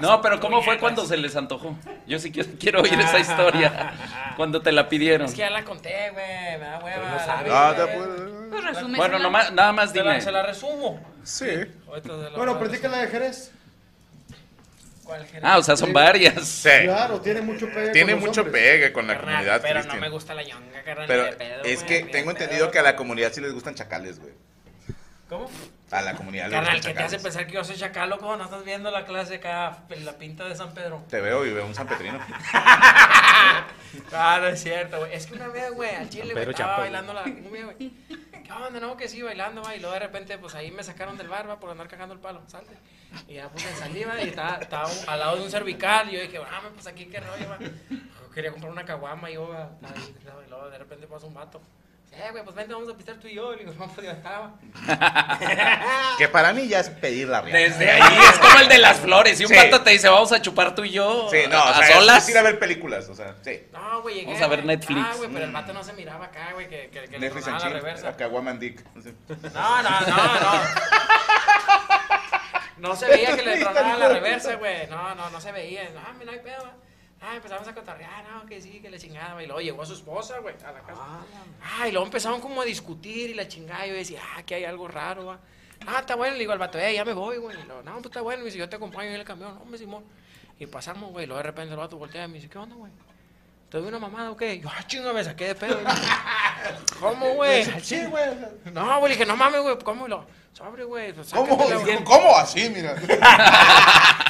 E: No, pero ¿cómo fue
D: ¿eh?
E: cuando se les antojó? Yo sí quiero, quiero oír esa historia. Cuando te la pidieron.
D: Es que ya la conté, güey, me da hueva.
C: No Ah,
D: la
C: sabes.
D: verga,
C: No, te
D: güey.
C: puedo-
H: Pues resume,
E: Bueno,
H: se la-
E: nomás- nada más
D: Se la,
E: dime.
D: se la resumo.
C: Sí.
D: Ahorita se la
J: Bueno,
D: voy a
J: practica la de Jerez.
D: resumir. ¿Cuál Jerez?
E: Ah, o sea, son varias.
C: Sí.
J: Claro, tiene mucho pegue.
C: Tiene
J: con los
C: mucho
J: hombres.
C: pegue con la
D: Carnal,
C: comunidad,
D: Pero
C: Cristian.
D: no me gusta la ñonga, carnal.
C: Pero
D: ni de pedo,
C: es
D: güey,
C: que
D: ni de
C: tengo
D: pedo,
C: entendido que a la comunidad sí les gustan chacales, güey.
D: ¿Cómo?
C: A la comunidad les
D: Carnal,
C: gustan
D: que te hace
C: chacales.
D: pensar que yo soy chacal, loco. No estás viendo la clase acá, en la pinta de San Pedro.
C: Te veo y veo un sanpetrino.
D: Ah, no es cierto, güey. Es que una vez, güey, al chile, güey,
K: Pedro
D: estaba
K: Chapo,
D: bailando la cumbia, güey. ¿Qué onda? No, que sí, bailando, güey. Y luego de repente, pues ahí me sacaron del bar, va, por andar cagando el palo. Salte. Y ya puse saliva y estaba, estaba un- al lado de un cervical. Y yo dije, vamos, pues aquí qué rollo, va. Yo Quería comprar una caguama y yo, va, estaba ahí, estaba, y luego de repente pasa un vato. Eh, güey, pues vente, vamos a pistear tú y yo. Y le digo, vamos, pues ya estaba.
C: que para mí ya es pedir la riata.
E: Desde ahí es como el de las flores. Y un
C: Sí.
E: pato te dice, vamos a chupar tú y yo.
C: Sí, no,
E: a,
C: o
E: a
C: sea,
E: solas.
C: es ir a ver películas, o sea, sí.
D: No, güey, llegué.
E: Vamos a ver
D: güey.
E: Netflix. Mm.
D: Ah, güey, pero el vato no se miraba acá, güey, que, que, que le
C: Netflix and
D: tronaba la
C: Chill,
D: reversa.
C: a Caguaman Dick. no sé.
D: No, no, no, no. No se veía que le tronaba la reversa, güey. No, no, no se veía. No, mira, no hay pedo. Ah, empezamos a cotorrear, no, que sí, que la chingada, güey. Y luego llegó su esposa, güey, a la casa. Ah, y luego empezaron como a discutir y la chingada. Yo decía, ah, que hay algo raro, va. Ah, está bueno. Le digo al vato, eh, ya me voy, güey. Y luego, no, pues está bueno. Me dice, yo te acompaño en el camión. No, hombre, Simón. Y pasamos, güey. y Luego de repente el vato voltea y me dice, ¿qué onda, güey? ¿Te doy una mamada o qué? Yo, ah, chinga, me saqué de pedo. güey. ¿Cómo, güey?
C: Sí, güey.
D: No, güey, le dije, no mames, güey, ¿cómo? Y lo, sobre, güey, pues,
C: ¿Cómo?
D: sácatela, güey.
C: ¿Cómo así, mira?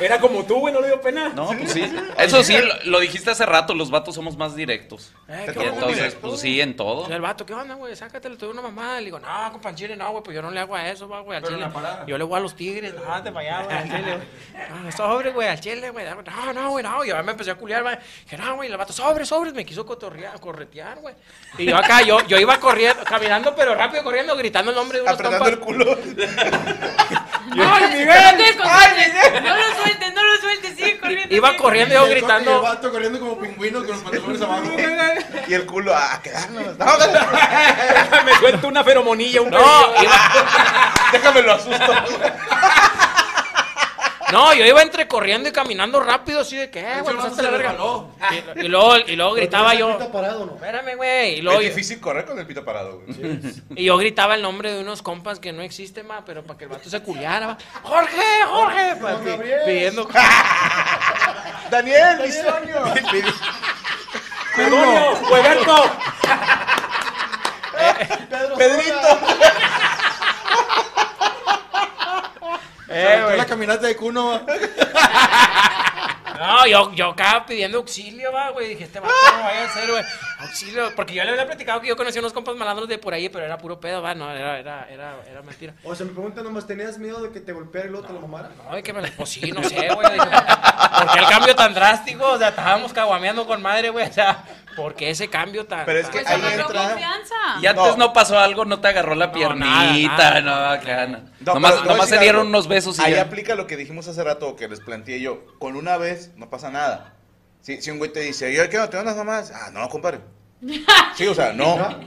K: Era como tú, güey, no le dio pena.
E: No, pues sí. Eso sí, lo, lo dijiste hace rato, los vatos somos más directos.
D: Eh,
C: Te
D: ¿qué
E: Y
C: tocó
D: onda, güey?
E: entonces,
C: directo?
E: pues sí, en
D: Y
E: todo.
D: el vato, ¿qué onda, güey? Sácatelo, te doy una mamada. Le digo, no, companchile, no, güey, pues yo no le hago a eso, va, güey, al
K: Pero en
D: chile.
K: la parada.
D: Yo le voy a los tigres, no, te para allá, güey, al chile, güey. No, sobre, güey, al chile, güey. No, no, güey, no. Y yo me empecé a culiar, güey. Dije, no, güey, y el vato, sobre, sobre, me quiso cotorrear, corretear, güey. Y yo acá, yo, yo iba corriendo, caminando, pero rápido, corriendo, gritando el nombre de unos
C: Apretando el
D: compas.
C: culo.
H: ¡Ay, Miguel! ¡No lo sueltes, no lo sueltes! ¡Sigue corriendo!
D: Iba
H: sigue
D: corriendo, yo gritando.
F: Y el vato corriendo como pingüino con los pantalones abajo.
C: Y el culo, ah, quedarnos. No, no,
K: Me suelta una feromonilla, un
D: No, iba,
C: déjame lo asusto.
D: No, yo iba entre corriendo y caminando rápido, así de que, eh,
F: Ese
D: güey, pasaste
F: vato
D: la
F: se
D: verga.
F: resbaló.
D: Y, y luego, y luego
J: Pero
D: gritaba
J: tiene
D: yo,
J: la pita parado, ¿no?
D: espérame, güey. Y, luego
C: Es
D: yo,
C: difícil correr con el pito parado, güey.
D: y yo gritaba el nombre de unos compas que no existen más, pero para que el vato se culiara. va, Jorge, Jorge, pa, pi-
J: Gabriel.
D: pidiendo.
C: pues. Daniel, Bisonio.
K: ¡Pedonio! ¡Hueberto!
C: Eh, Pedrito.
F: Aventó
D: Eh, Eh, güey.
F: la caminata de cuno.
D: No, yo, yo acá pidiendo auxilio, va, güey. Dije, este vato no vaya a ser, güey. Auxilio. Porque yo le había platicado que yo conocía unos compas malandros de por ahí, pero era puro pedo, va. No, era, era, era, era mentira.
J: O sea, me preguntan nomás, ¿tenías miedo de que te golpeara y luego te lo mamara?
D: Ay, que me la... Pues sí, no sé, güey. Dije, ¿Por qué el cambio tan drástico? O sea, estábamos caguameando con madre, güey. O sea, ¿por qué ese cambio tan...
C: Pero es
D: tan-
C: que
D: tan-
C: ahí entra...
H: Confianza.
E: Y antes no. pasó algo, no te agarró la
D: nada,
E: piernita,
D: nada.
E: no, claro. no.
C: No,
E: nomás
C: pero te voy a
E: nomás se
C: decir
E: dieron
C: algo.
E: unos besos y
C: Ahí
E: ya.
C: aplica lo que dijimos hace rato o que les planteé yo. Con una vez no pasa nada. Si, si un güey te dice, yo quiero tener unas mamás. Ah, no, compadre. Sí, o sea, no.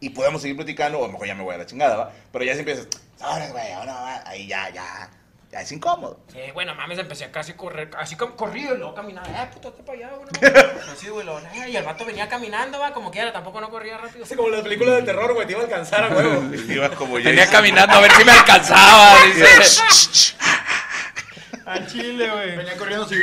C: Y podemos seguir platicando, o a lo mejor ya me voy a la chingada, ¿va? Pero ya si empiezas, ahora, güey, ahora va. Ahí ya, ya. Ya es incómodo.
D: Eh, bueno, mames, empecé casi a correr, así como corrido, y luego caminaba, eh, puto, este para allá, güey, no mames. Así, güey, luego, eh, y el vato venía caminando, va, como quiera, tampoco no corría rápido.
K: Así como las películas de terror, güey, te iba a alcanzar a huevo.
C: Iba como yo.
E: Venía caminando a ver si me alcanzaba. dice.
K: A Chile, güey.
F: Venía corriendo así.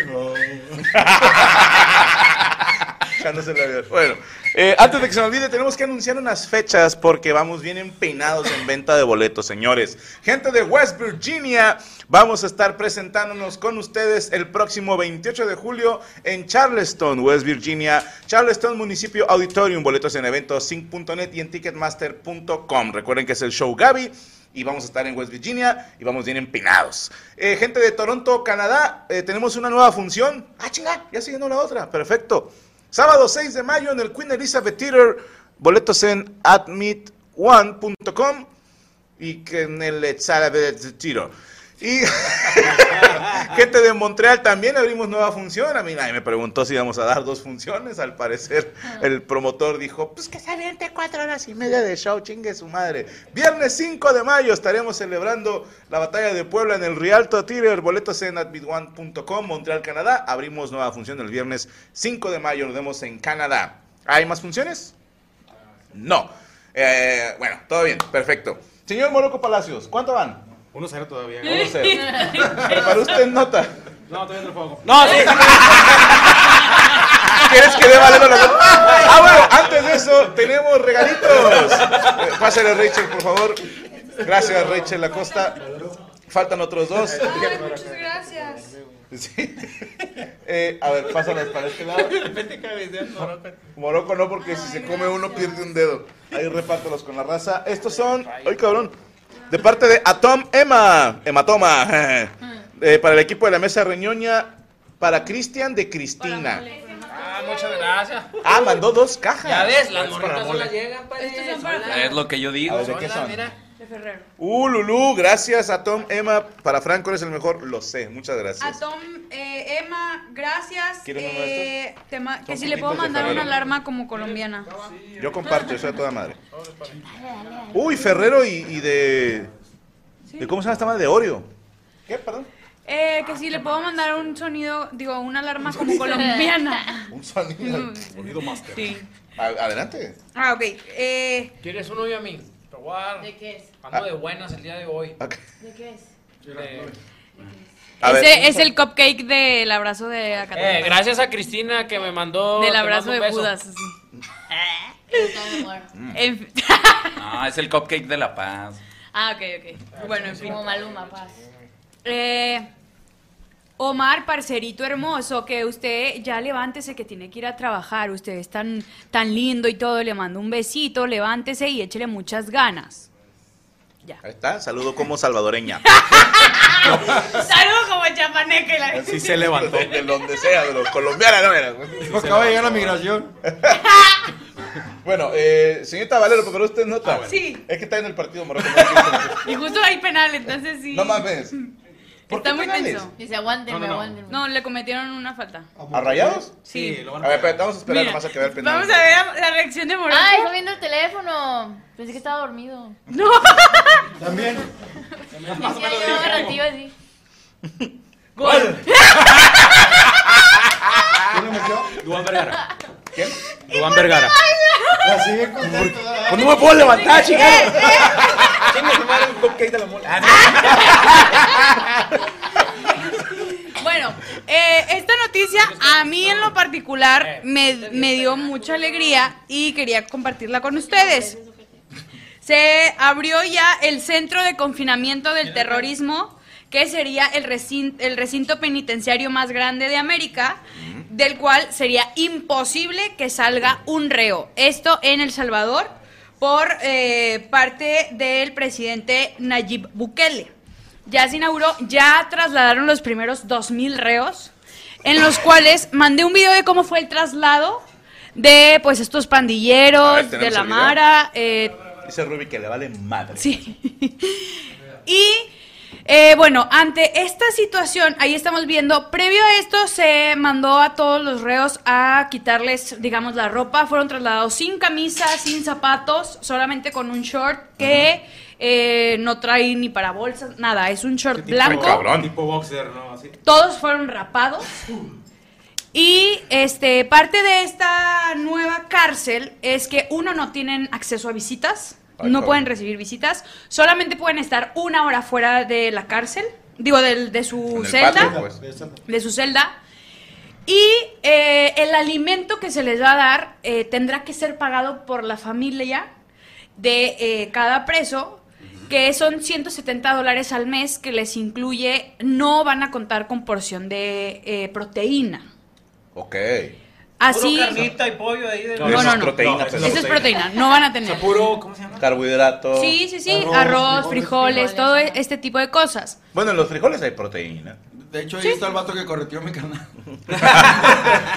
C: Echándose el avión. Bueno, eh, antes de que se nos olvide, tenemos que anunciar unas fechas porque vamos bien empeinados en venta de boletos, señores. Gente de West Virginia, vamos a estar presentándonos con ustedes el próximo 28 de julio en Charleston, West Virginia. Charleston Municipio Auditorium, boletos en eventos 5.net y en ticketmaster.com. Recuerden que es el show Gaby y vamos a estar en West Virginia y vamos bien empinados. Eh, gente de Toronto, Canadá, eh, tenemos una nueva función. Ah, chinga, ya se llenó la otra. Perfecto. Sábado 6 de mayo en el Queen Elizabeth Theater. Boletos en admitone.com y que en el Elizabeth Theater. Y gente de Montreal también abrimos nueva función. A mí nadie me preguntó si íbamos a dar dos funciones. Al parecer, el promotor dijo: Pues que se aviente cuatro horas y media de show, chingue su madre. Viernes 5 de mayo estaremos celebrando la batalla de Puebla en el Rialto Theater. Boletos en admitone.com, Montreal, Canadá. Abrimos nueva función el viernes 5 de mayo. Nos vemos en Canadá. ¿Hay más funciones? No. Eh, bueno, todo bien, perfecto. Señor Moroco Palacios, ¿cuánto van?
G: 1-0 todavía.
C: No sé. ¿Preparó usted nota?
G: No, todavía no lo pongo.
D: No, sí.
C: ¿Quieres que dé valor a la Ah, bueno, antes de eso, tenemos regalitos. Eh, Pásale, Rachel, por favor. Gracias, Rachel Acosta. Faltan otros dos.
M: Ay, muchas gracias.
C: Sí. Eh, a ver, pásalas para este lado. Moroco no, porque si se come uno pierde un dedo. Ahí repártelos con la raza. Estos son, ay cabrón, de parte de Atom Emma, Hematoma. Eh, para el equipo de la mesa Reñoña, para Cristian de Cristina.
D: Ah, muchas gracias.
C: Ah, mandó dos cajas.
D: Ya ves, las
C: Es
D: morritas
C: para
D: solas
C: mole.
D: llegan, padre.
H: Estos son para-
D: solas.
E: Es lo que yo
C: A
E: digo.
C: ver, ¿de qué
D: Solas,
C: son?
D: mira.
H: De Ferrero.
C: Uh, Lulu, gracias a Tom, Emma. Para Franco eres el mejor, lo sé. Muchas
H: A
C: gracias.
H: Tom, eh, Emma, gracias.
C: ¿Quieres uno de
H: Eh, te ma- que
C: Son
H: si le puedo
C: poquitos de
H: mandar una
C: Ferrero.
H: alarma como colombiana.
C: Yo comparto, eso de toda madre. Uy, Ferrero y, y de, de. ¿Cómo se llama esta madre? De Oreo. ¿Qué? Perdón.
H: Eh, que si le puedo mandar un sonido, digo, una alarma como colombiana.
C: Un sonido.
H: Sí.
C: A- Adelante.
H: Ah, ok. Eh,
D: ¿Quieres uno y a mí? Te voy a dar.
I: ¿De qué es?
D: Ando de buenas el día de hoy.
C: Ok.
I: ¿De qué es?
D: Eh,
C: A ver.
H: ese es el cupcake del abrazo de la
D: eh,
H: Catalina.
D: gracias a Cristina que me mandó.
H: Del
D: te
H: abrazo
D: mando un
H: de
D: beso.
H: Judas. así.
C: Mm.
H: En fin.
E: No, es el cupcake de la paz.
H: ah, ok, ok. Bueno, en fin.
I: Como Maluma, pues. paz.
H: Eh, Omar, parcerito hermoso, que usted ya levántese que tiene que ir a trabajar. Usted es tan, tan lindo y todo. Le mando un besito, levántese y échele muchas ganas. Ya.
C: Ahí está, saludo como salvadoreña.
H: Saludos como chapaneque la
G: Sí se levantó.
C: De donde sea, de los colombianos, no era.
F: Acaba de llegar la migración.
C: Bueno, eh, señorita Valero, pero usted nota.
H: Ah, Sí.
C: Es que está en el partido Morocco. no-
H: Y justo hay penal, entonces sí.
C: No mames. ¿Por
H: Está
C: qué
H: muy
C: penales? Ah,
H: tenso.
I: Dice, aguántenme, aguántenme.
H: No, le cometieron una falta.
C: ¿A rayados?
H: Sí.
G: lo
C: A
G: van
C: ver, espérate, vamos a esperar
H: Mira,
C: nomás a que vea el penal.
H: Vamos a ver la- la reacción de Morocco.
I: Ah, está viendo el teléfono. Pensé que estaba dormido.
H: No.
J: También.
I: Sí, ya llevaba ratillo así.
D: Gol.
J: ¿Quién lo metió?
G: Duan Vergara.
C: ¿Quién?
G: Duan Vergara.
J: La sigue contento.
G: Pues no me puedo levantar, chingada. Chinga, su madre, un cupcake de la mole. Ah, no.
H: Bueno, eh, esta noticia a mí en lo particular me, me dio mucha alegría y quería compartirla con ustedes. Se abrió ya el centro de confinamiento del terrorismo que sería el recinto, el recinto penitenciario más grande de América, del cual sería imposible que salga un reo. Esto en El Salvador por eh, parte del presidente Nayib Bukele. Ya se inauguró, ya trasladaron los primeros 2.000 reos, en los cuales mandé un video de cómo fue el traslado de pues estos pandilleros,
C: A ver, tenemos
H: de la
C: el video.
H: Mara, eh,
C: Dice Ruby que le vale madre.
H: Sí. Y eh, bueno, ante esta situación, ahí estamos viendo, previo a esto se mandó a todos los reos a quitarles, digamos, la ropa. Fueron trasladados sin camisa, sin zapatos, solamente con un short que eh, no trae ni para bolsas, nada. Es un short blanco.
G: Tipo boxer, ¿no? Así.
H: Todos fueron rapados. Y este parte de esta nueva cárcel es que uno no tienen acceso a visitas,
I: Ay,
H: no
I: cabrón.
H: pueden recibir visitas, solamente pueden estar una hora fuera de la cárcel, digo del- de, su celda,
N: pues.
C: pues.
H: de su celda. Y eh, el alimento que se les va a dar eh, tendrá que ser pagado por la familia de eh, cada preso, que son 170 dólares al mes que les incluye, no van a contar con porción de eh, proteína.
C: Ok.
H: Así.
D: Puro carnita y pollo ahí de-
C: No, eso es proteína,
H: eso
C: pues.
H: es proteína, no van a tener.
D: puro, ¿cómo se llama?
C: Carbohidrato.
H: Sí, sí, sí, arroz, frijoles, todo este tipo de cosas.
C: Bueno, en los frijoles hay proteína.
F: De hecho, ahí está el vato que correteó mi canal.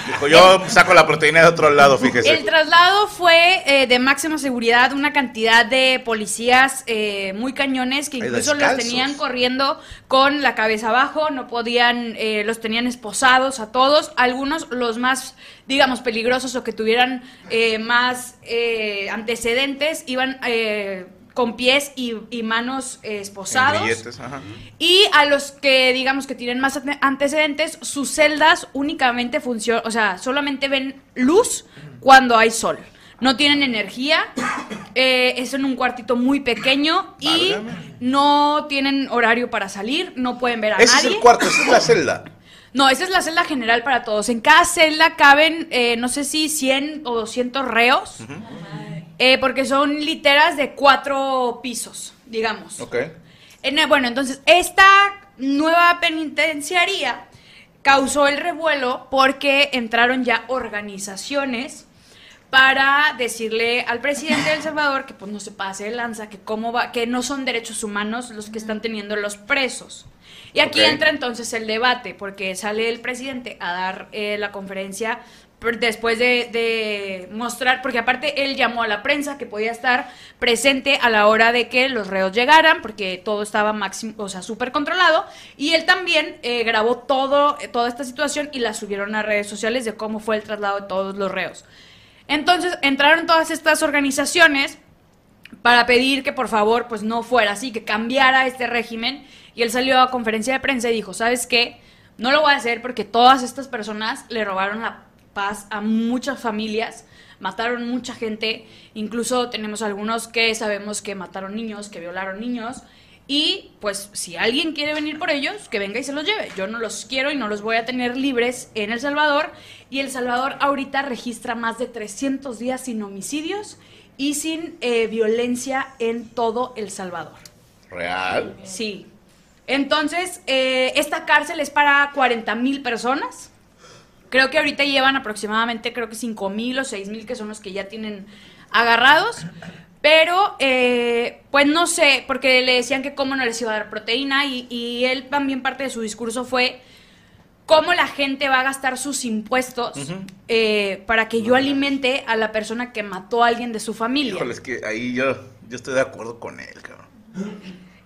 C: Dijo, yo saco la proteína de otro lado,
H: El
C: fíjese.
H: traslado fue eh, de máxima seguridad, una cantidad de policías eh, muy cañones que
I: Ay,
H: incluso los
I: descalzos.
H: tenían corriendo con la cabeza abajo, no podían, eh, los tenían esposados a todos, algunos los más, digamos, peligrosos o que tuvieran eh, más eh, antecedentes iban eh, con pies y, y manos eh, esposados.
C: En grilletes, ajá.
H: Y a los que digamos que tienen más ante- antecedentes, sus celdas únicamente funcionan, o sea, solamente ven luz cuando hay sol. No tienen energía, eh, es en un cuartito muy pequeño y no tienen horario para salir, no pueden ver a
C: Ese es
H: nadie.
C: el cuarto, esa es la celda.
H: No, esa es la celda general para todos. En cada celda caben, eh, no sé si 100 o 200 reos, eh, porque son literas de cuatro pisos, digamos.
C: Ok.
H: En el- bueno, entonces, esta nueva penitenciaría causó el revuelo porque entraron ya organizaciones para decirle al presidente de El Salvador que pues no se pase de lanza, que cómo va, que no son derechos humanos los que están teniendo los presos. Y aquí
I: Ok.
H: entra entonces el debate, porque sale el presidente a dar eh, la conferencia per- después de, de mostrar, porque aparte él llamó a la prensa que podía estar presente a la hora de que los reos llegaran, porque todo estaba máximo, o sea, súper controlado, y él también eh, grabó todo, eh, toda esta situación y la subieron a redes sociales de cómo fue el traslado de todos los reos. Entonces entraron todas estas organizaciones para pedir que por favor pues no fuera así, que cambiara este régimen. Y él salió a conferencia de prensa y dijo, ¿sabes qué? No lo voy a hacer porque todas estas personas le robaron la paz a muchas familias, mataron mucha gente, incluso tenemos algunos que sabemos que mataron niños, que violaron niños. Y pues si alguien quiere venir por ellos, que venga y se los lleve. Yo no los quiero y no los voy a tener libres en El Salvador. Y El Salvador ahorita registra más de 300 días sin homicidios y sin eh, violencia en todo El Salvador.
C: Real.
H: Sí. Entonces, eh, esta cárcel es para 40 mil personas. Creo que ahorita llevan aproximadamente, creo que 5 mil o 6 mil, que son los que ya tienen agarrados. Pero, eh, pues no sé, porque le decían que cómo no les iba a dar proteína y, y él también parte de su discurso fue cómo la gente va a gastar sus impuestos eh, para que yo alimente a la persona que mató a alguien de su familia.
C: Híjole, es que ahí yo, yo estoy de acuerdo con él, cabrón.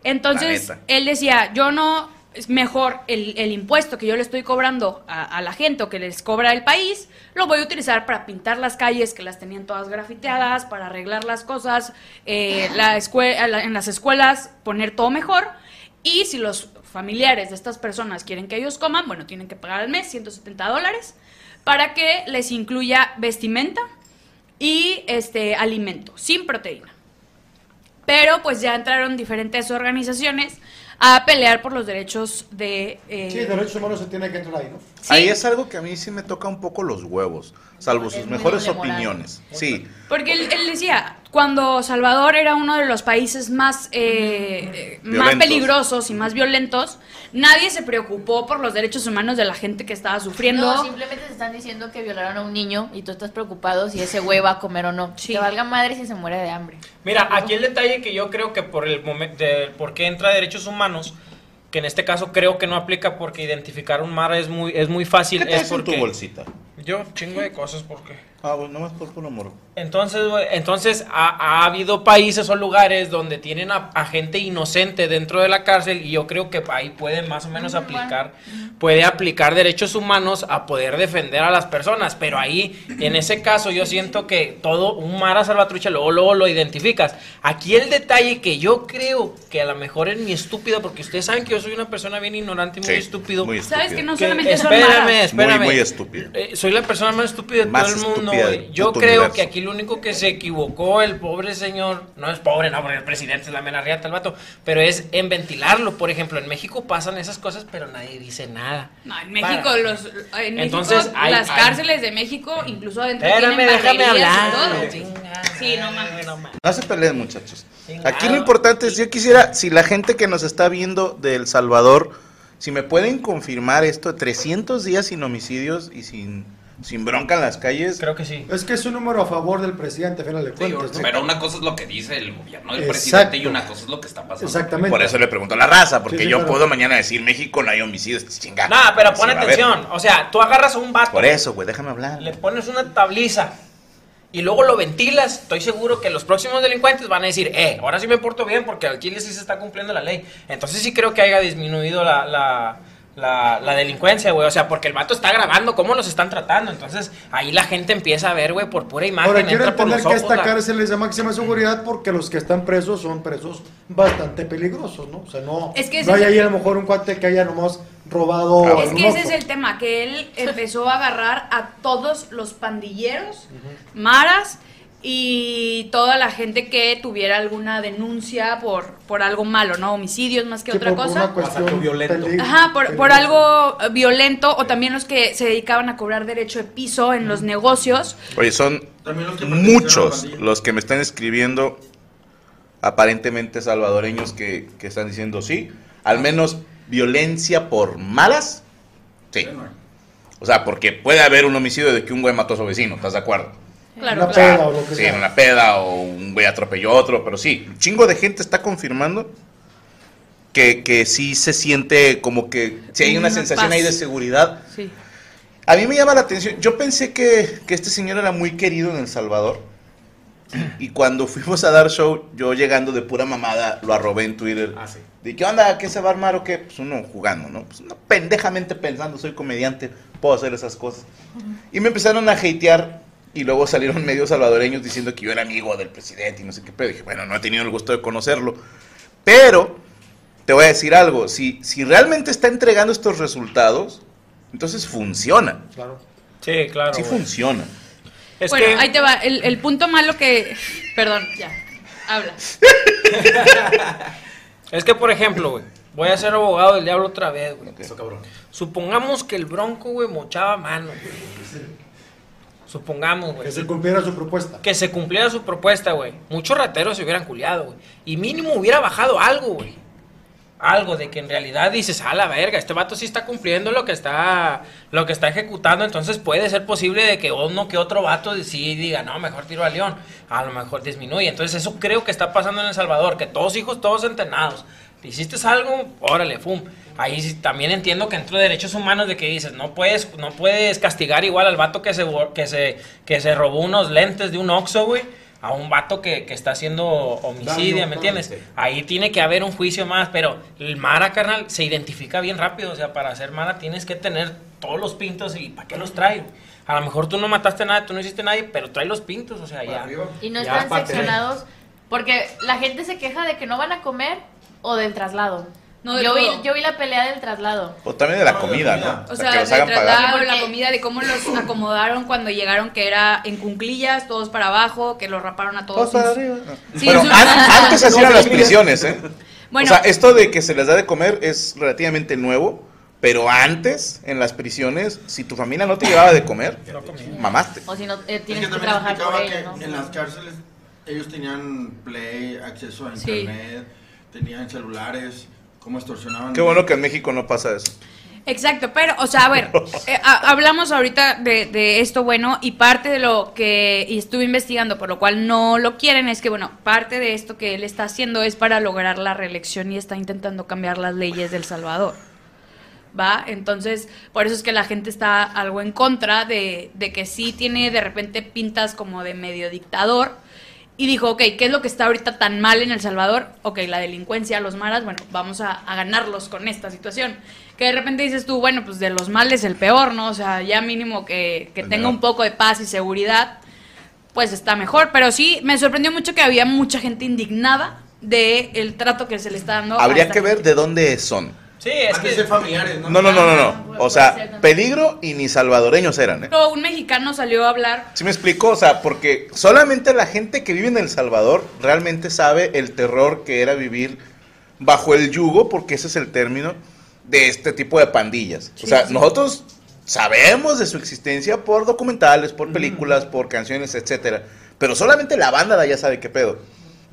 H: Entonces,
C: La neta.
H: él decía, yo no, es mejor el, el impuesto que yo le estoy cobrando a, a la gente o que les cobra el país, lo voy a utilizar para pintar las calles que las tenían todas grafiteadas, para arreglar las cosas, eh, la escue- a la- en las escuelas poner todo mejor. Y si los familiares de estas personas quieren que ellos coman, bueno, tienen que pagar al mes 170 dólares para que les incluya vestimenta y este alimento sin proteína. Pero pues ya entraron diferentes organizaciones a pelear por los derechos de... eh,
J: Sí, derechos humanos se tiene que entrar ahí, ¿no?
C: Ahí es algo que a mí sí me toca un poco los huevos, salvo sus
H: muy
C: mejores
H: doble moral.
C: opiniones. Sí,
H: Porque él, él decía, cuando Salvador era uno de los países más, eh, eh, más
C: Violentos.
H: peligrosos y más violentos, nadie se preocupó por los derechos humanos de la gente que estaba sufriendo.
I: No, simplemente te están diciendo que violaron a un niño y tú estás preocupado si ese güey va a comer o no. Te valga madre si se muere de hambre.
D: Mira, aquí el detalle que yo creo que por el momento, por qué entra derechos humanos, que en este caso creo que no aplica porque identificar un mar es muy, es muy fácil.
C: ¿Qué traes
D: es
C: en tu
D: porque-
C: bolsita?
D: Yo, chingo de cosas, porque.
C: Ah, bueno, nomás por puro morbo.
D: Entonces, güey, entonces ha, ha habido países o lugares donde tienen a, a gente inocente dentro de la cárcel y yo creo que ahí pueden más o menos aplicar, puede aplicar derechos humanos a poder defender a las personas, pero ahí, en ese caso, yo siento que todo un mara salvatrucha luego, luego lo identificas. Aquí el detalle que yo creo que a lo mejor es mi estúpida, porque ustedes saben que yo soy una persona bien ignorante y muy estúpido.
H: Sabes que no solamente son
D: espérame,
H: maras.
D: espérame.
C: Muy, muy estúpido.
D: Eh, soy la persona más estúpida de
C: Más
D: todo el mundo.
C: estúpida
D: güey.
C: del
D: Yo
C: puto
D: creo
C: universo.
D: que aquí lo único que se equivocó el pobre señor, no es pobre, no, porque el presidente es la mera riata el vato, pero es en ventilarlo. Por ejemplo, en México pasan esas cosas, pero nadie dice nada.
H: No, en México,
D: Para.
H: los, en México,
D: Entonces, hay-
H: las
D: hay-
H: cárceles de México incluso adentro
D: Espérame,
H: tienen
D: déjame
H: barrerías y
D: hablar,
H: todo.
D: güey.
H: Sí, no mames.
C: No se peleen, muchachos. Aquí lo importante es, yo quisiera, si la gente que nos está viendo de El Salvador, si me pueden confirmar esto, 300 días sin homicidios y sin, sin bronca en las calles.
D: Creo que sí.
J: Es que es un número a favor del presidente, al final de cuentas. ¿no?
E: Pero una cosa es lo que dice el gobierno del
J: Pues Exacto.
E: presidente y una cosa es lo que está pasando.
J: Exactamente.
C: Por eso le pregunto a la raza, porque
J: Sí, sí,
C: yo
J: claro.
C: puedo mañana decir, México no hay homicidios, chingada.
D: Nada, pero pon
C: Sí, va a haber.
D: atención. O sea, tú agarras a un vato,
C: Por eso, güey, déjame hablar.
D: le pones una tabliza y luego lo ventilas. Estoy seguro que los próximos delincuentes van a decir, eh, ahora sí me porto bien porque al Chile sí se está cumpliendo la ley. Entonces sí creo que haya disminuido la... la la, la delincuencia, güey, o sea, porque el vato está grabando cómo los están tratando, entonces ahí la gente empieza a ver, güey, por pura imagen,
J: Ahora quiero
D: entra por
J: entender
D: los
J: que
D: ojos.
J: esta
D: la-
J: cárcel es de máxima seguridad porque los que están presos son presos bastante peligrosos, ¿no? O sea, no,
H: Es que ese
J: no hay
H: es el-
J: ahí a lo mejor un cuate que haya nomás robado.
H: Es
J: un
H: que ese
J: ojo.
H: es el tema, que él empezó a agarrar a todos los pandilleros, maras y toda la gente que tuviera alguna denuncia por, por algo malo, ¿no? Homicidios más que
J: Sí,
H: otra
J: por- por
H: cosa.
J: una cuestión pelig-
H: Ajá, por, por
J: peligrosa.
H: algo eh, violento o también los que se dedicaban a cobrar derecho de piso en los negocios.
C: Oye, son muchos los que me están escribiendo, aparentemente salvadoreños, que, que están diciendo sí. Al menos violencia por malas, sí. O sea, porque puede haber un homicidio de que un güey mató a su vecino, ¿estás de acuerdo?
H: Claro,
J: Una
H: claro.
J: peda o lo que
C: Sí,
J: sea.
C: una peda o un güey atropelló a otro, pero sí, un chingo de gente está confirmando que, que sí se siente como que sí hay una
O: Una
C: sensación ahí de
O: paz.
C: seguridad.
H: Sí.
C: A mí me llama la atención, yo pensé que, que este señor era muy querido en El Salvador. Y cuando fuimos a dar show, yo llegando de pura mamada, lo arrobé en Twitter.
H: Ah,
C: De, ¿qué onda? ¿Qué se va a armar o qué? Pues uno jugando, ¿no? Pues uno pendejamente pensando, soy comediante, puedo hacer esas cosas. Y me empezaron a hatear y luego salieron medios salvadoreños diciendo que yo era amigo del presidente y no sé qué pedo. Dije, bueno, no he tenido el gusto de conocerlo. Pero te voy a decir algo, si, si realmente está entregando estos resultados, entonces funciona.
J: Claro.
D: Sí, claro.
C: Sí
D: güey.
C: funciona.
H: bueno, ahí te va. El, el punto malo que. Perdón, ya. Habla.
D: Es que, por ejemplo, güey, voy a ser abogado del diablo otra vez, güey. Supongamos que el bronco, güey, mochaba mano. güey. Supongamos, güey.
J: Que se cumpliera su propuesta.
D: Que se cumpliera su propuesta, güey. Muchos rateros se hubieran culiado, güey. Y mínimo hubiera bajado algo, güey. Algo de que en realidad dices, a la verga, este vato sí está cumpliendo lo que está, lo que está ejecutando, entonces puede ser posible de que uno que otro vato sí diga, no, mejor tiro a León, a lo mejor disminuye. Entonces eso creo que está pasando en El Salvador, que todos hijos, todos entrenados. Hiciste algo, órale, fum. Ahí sí también entiendo que entro derechos humanos de que dices, no puedes, no puedes castigar igual al vato que se, bo- que se, que se robó unos lentes de un Oxxo, güey, a un vato que, que está haciendo homicidio,
O: Daño,
D: ¿me entiendes? Ahí tiene que haber un juicio más, pero el Mara, carnal, se identifica bien rápido, o sea, para ser Mara tienes que tener todos los pintos y ¿para qué los trae? A lo mejor tú no mataste nada, tú no hiciste nadie, pero trae los pintos, o sea, ya.
I: Y no
D: ya
I: están
D: parte de-
I: seccionados porque la gente se queja de que no van a comer o del traslado.
H: de
I: yo, vi,
H: todo.
I: yo vi la pelea del traslado.
C: O también de la comida, ¿no?
H: O
C: O sea, que
H: sea,
C: los
H: se
C: hagan pagar.
H: trataron la comida, de cómo los acomodaron cuando llegaron, que era en cunclillas, todos para abajo, que los raparon a todos.
C: Todos para
H: Sí,
C: Bueno,
H: sí.
C: an- antes así eran las prisiones, ¿eh?
H: Bueno.
C: O sea, esto de que se les da de comer es relativamente nuevo, pero antes, en las prisiones, si tu familia no te llevaba de comer, mamaste.
I: O si no, eh,
F: Es
I: tienes
F: que
I: que
F: también
I: trabajar por
F: explicaba que
I: ello, ¿no?
F: en las cárceles ellos tenían play, acceso a
I: Sí.
F: internet, tenían celulares, cómo extorsionaban.
C: Qué bueno que en México no pasa eso.
H: Exacto, pero, o sea, a ver, eh, a- hablamos ahorita de, de esto bueno y parte de lo que y estuve investigando, por lo cual no lo quieren, es que, bueno, parte de esto que él está haciendo es para lograr la reelección y está intentando cambiar las leyes del Salvador. ¿Va? Entonces, por eso es que la gente está algo en contra de, de que sí tiene de repente pintas como de medio dictador. Y dijo, ok, ¿qué es lo que está ahorita tan mal en El Salvador? Ok, la delincuencia, los maras, bueno, vamos a, a ganarlos con esta situación. Que de repente dices tú, bueno, pues de los males el peor, ¿no? O sea, ya mínimo que, que tenga un poco de paz y seguridad, pues está mejor. Pero sí, me sorprendió mucho que había mucha gente indignada de el trato que se le está dando. a
C: Habría
H: esta
C: que ver de dónde son.
D: Sí, es
F: que ser familiares, ¿no?
C: No, no, no, no,
F: Ah,
C: no. O sea, peligro y ni salvadoreños eran, ¿eh?
H: Pero un mexicano salió a hablar.
C: ¿Sí me explico? O sea, porque solamente la gente que vive en El Salvador realmente sabe el terror que era vivir bajo el yugo, porque ese es el término de este tipo de pandillas. o sea,
F: sí.
C: nosotros sabemos de su existencia por documentales, por películas, por canciones, etcétera. Pero solamente la banda de allá sabe qué pedo.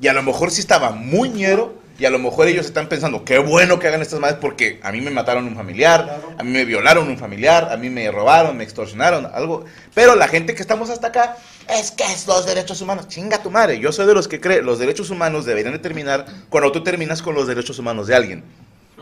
C: Y a lo mejor sí estaba muy ñero. Y a lo mejor ellos están pensando, qué bueno que hagan estas madres porque a mí me mataron un familiar, a mí me violaron un familiar, a mí me robaron, me extorsionaron, algo. Pero la gente que estamos hasta acá, es que es los derechos humanos, chinga tu madre. Yo soy de los que cree, los derechos humanos deberían de terminar cuando tú terminas con los derechos humanos de alguien.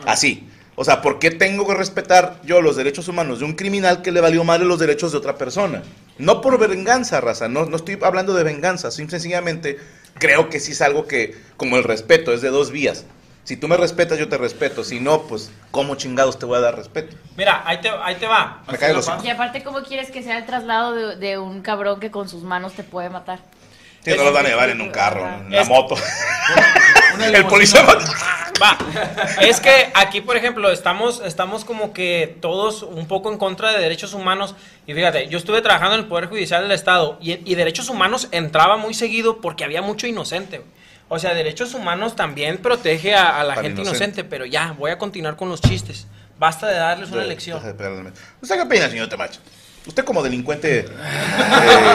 C: Así. O sea, ¿por qué tengo que respetar yo los derechos humanos de un criminal que le valió madre los derechos de otra persona? No por venganza, raza, no, no estoy hablando de venganza, simple- sencillamente creo que sí es algo que, como el respeto, es de dos vías. Si tú me respetas, yo te respeto. Si no, pues, ¿cómo chingados te voy a dar respeto?
D: Mira, ahí te, ahí te va.
C: Me cae los
I: Y aparte, ¿cómo quieres que sea el traslado de, de un cabrón que con sus manos te puede matar?
C: Sí, no los van a llevar en un carro, en una
D: Es-
C: moto. el policía va-
D: Va. Es que aquí, por ejemplo, estamos, estamos como que todos un poco en contra de derechos humanos. Y fíjate, yo estuve trabajando en el Poder Judicial del Estado y, y derechos humanos entraba muy seguido porque había mucho inocente. güey. O sea, derechos humanos también protege a, a la
C: Al
D: gente
C: inocente.
D: inocente. pero ya, voy a continuar con los chistes. Basta de darles una
C: De-
D: lección.
C: deja de pegarle al metro. ¿Usted qué opina, señor Temacho? Usted como delincuente... eh,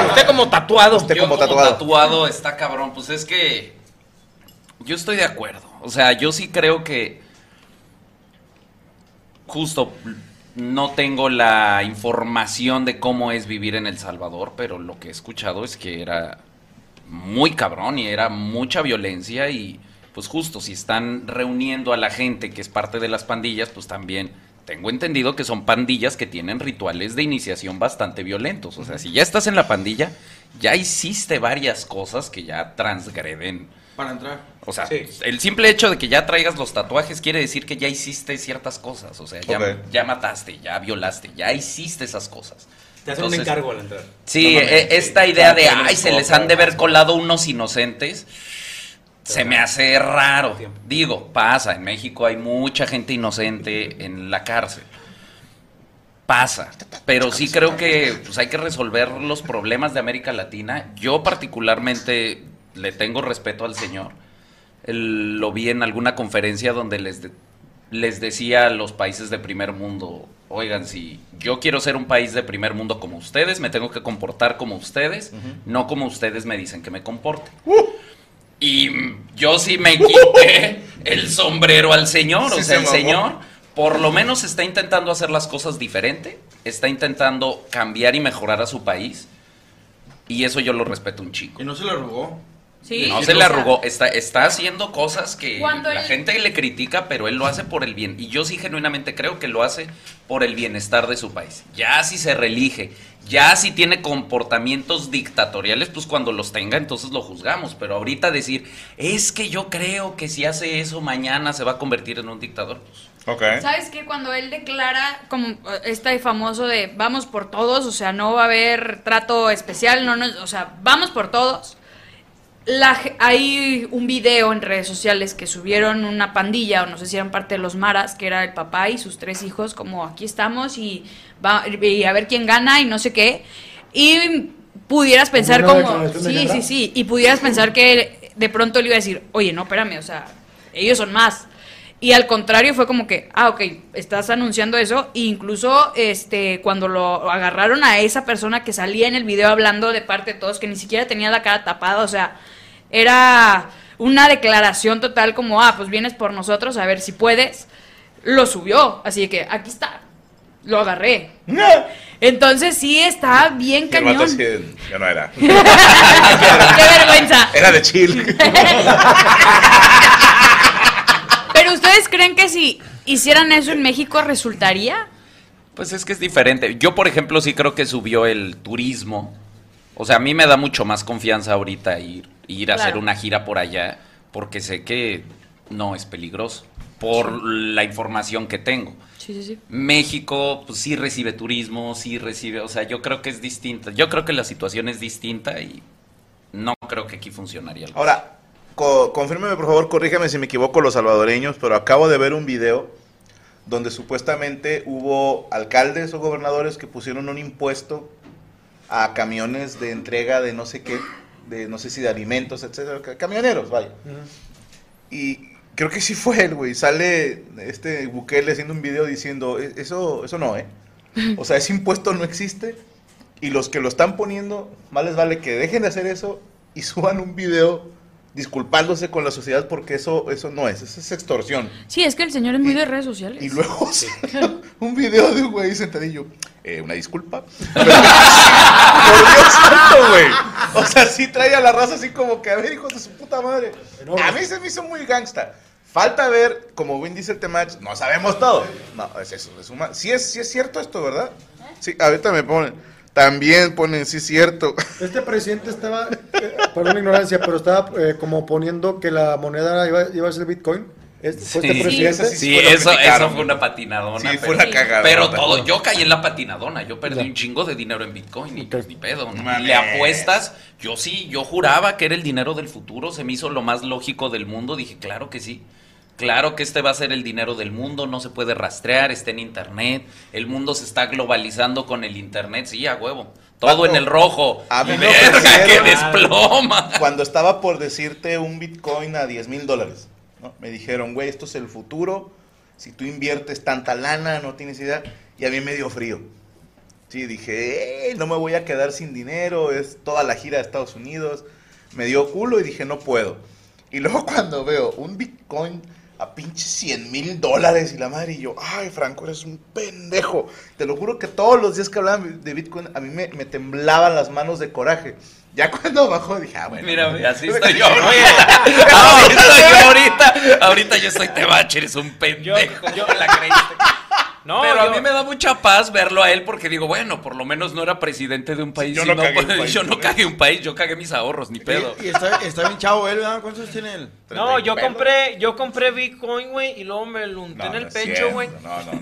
D: usted como tatuado.
C: Usted
E: Yo
C: como tatuado.
E: tatuado está cabrón. Pues es que yo estoy de acuerdo. O sea, yo sí creo que justo no tengo la información de cómo es vivir en El Salvador, pero lo que he escuchado es que era muy cabrón y era mucha violencia y pues justo si están reuniendo a la gente que es parte de las pandillas, pues también tengo entendido que son pandillas que tienen rituales de iniciación bastante violentos. O sea, si ya estás en la pandilla, ya hiciste varias cosas que ya transgreden.
F: Para entrar.
E: O sea, el simple hecho de que ya traigas los tatuajes quiere decir que ya hiciste ciertas cosas. O sea, ya,
G: Ok.
E: ya mataste, ya violaste, ya hiciste esas cosas.
G: Te hacen un
E: Entonces,
G: encargo al entrar.
E: Sí,
G: No mames,
E: eh,
G: sí.
E: esta idea de,
G: Claro,
E: ay, se les han de haber colado unos inocentes, se me hace raro. Digo, pasa, en México hay mucha gente inocente en la cárcel. Pasa, pero sí creo que pues, hay que resolver los problemas de América Latina. Yo particularmente le tengo respeto al señor. El- lo vi en alguna conferencia donde les, de- les decía a los países de primer mundo, oigan, si yo quiero ser un país de primer mundo como ustedes, me tengo que comportar como ustedes, no como ustedes me dicen que me comporte. Y mm, yo sí me quité el sombrero al señor,
G: Sí,
E: o sea,
G: se
E: el
G: mamó.
E: señor por lo menos está intentando hacer las cosas diferente, está intentando cambiar y mejorar a su país. Y eso yo lo respeto un chico.
F: Y no se le arrugó.
H: Sí.
E: No se le arrugó, está, está haciendo cosas que
H: Cuando
E: la
H: él-
E: gente le critica, pero él lo hace por el bien. Y yo sí genuinamente creo que lo hace por el bienestar de su país. Ya si se reelige, ya si tiene comportamientos dictatoriales, pues cuando los tenga entonces lo juzgamos. Pero ahorita decir, es que yo creo que si hace eso mañana se va a convertir en un dictador. pues,
C: Ok.
E: ¿eh?
H: ¿Sabes qué? Cuando él declara, como eh, este famoso de vamos por todos, o sea, no va a haber trato especial, no, no, o sea, vamos por todos. La ge- hay un video en redes sociales que subieron una pandilla, o no sé si eran parte de los maras, que era el papá y sus tres hijos, como aquí estamos y, va, y a ver quién gana y no sé qué. Y pudieras pensar
A: ¿Alguna
H: como...
A: declaración de
H: Sí,
A: guerra?
H: sí, sí. Y pudieras pensar que de pronto le iba a decir, oye, no, espérame, o sea, ellos son más. Y al contrario fue como que, ah, ok, estás anunciando eso. E incluso este, cuando lo agarraron a esa persona que salía en el video hablando de parte de todos, que ni siquiera tenía la cara tapada, o sea, era una declaración total como, ah, pues vienes por nosotros, a ver si puedes. Lo subió, así que aquí está, lo agarré. Entonces sí está bien
C: Y el vato así
H: cañón.
C: de, ya no era.
H: Qué vergüenza.
C: Era de chill.
H: Pero ustedes creen que si hicieran eso en México resultaría?
E: Pues es que es diferente. Yo, por ejemplo, sí creo que subió el turismo. O sea, a mí me da mucho más confianza ahorita ir, ir a
H: Claro.
E: hacer una gira por allá, porque sé que no es peligroso, por la información que tengo.
H: Sí, sí, sí.
E: México pues, sí recibe turismo, sí recibe, o sea, yo creo que es distinta. Yo creo que la situación es distinta y no creo que aquí funcionaría. algo así.
C: Ahora, co- confírmeme por favor, corríjame si me equivoco los salvadoreños, pero acabo de ver un video donde supuestamente hubo alcaldes o gobernadores que pusieron un impuesto a camiones de entrega de no sé qué, de no sé si de alimentos, etcétera, ca- camioneros, vaya. Y creo que sí fue él, güey. Sale este Bukele haciendo un video diciendo, "E- eso, eso no, ¿eh? O sea, ese impuesto no existe. Y los que lo están poniendo, más les vale que dejen de hacer eso y suban un video disculpándose con la sociedad porque eso, eso no es, eso es extorsión.
H: Sí, es que el señor es muy de redes sociales.
C: Eh, Y luego salió un video de un güey sentadillo. "Eh, una disculpa. Pero- por Dios santo, güey. O sea, sí trae a la raza así como que, a ver, hijos de su puta madre. A mí se me hizo muy gangsta. Falta ver, como bien dice el tema, no sabemos todo. No, es eso, es una... Sí es, sí es cierto esto, ¿verdad? Sí, ahorita me ponen. También ponen, sí es cierto.
J: Este presidente estaba, eh, perdón la ignorancia, pero estaba eh, como poniendo que la moneda iba, iba a ser Bitcoin. Este, fue este presidente.
E: Sí, eso, eso fue una patinadona.
C: Sí, fue
E: pero-
C: una cagadona.
E: Pero todo, yo caí en la patinadona. Yo perdí un chingo de dinero en Bitcoin y pues ni pedo. ¿no? Y le apuestas. Yo sí, yo juraba que era el dinero del futuro. Se me hizo lo más lógico del mundo. Dije, claro que sí. Claro que este va a ser el dinero del mundo, no se puede rastrear, está en internet, el mundo se está globalizando con el internet, sí, a huevo. Todo en el rojo.
C: A
E: Y
C: mí me
E: verga, qué
C: ofrecieron-
E: desploma.
C: Cuando estaba por decirte un Bitcoin a 10 mil dólares, ¿no? me dijeron, güey, esto es el futuro. Si tú inviertes tanta lana, no tienes idea. Y a mí me dio frío. Sí, dije, "Eh, no me voy a quedar sin dinero. Es toda la gira de Estados Unidos. Me dio culo y dije, no puedo. Y luego cuando veo un Bitcoin a pinche 100 mil dólares y la madre, y yo, ay, Franco, eres un pendejo. Te lo juro que todos los días que hablaban de Bitcoin, a mí me, me temblaban las manos de coraje. Ya cuando bajó, dije, ah, bueno.
E: Mírame, así estoy yo ahorita. Así estoy yo ahorita. Ahorita yo estoy tebache, eres un pendejo. Yo, la creíste.
D: No,
E: Pero
D: yo-
E: a mí me da mucha paz verlo a él porque digo, bueno, por lo menos no era presidente de un país.
F: yo
E: y
F: no
E: no-
F: cagué un país,
E: yo no cagué un país, ¿eh? yo cagué mis ahorros, ni pedo.
F: Y está, está bien chavo él, ¿verdad? ¿Cuántos tiene él?
D: No, yo compré, yo compré Bitcoin, güey, y luego me lo unté en el pecho, güey.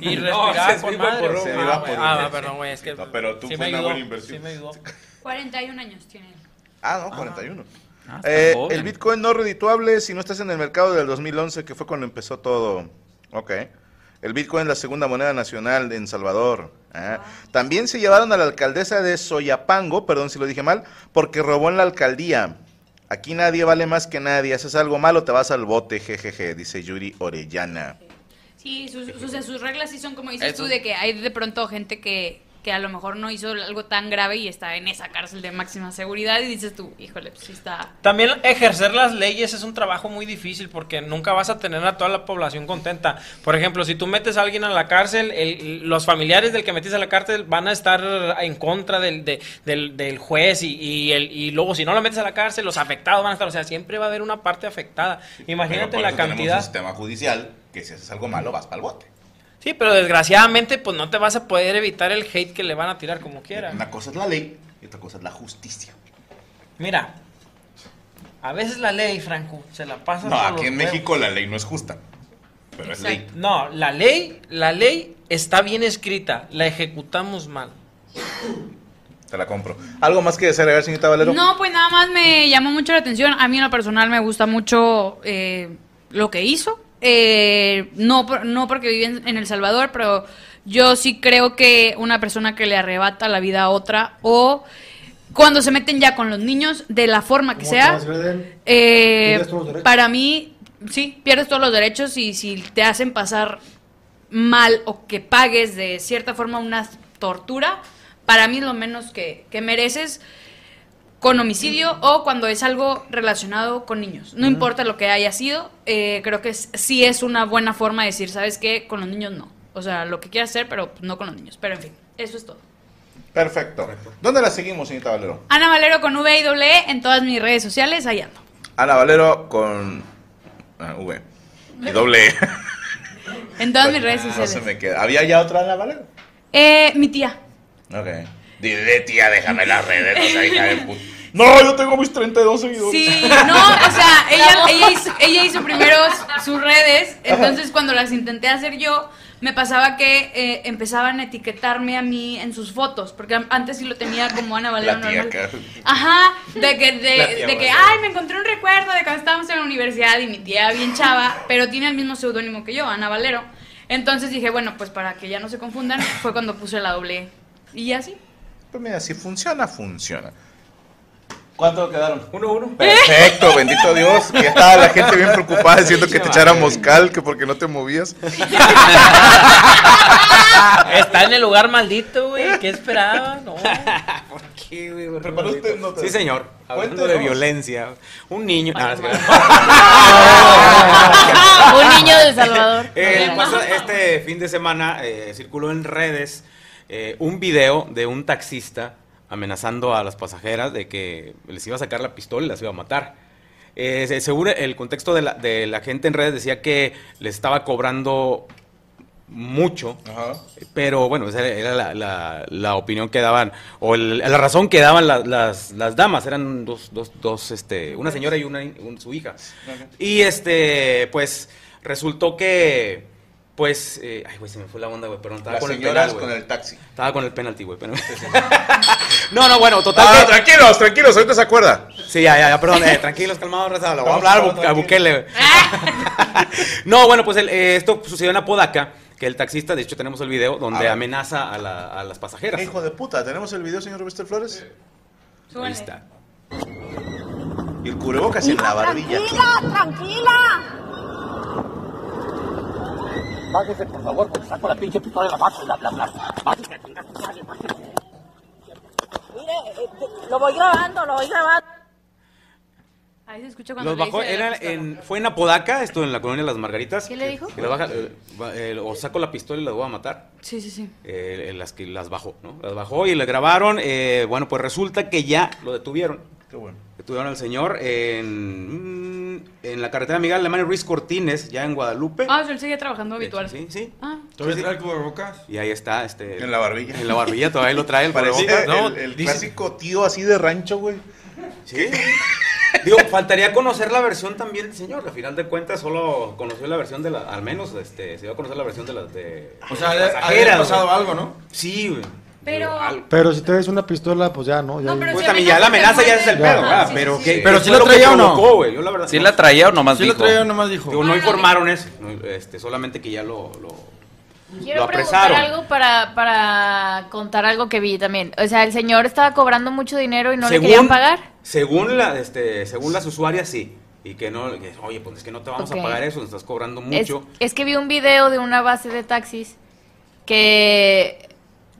D: Y respiraba con madre.
C: Se
D: Ah,
C: iba
D: güey.
C: por
D: Ah,
C: uno, sí.
D: perdón, güey, es que
C: No, pero tú
D: sí
C: fue
D: me
C: una
D: ayudó,
C: buena inversión.
D: sí me ayudó.
H: 41 años tiene él.
C: Ah, no, 41.
E: Ah, está
C: Eh,
E: joven.
C: el Bitcoin no redituable si no estás en el mercado del 2011, que fue cuando empezó todo. Ok. El Bitcoin es la segunda moneda nacional en Salvador. Ah. También se llevaron a la alcaldesa de Soyapango, perdón si lo dije mal, porque robó en la alcaldía. Aquí nadie vale más que nadie. Haces algo malo, te vas al bote, jejeje, dice Yuri Orellana.
H: Sí, sus, o sea, sus reglas sí son como dices
C: Eso.
H: tú, de que hay de pronto gente que, que a lo mejor no hizo algo tan grave y está en esa cárcel de máxima seguridad y dices tú, híjole, pues sí está...
D: También ejercer las leyes es un trabajo muy difícil porque nunca vas a tener a toda la población contenta. Por ejemplo, si tú metes a alguien a la cárcel, el- los familiares del que metiste a la cárcel van a estar en contra del, de- del, del juez y, y el, y luego si no lo metes a la cárcel, los afectados van a estar, o sea, siempre va a haber una parte afectada. Imagínate
C: Tenemos
D: la
C: este un
D: cantidad.
C: sistema judicial que si haces algo malo, vas para el bote.
D: Sí, pero desgraciadamente pues no te vas a poder evitar el hate que le van a tirar como quiera.
C: Una cosa es la ley y otra cosa es la justicia.
D: Mira, a veces la ley, Franco, se la pasa
C: No, aquí en México la ley no es justa. Pero es ley.
D: No, la ley, la ley está bien escrita, la ejecutamos mal.
C: Te la compro. ¿Algo más que desagregar, señorita Valero?
H: No, pues nada más me llamó mucho la atención. A mí en lo personal me gusta mucho eh, lo que hizo. Eh, no, por- no porque vive en, en El Salvador, pero yo sí creo que una persona que le arrebata la vida a otra o cuando se meten ya con los niños, de la forma que sea,
J: Como transgreden,
H: eh,
J: Tienes todos los derechos.
H: para mí sí, pierdes todos los derechos y si te hacen pasar mal o que pagues de cierta forma una tortura, para mí es lo menos que, que mereces con
J: Mm.
H: homicidio o cuando es algo relacionado con niños. No importa lo que haya sido, eh, creo que es- sí es una buena forma de decir, ¿sabes qué? Con los niños no. O sea, lo que quieras hacer, pero no con los niños. Pero en fin, eso es todo.
C: Perfecto. ¿Dónde la seguimos, señorita Valero?
H: Ana Valero con V y doble E en todas mis redes sociales, allá ando.
C: Ana Valero con ah, V y doble E.
H: En todas mis redes
C: No
H: sociales.
C: se me queda. ¿Había ya otra Ana Valero?
H: Eh, mi tía.
C: Ok. Dile, tía, déjame las redes, no sea hija de puta. No, yo tengo mis 32 seguidores.
H: Sí, no, o sea, ella, ella, hizo, ella hizo primero s- sus redes, entonces cuando las intenté hacer yo, me pasaba que eh, empezaban a etiquetarme a mí en sus fotos, porque an- antes sí lo tenía como Ana Valero
C: La tía
H: normal.
C: acá.
H: Ajá, de que, de,
C: La tía
H: de que,
C: Valero.
H: ay, me encontré un recuerdo de cuando estábamos en la universidad y mi tía bien chava, pero tiene el mismo seudónimo que yo, Ana Valero. Entonces dije, bueno, pues para que ya no se confundan, fue cuando puse la doble. E. Y así.
C: Pues mira, si funciona, funciona. ¿Cuánto quedaron?
G: Uno, uno.
C: Perfecto, bendito Dios. Ya estaba la gente bien preocupada diciendo que te echáramos cal, que porque no te movías.
D: Está en el lugar maldito, güey. ¿Qué esperaba? No.
G: ¿Por qué, güey?
D: ¿Preparaste notas?
G: Sí, señor. Hablando
D: Cuéntenos.
G: de violencia. Un niño. Ah, es verdad.
I: Un niño de El Salvador.
G: Eh,
I: Ok.
G: pasa- este fin de semana eh, circuló en redes eh, un video de un taxista amenazando a las pasajeras de que les iba a sacar la pistola y las iba a matar. Eh, se- según el contexto de la, de la gente en redes decía que le estaba cobrando mucho, pero bueno, esa era la, la- la opinión que daban, o el- la razón que daban la- las, las damas, eran dos, dos, dos, este, una señora y una, un- su hija. Y este, pues, resultó que, pues, eh, ay, güey, se me fue la onda, güey, perdón, estaba
C: Las
G: con el
C: señoras
G: penal, güey.
C: con el taxi.
G: Estaba con el penalti, güey, pero... no, no, bueno, total.
C: Ah,
G: que-
C: tranquilos, tranquilos, ahorita se acuerda.
G: Sí, ya, ya, ya, perdón, eh, tranquilos, calmados, raza, lo voy a
C: Estamos
G: hablar
C: todos
G: bu- a Bukele. güey. no, bueno, pues el, eh, esto sucedió en Apodaca, que el taxista, de hecho tenemos el video,
C: A
G: donde
C: ver.
G: amenaza a, la- a las pasajeras.
C: Hijo de puta, ¿tenemos el video, señor Roberto Flores?
G: Ahí está.
C: Y el cubrebocas en la barbilla.
M: Tranquila, tranquila.
O: Bájese, por favor, porque saco la pinche pistola de la base, bla, bla, bla. Bájese, chingada madre, bájese.
M: Mire, eh, lo voy grabando, lo voy grabando.
H: Ahí se escucha cuando
G: Los
H: le
G: bajó,
H: dice de la
G: era
H: pistola.
G: en- fue en Apodaca, esto en la colonia de las Margaritas.
H: ¿Qué le dijo?
G: Que la baja, eh, va- eh, o saco la pistola y la voy a matar.
H: Sí, sí, sí.
G: Eh, las que las bajó, ¿no? Las bajó y le grabaron. eh, bueno, pues resulta que ya lo detuvieron.
C: Qué bueno.
G: Detuvieron al señor en, mm, en la carretera Miguel Alemán y Ruiz Cortines, ya en Guadalupe.
H: Ah, él seguía trabajando habitual.
G: Sí, sí.
H: Ah.
G: ¿Todavía
F: trae el cubrebocas?
G: Y ahí está, este.
C: En la barbilla.
G: En la barbilla todavía lo trae el
C: Parecía
G: cubrebocas, ¿no?
C: el, el
G: Dice-
C: clásico tío así de rancho, güey.
G: Sí. Digo, faltaría conocer la versión también del señor. Al final de cuentas, solo conoció la versión de la. Al menos este, se iba a conocer la versión de las de.
F: O sea,
G: de las
F: ha de
G: pasajeras,
F: haber pasado
G: güey.
F: algo, ¿no?
G: Sí, güey.
H: Pero.
J: Pero si te ves una pistola, pues ya, ¿no? Ya,
H: No, pero
G: Pues
H: si
G: también ya la amenaza ya es el
H: Ajá,
G: pedo,
J: sí,
G: ¿verdad?
J: sí,
G: Pero
J: sí.
G: que.
J: Pero
G: si
J: sí lo traía o no?
G: Yo la verdad.
E: ¿Sí la traía o nomás
G: Sí
E: dijo?
G: la traía o
F: nomás dijo.
G: Digo, no informaron eso. no, este, solamente que ya lo. lo
I: Quiero
G: lo
I: preguntar
G: apresaron.
I: algo para, para contar algo que vi también. O sea, el señor estaba cobrando mucho dinero y no
G: Según-
I: le querían pagar.
G: Según, la, este, según las usuarias, sí. Y que no. que, Oye, pues es que no te vamos
I: Ok.
G: a pagar eso, nos estás cobrando
I: Es,
G: mucho.
I: es que vi un video de una base de taxis que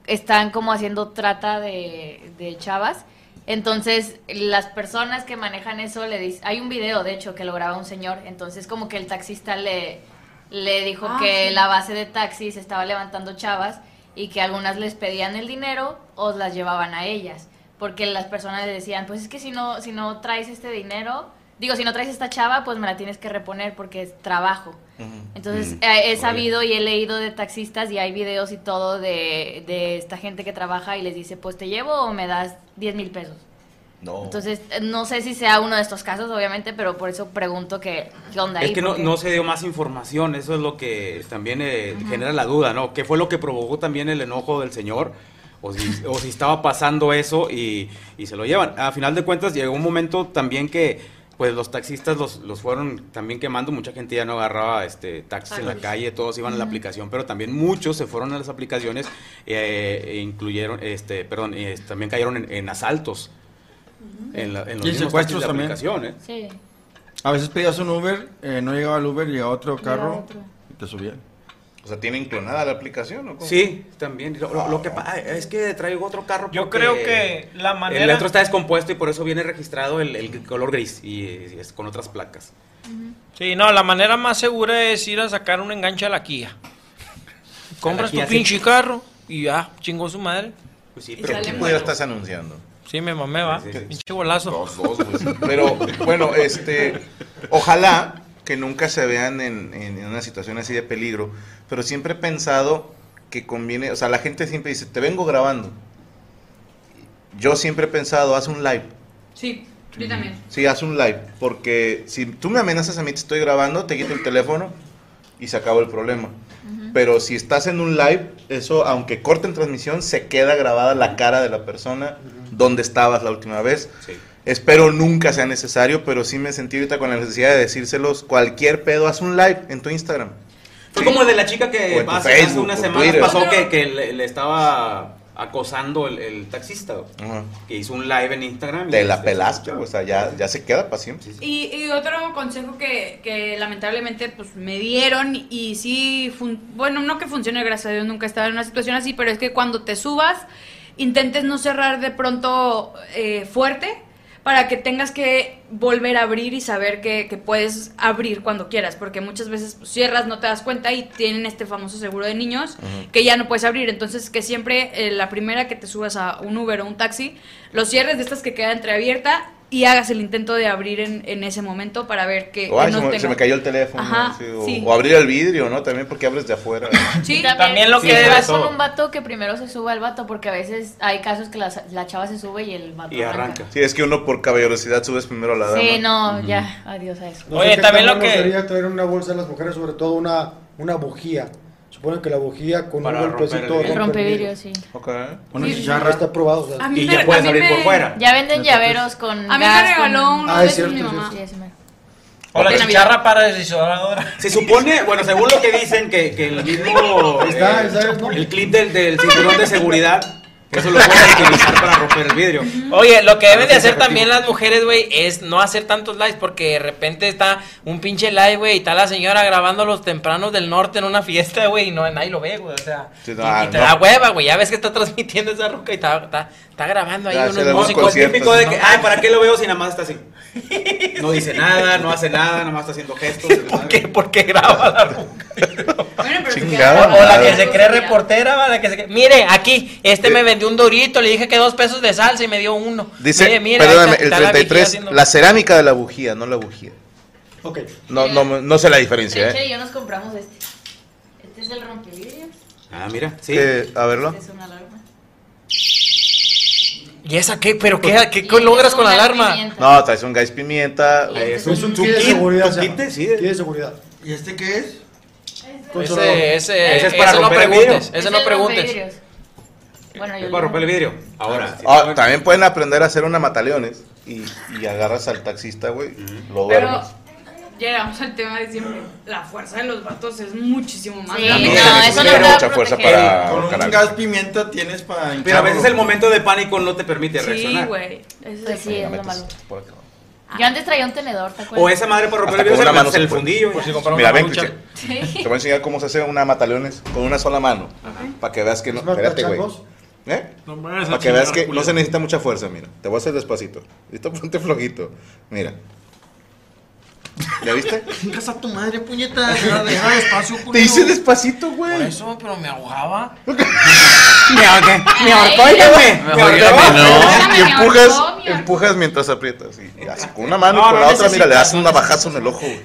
I: están como haciendo trata de, de chavas. Entonces, las personas que manejan eso le dicen... Hay un video, de hecho, que lo graba un señor. Entonces, como que el taxista le, le dijo
H: Ah,
I: que
H: sí.
I: la base de taxis estaba levantando chavas y que algunas les pedían el dinero o las llevaban a ellas. Porque las personas le decían, pues es que si no, si no traes este dinero... Digo, si no traes esta chava, pues me la tienes que reponer porque es trabajo. Entonces
M: Mm,
I: eh, he
M: órale.
I: sabido y he leído de taxistas y hay videos y todo de, de esta gente que trabaja y les dice, pues te llevo o me das 10 mil pesos.
G: Oh.
C: No.
I: Entonces eh, no sé si sea uno de estos casos, obviamente, pero por eso pregunto que, qué onda ahí.
G: Es que no,
I: porque-
G: no se dio más información, eso es lo que también eh,
I: Ajá.
G: genera la duda, ¿no? ¿Qué fue lo que provocó también el enojo del señor? O si, o si estaba pasando eso y, y se lo llevan. A final de cuentas llegó un momento también que pues los taxistas los, los fueron también quemando, mucha gente ya no agarraba este taxis en la
E: Taxis.
G: calle, todos iban a la
E: Ujú.
G: aplicación, pero también muchos se fueron a las aplicaciones eh, e incluyeron, este, perdón, eh, también cayeron en, en asaltos. En, la- en los
F: Y
G: mismos taxis
F: secuestros
G: de
F: también.
G: aplicación, ¿eh?
I: Sí.
F: A veces pedías un Uber, eh, no llegaba el Uber, llegaba otro carro
C: otro.
F: y te subían.
C: O sea, ¿tienen clonada la aplicación o cómo?
G: Sí, también. Lo, lo- lo que pasa es que traigo otro carro.
K: Yo
G: porque
K: creo que la manera-
G: El otro está descompuesto y por eso viene registrado el, el color gris y, eh, es con otras placas.
D: Sí, no, la manera más segura es ir a sacar un enganche a la Kia. Compras
G: Kia,
D: tu
G: sí.
D: pinche carro y ya, chingó su madre.
G: Pues
C: ¿Y pero sale ¿qué pudiera malo. estás anunciando?
D: Sí, me mamé, va. Pinche golazo.
C: Pero pues, bueno, este, ojalá que nunca se vean en, en- en una situación así de peligro, pero siempre he pensado que conviene, o sea, la gente siempre dice, te vengo grabando. Yo siempre he pensado, haz un live.
H: Sí, yo también.
C: Sí, haz un live, porque si tú me amenazas a mí, te estoy grabando, te quito el teléfono y se acabó el problema. Pero si estás en un live, eso, aunque corten transmisión, se queda grabada la cara de la persona donde estabas la última vez. Espero nunca sea necesario, pero sí me sentí ahorita con la necesidad de decírselos. Cualquier pedo, haz un live en tu Instagram.
G: Fue como el de la chica
C: O
G: que
C: en tu
G: hace,
C: Facebook,
G: hace unas
C: o
G: semanas
C: Twitter.
G: pasó que, que le, le estaba acosando el, el taxista. güey,
C: Ajá.
G: Que hizo un live en Instagram. y
C: Te la
G: este,
C: pelaste, o sea, ya, ya se queda para siempre.
H: Y, y otro consejo que, que lamentablemente pues me dieron y sí, fun- bueno, no que funcione, gracias a Dios nunca he estado en una situación así, pero es que cuando te subas, intentes no cerrar de pronto eh, fuerte para que tengas que volver a abrir y saber que, que puedes abrir cuando quieras, porque muchas veces pues, cierras, no te das cuenta y tienen este famoso seguro de niños
P: Ujú.
H: que ya no puedes abrir, entonces que siempre eh, la primera que te subas a un Uber o un taxi, lo cierres de estas que queda entreabierta y hagas el intento de abrir en, en ese momento para ver que,
C: O,
H: que Eh,
C: ay,
H: no
C: se, me,
H: tenga-
C: se me cayó el teléfono.
H: Ajá,
C: sí, o,
H: sí.
C: o abrir el vidrio, ¿no? También porque abres de afuera.
H: Sí,
I: también
D: lo
I: lo
D: que
I: que
D: debe
I: vas
D: todo.
I: con un vato que primero se sube al vato, porque a veces hay casos que la, la chava se sube y el vato
C: Sí, es que uno por caballerosidad subes primero a la dama.
I: Sí, no, ya, adiós a eso.
J: No sé qué tan bueno sería traer una bolsa a las mujeres, sobre todo una, una bujía. Suponen que la bujía con
G: Para
J: un
G: romper
J: golpecito
G: el- El
I: rompevidrio, sí.
C: Ok.
J: Una
G: Sí, sí,
J: chicharra.
G: sí.
J: Está probado. o sea.
H: A mí Y ya me- puedes a mí abrir por me- fuera.
I: Ya venden llaveros con.
H: A mí me
I: gas,
H: regaló
I: con-
H: unos Ah, es besos mi cierto, mamá. sí,
D: O la chicharra para desdisodadora.
G: Se supone, bueno, según lo que dicen, que, que el mismo.
J: Está,
G: eh,
J: está,
G: El clip del, del cinturón de seguridad, eso lo pueden utilizar para romper el vidrio.
D: Oye, lo que deben de hacer también las mujeres, güey, es no hacer tantos lives porque de repente está un pinche live, güey, y está la señora grabando los tempranos del norte en una fiesta, güey, y no, nadie lo ve, güey, o sea,
C: Sí,
D: y,
C: ah,
D: y te
C: no.
D: da hueva, güey, ya ves que está transmitiendo esa ruca y está, está, está grabando ahí
C: Ya, se
D: unos
C: da un
D: músicos
C: concierto,
G: Típico de
D: ¿no?
G: que, ay, ¿para qué lo veo si nada más está así? No dice nada, no hace nada, nada más está haciendo gestos. ¿Por qué?
D: Porque graba la ruca.
C: Chingada
D: O la
C: madre.
D: que se cree reportera, va, la que se cree- Mire, aquí, este me vendió un dorito, le dije que dos pesos de salsa y me dio uno.
C: Dice,
D: Mire, mire, ahí
C: perdóname,
D: está-
C: el
D: está la viejita
C: 33,
D: haciendo-
C: la, cerámica de la bujía, no la bujía.
J: Ok.
C: No, no, no sé la diferencia,
I: Reche
C: ¿eh?
I: y yo nos compramos este. Este es el rompevidrios.
G: Ah, mira, sí.
C: Que- Eh, a verlo.
I: Este es una alarma.
D: ¿Y esa qué? ¿Pero
G: Pues,
D: qué, qué logras con la alarma?
C: No, traes un gas pimienta.
J: Es un kit de seguridad. se llama. Kit de seguridad.
F: ¿Y este qué es?
D: Ese, ese, ese, no preguntes, ese no preguntes.
I: Bueno, yo.
G: Para romper el vidrio. Ahora.
C: Ah, también pueden aprender a hacer una mataleones y, y agarras al taxista, güey, lo
H: Pero
C: duermes.
H: llegamos al tema de siempre. La fuerza de los vatos es muchísimo más.
I: Sí,
H: grande.
C: no, eso no te va a mucha fuerza proteger. para
F: Con un
C: cargar.
F: gas pimienta tienes para
G: Pero a
F: hincharlo.
G: veces el momento de pánico no te permite
H: Sí,
G: reaccionar.
H: güey. Eso
I: Pues sí, es lo
G: metes
I: malo. Yo antes traía un tenedor, ¿te acuerdas?
G: O esa madre para romper
C: Hasta
G: el vidrio
C: con
G: se
C: una
G: le
C: mano
G: hace el
C: se puede.
G: fundillo. güey.
C: Mira, ven, Cristian.
I: Sí.
C: Te voy a enseñar cómo se hace una mataleones con una sola mano. Para que veas que no. Espérate, güey. ¿Eh?
K: No
G: Ah,
K: me vayas a
C: Para que veas
K: chingar,
C: que no
K: culero.
C: se necesita mucha fuerza, mira. Te voy a hacer despacito. Listo, ponte flojito. Mira. ¿Ya viste?
F: Chingas a tu madre, puñeta. Deja deja despacio,
C: Te hice despacito,
D: Por
C: güey.
D: eso, pero me ahogaba.
G: Me ahorqué, me ahorcó,
D: Ay,
G: oiga, güey.
C: Me
G: Me
C: ahorqué,
G: ahorcó.
C: no. Y
G: Me
C: empujas,
G: ahorcó, mi
C: empujas mientras aprietas. Y así con una mano y
G: No,
C: con
G: no
C: la otra, mira,
G: necesitas,
C: le das
G: no
C: un navajazo en el ojo. güey.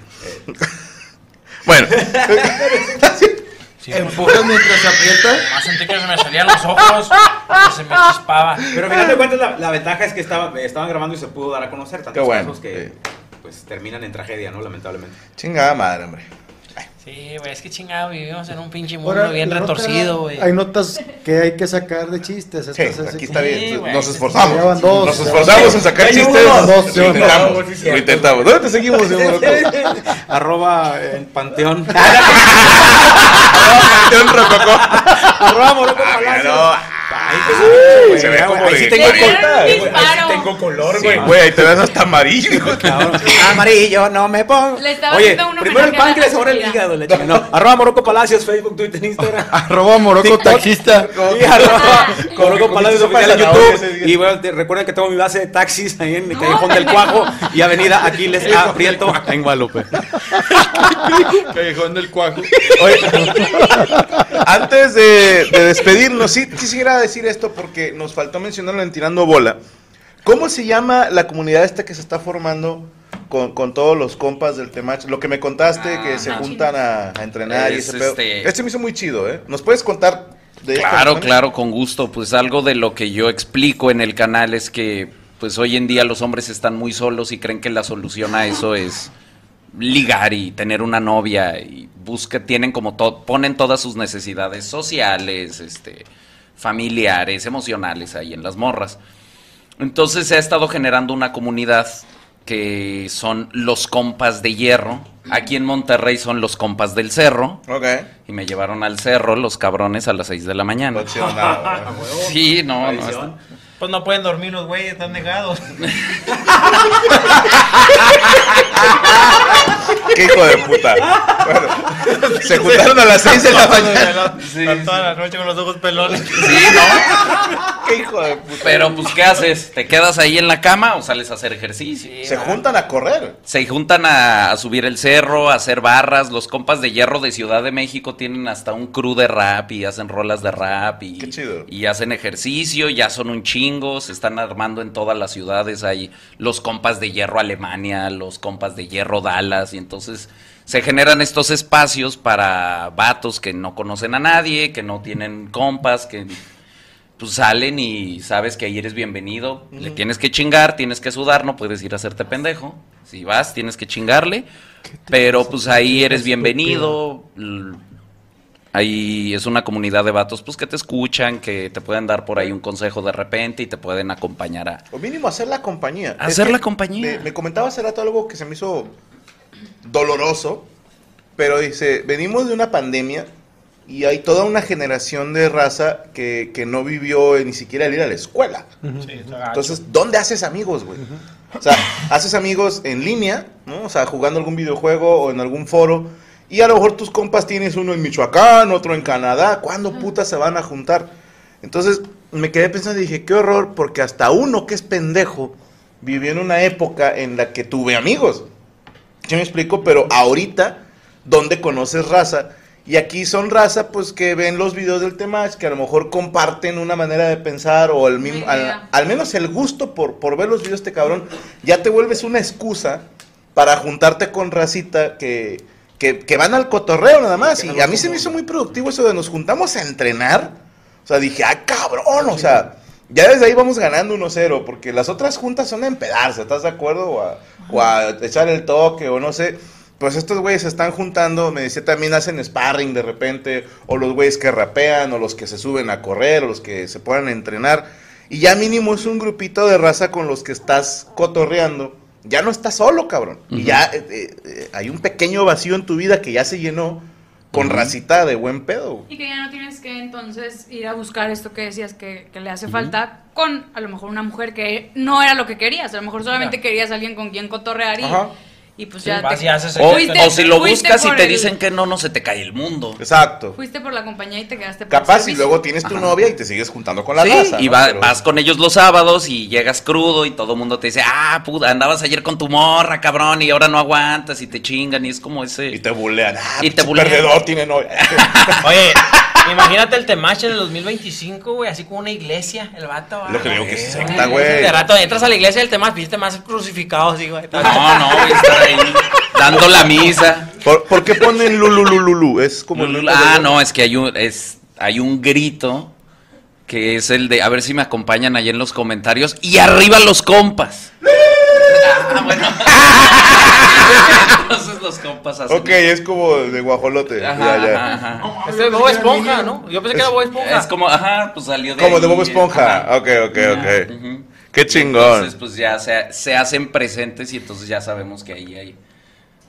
C: bueno.
F: Empujas mientras aprietas.
D: Más sentí que se me salían los ojos, que se me chispaba.
G: Pero al final de cuentas, la, la ventaja es que estaba, estaban grabando y se pudo dar a conocer tantos
C: Qué bueno,
G: casos que pues, terminan en tragedia, ¿no? Lamentablemente.
C: Chingada madre, hombre.
D: Sí, güey, es que chingado, vivimos en un pinche mundo
J: Ahora,
D: bien
J: la nota-
D: retorcido, güey.
J: Hay notas que hay que sacar de chistes. estas así
C: Sí, aquí
J: como-
C: está
D: Sí,
C: bien.
D: güey.
C: Nos esforzamos.
J: Ya van dos,
C: Nos
J: ya
C: esforzamos
J: van-
C: en sacar
J: Ya hay uno,
C: chistes.
J: dos,
C: Lo
J: ya van dos.
C: intentamos. Lo intentamos. ¿Dónde te seguimos, señor Rocco?
G: Arroba el panteón.
C: Panteón Rococó.
G: Arroba Morocco
C: Ah, mira, no.
G: Palacios.
C: Se ve como
G: Ahí sí
C: de
G: tengo
C: cuarenta,
G: corta,
C: güey.
G: güey. Ahí sí tengo tengo color,
C: Sí, güey, ahí te ves hasta amarillo.
G: Amarillo, no me pongo.
H: Le estaba
G: Oye,
H: haciendo un
G: primero el
H: homenaje a la
G: páncreas, ahora el
H: seguridad.
G: hígado. La chica. No, arroba Morocco Palacios, Facebook, Twitter, Instagram.
F: Arroba Morocco Taxista.
G: Y arroba
F: Como que
G: Morocco
F: comiste
G: Palacios
F: sopa de
G: oficial en
F: zanahoria ese
G: YouTube. Y bueno, te- recuerden que tengo mi base de taxis ahí en el Callejón del Cuajo y Avenida Aquiles A. Prieto, acá en Guadalupe.
F: Callejón del Cuajo.
C: Antes de, de despedirnos, sí quisiera decir esto porque nos faltó mencionarlo en Tirando Bola. ¿Cómo se llama la comunidad esta que se está formando con, con todos los compas del Temach? Lo que me contaste, que se juntan a, a entrenar y
E: Ah, Es
C: ese pedo.
E: este-
C: Este me hizo muy chido, ¿eh? ¿Nos puedes contar? De
E: Claro, claro, con gusto. Pues algo de lo que yo explico en el canal es que pues hoy en día los hombres están muy solos y creen que la solución a eso es ligar y tener una novia y busca tienen como todo ponen todas sus necesidades sociales, este familiares, emocionales ahí en las morras. Entonces se ha estado generando una comunidad que son los compas de hierro. Aquí en Monterrey son los compas del cerro. Y me llevaron al cerro los cabrones a las 6 de la mañana. Sí, no, no. está-
K: Pues no pueden dormir los güeyes, están negados.
C: ¿Qué hijo de puta? Bueno, se juntaron a las 6 de la mañana.
K: Están toda la noche con los ojos pelones.
C: ¿Qué hijo de puta?
E: Pero pues ¿qué haces? ¿Te quedas ahí en la cama o sales a hacer ejercicio?
C: Se juntan a correr.
E: Se juntan a, a subir el cerro, a hacer barras. Los compas de hierro de Ciudad de México tienen hasta un crew de rap y hacen rolas de rap y, y hacen ejercicio, ya son un chingo, se están armando en todas las ciudades. Hay los compas de hierro Alemania, los compas de hierro Dallas y entonces se generan estos espacios para vatos que no conocen a nadie, que no tienen compas, que pues salen y sabes que ahí eres bienvenido, le
C: Ujú.
E: tienes que chingar, tienes que sudar, no puedes ir a hacerte pendejo. Si vas, tienes que chingarle, pero pues ahí eres bienvenido. l- Ahí es una comunidad de vatos pues que te escuchan, que te pueden dar por ahí un consejo de repente y te pueden acompañar a
C: O mínimo hacer la compañía.
E: a hacer
C: que
E: la compañía.
C: Me, me comentaba hace rato algo que se me hizo doloroso, pero dice, venimos de una pandemia y hay toda una generación de raza que, que no vivió ni siquiera el ir a la escuela. Entonces, ¿dónde haces amigos, güey? O sea, haces amigos en línea, ¿no? O sea, jugando algún videojuego o en algún foro. Y a lo mejor tus compas tienes uno en Michoacán, otro en Canadá. ¿Cuándo putas se van a juntar? Entonces, me quedé pensando y dije, qué horror, porque hasta uno que es pendejo vivió en una época en la que tuve amigos. ¿Sí me explico? Pero ahorita, ¿dónde conoces raza? Y aquí son raza, pues, que ven los videos del Temach, que a lo mejor comparten una manera de pensar o el mismo, al, al menos el gusto por, por ver los videos de este cabrón, ya te vuelves una excusa para juntarte con racita que, que, que van al cotorreo nada más. Y a mí se me hizo muy productivo eso de nos juntamos a entrenar. O sea, dije, ah, cabrón, o sea, ya desde ahí vamos ganando 1-0, porque las otras juntas son a empedarse, ¿estás de acuerdo? O a, o a echar el toque, o no sé. Pues estos güeyes se están juntando, me decía, también hacen sparring de repente, o los güeyes que rapean, o los que se suben a correr, o los que se ponen a entrenar. Y ya mínimo es un grupito de raza con los que estás cotorreando. Ya no estás solo, cabrón. Y ya eh, eh, eh, hay un pequeño vacío en tu vida que ya se llenó con racita de buen pedo. güey.
H: Y que ya no tienes que entonces ir a buscar esto que decías que, que le hace falta con a lo mejor una mujer que no era lo que querías, a lo mejor solamente querías a alguien con quien cotorrear y,
E: Ajá.
H: y pues
E: Sí,
H: ya
E: vas
H: te-
E: y haces
H: fuiste-
E: o, o si lo
H: fuiste
E: buscas y
H: por
E: te
H: el-
E: dicen que no, no se te cae el mundo.
C: Exacto.
H: Fuiste por la compañía y te quedaste por el
C: Capaz y
H: servicio.
C: luego tienes tu
E: Ajá.
C: novia y te sigues juntando con la
E: sí,
C: raza.
E: y
C: ¿no?
E: va-
C: Pero-
E: vas con ellos los sábados y llegas crudo y todo el mundo te dice, ah, puta, andabas ayer con tu morra, cabrón, y ahora no aguantas y te chingan y es como ese... Y
C: te bulean. Ah,
E: y te bulean. Ah,
C: perdedor tiene novia.
D: Oye, imagínate el Temach en el 2025, güey, así como una iglesia, el vato. va.
C: Lo que digo que es
D: Güey,
C: secta, güey.
D: De rato entras a la iglesia del Temach, viste más crucificado, así, güey.
E: No, no, güey, estar ahí dando la misa.
C: ¿Por, por qué ponen lululululu? Es como... el nombre
E: Ah,
C: de-
E: no, es que hay un, es, hay un grito que es el de, a ver si me acompañan ahí en los comentarios, y arriba los compas. Ah, bueno. Entonces los compas hacen...
C: Ok, es como de guajolote.
E: Ajá,
C: ya, ya.
E: ajá, ajá.
D: Es de Bob Esponja, ¿no? Yo pensé que era Bob Esponja.
E: Es como, ajá, pues salió de
C: Como
E: ahí,
C: de Bob
E: eh,
C: Esponja.
E: ajá.
C: Ok, ok, ok.
E: Ujú.
C: Qué
E: Entonces,
C: chingón.
E: pues ya se, se hacen presentes y entonces ya sabemos que ahí hay,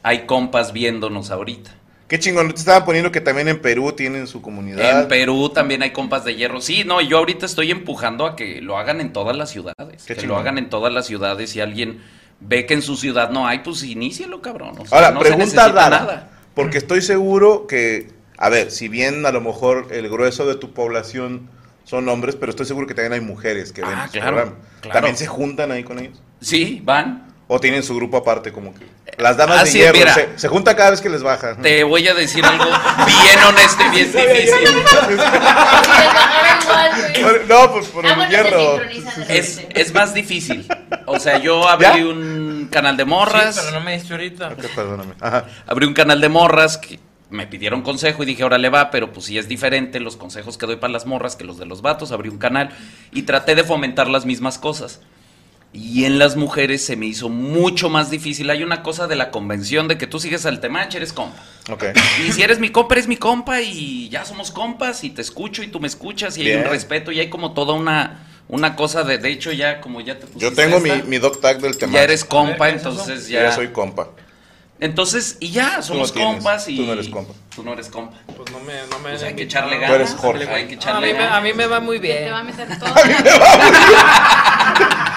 E: hay compas viéndonos ahorita.
C: Qué chingón, te estaba poniendo que también en Perú tienen su comunidad.
E: En Perú también hay compas de hierro. Sí, no, yo ahorita estoy empujando a que lo hagan en todas las ciudades.
C: Qué
E: que lo
C: chingón.
E: hagan en todas las ciudades. Si alguien ve que en su ciudad no hay, pues inícielo, cabrón. O sea,
C: Ahora,
E: no se
C: pregunta
E: necesita
C: rara,
E: nada.
C: porque estoy seguro que, a ver, si bien a lo mejor el grueso de tu población son hombres, pero estoy seguro que también hay mujeres que ven
E: Ah,
C: este
E: claro,
C: programa.
E: claro.
C: ¿También se juntan ahí con ellos?
E: Sí, van.
C: ¿O tienen su grupo aparte como que? Las damas
E: ah,
C: de
E: sí,
C: hierro
E: mira.
C: se, se junta cada vez que les baja.
E: Te voy a decir algo bien honesto y bien difícil.
C: No, pues por
E: Ah,
C: el
E: bueno, se
C: hierro.
E: Es, es más difícil. O sea, yo abrí un canal de morras.
D: Sí, pero no me diste ahorita.
C: perdóname.
E: Abrí un canal de morras que me pidieron consejo y dije, ahora le va, pero pues sí es diferente los consejos que doy para las morras que los de los vatos. Abrí un canal y traté de fomentar las mismas cosas. Y en las mujeres se me hizo mucho más difícil. Hay una cosa de la convención de que tú sigues al temache, eres compa.
C: Ok.
E: Y si eres mi compa, eres mi compa y ya somos compas y te escucho y tú me escuchas y hay un
C: Bien.
E: respeto y hay como toda una, una cosa de, de hecho ya como ya te
C: Yo
E: pusiste
C: tengo mi,
E: esta,
C: mi doc tag del tema.
E: Ya eres compa, entonces ya.
C: Ya soy compa.
E: Entonces, y ya, somos
C: no tienes,
E: compas y...
C: tú no eres compa.
E: Tú no eres compa.
D: Pues no me, no me
E: Pues hay que echarle
C: Tú
E: ganas.
C: eres Jorge.
E: Hay que
D: A
E: echarle
D: mí, me,
E: ganas.
D: a mí me va muy bien.
H: Te va a meter todo.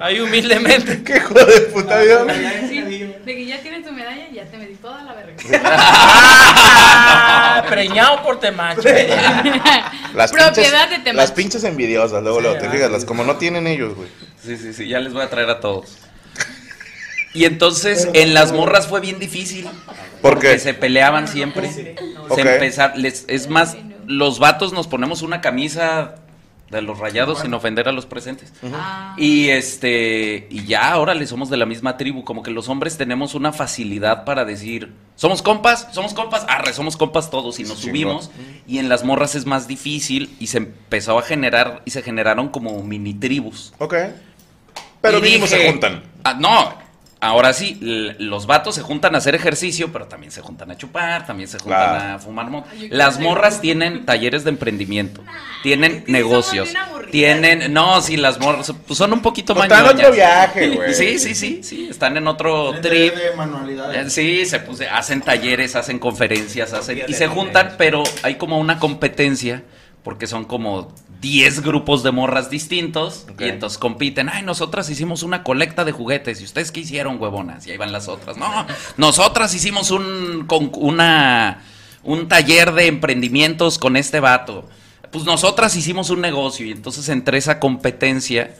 D: Ahí humildemente.
C: Qué hijo de puta,
H: De que ya tienes tu medalla, ya te metí toda la verga.
D: Ah, Preñado por temacho.
C: Las
H: Propiedad de
C: pinches,
H: Temach.
C: Las pinches envidiosas, luego, luego, te fijas, las como no tienen ellos, güey.
E: Sí, sí, sí, ya les voy a traer a todos. Y entonces en las morras fue bien difícil. Porque se peleaban siempre.
C: Ok.
E: Se empeza- les- es más, los vatos nos ponemos una camisa de los rayados sin ofender a los presentes. Y este, y ya ahora le somos de la misma tribu, como que los hombres tenemos una facilidad para decir, somos compas, somos compas, arre, somos compas todos y nos
C: Chingón.
E: subimos. Y en las morras es más difícil y se empezó a generar y se generaron como mini tribus.
C: Ok. Pero
E: Y
C: mínimo se
E: dije,
C: juntan.
E: "Ah, no, ahora sí, l- los vatos se juntan a hacer ejercicio, pero también se juntan a chupar, también se juntan
C: Claro.
E: a fumar mota.
C: Ay, yo quiero
E: Las
C: ser
E: morras
C: como-
E: tienen talleres de emprendimiento, tienen negocios, tienen, no, sí, las morras pues son un poquito
C: Pues
E: más
C: están en otro viaje, güey.
E: Sí, sí, sí, sí, están en otro trip.
F: De manualidades.
E: Eh, Sí, se puse, hacen talleres, hacen conferencias, hacen y se juntan, pero hay como una competencia porque son como 10 grupos de morras distintos y entonces compiten, ay, nosotras hicimos una colecta de juguetes y ustedes qué hicieron, huevonas, y ahí van las otras. No, nosotras hicimos un con una un taller de emprendimientos con este vato. Pues nosotras hicimos un negocio y entonces entre esa competencia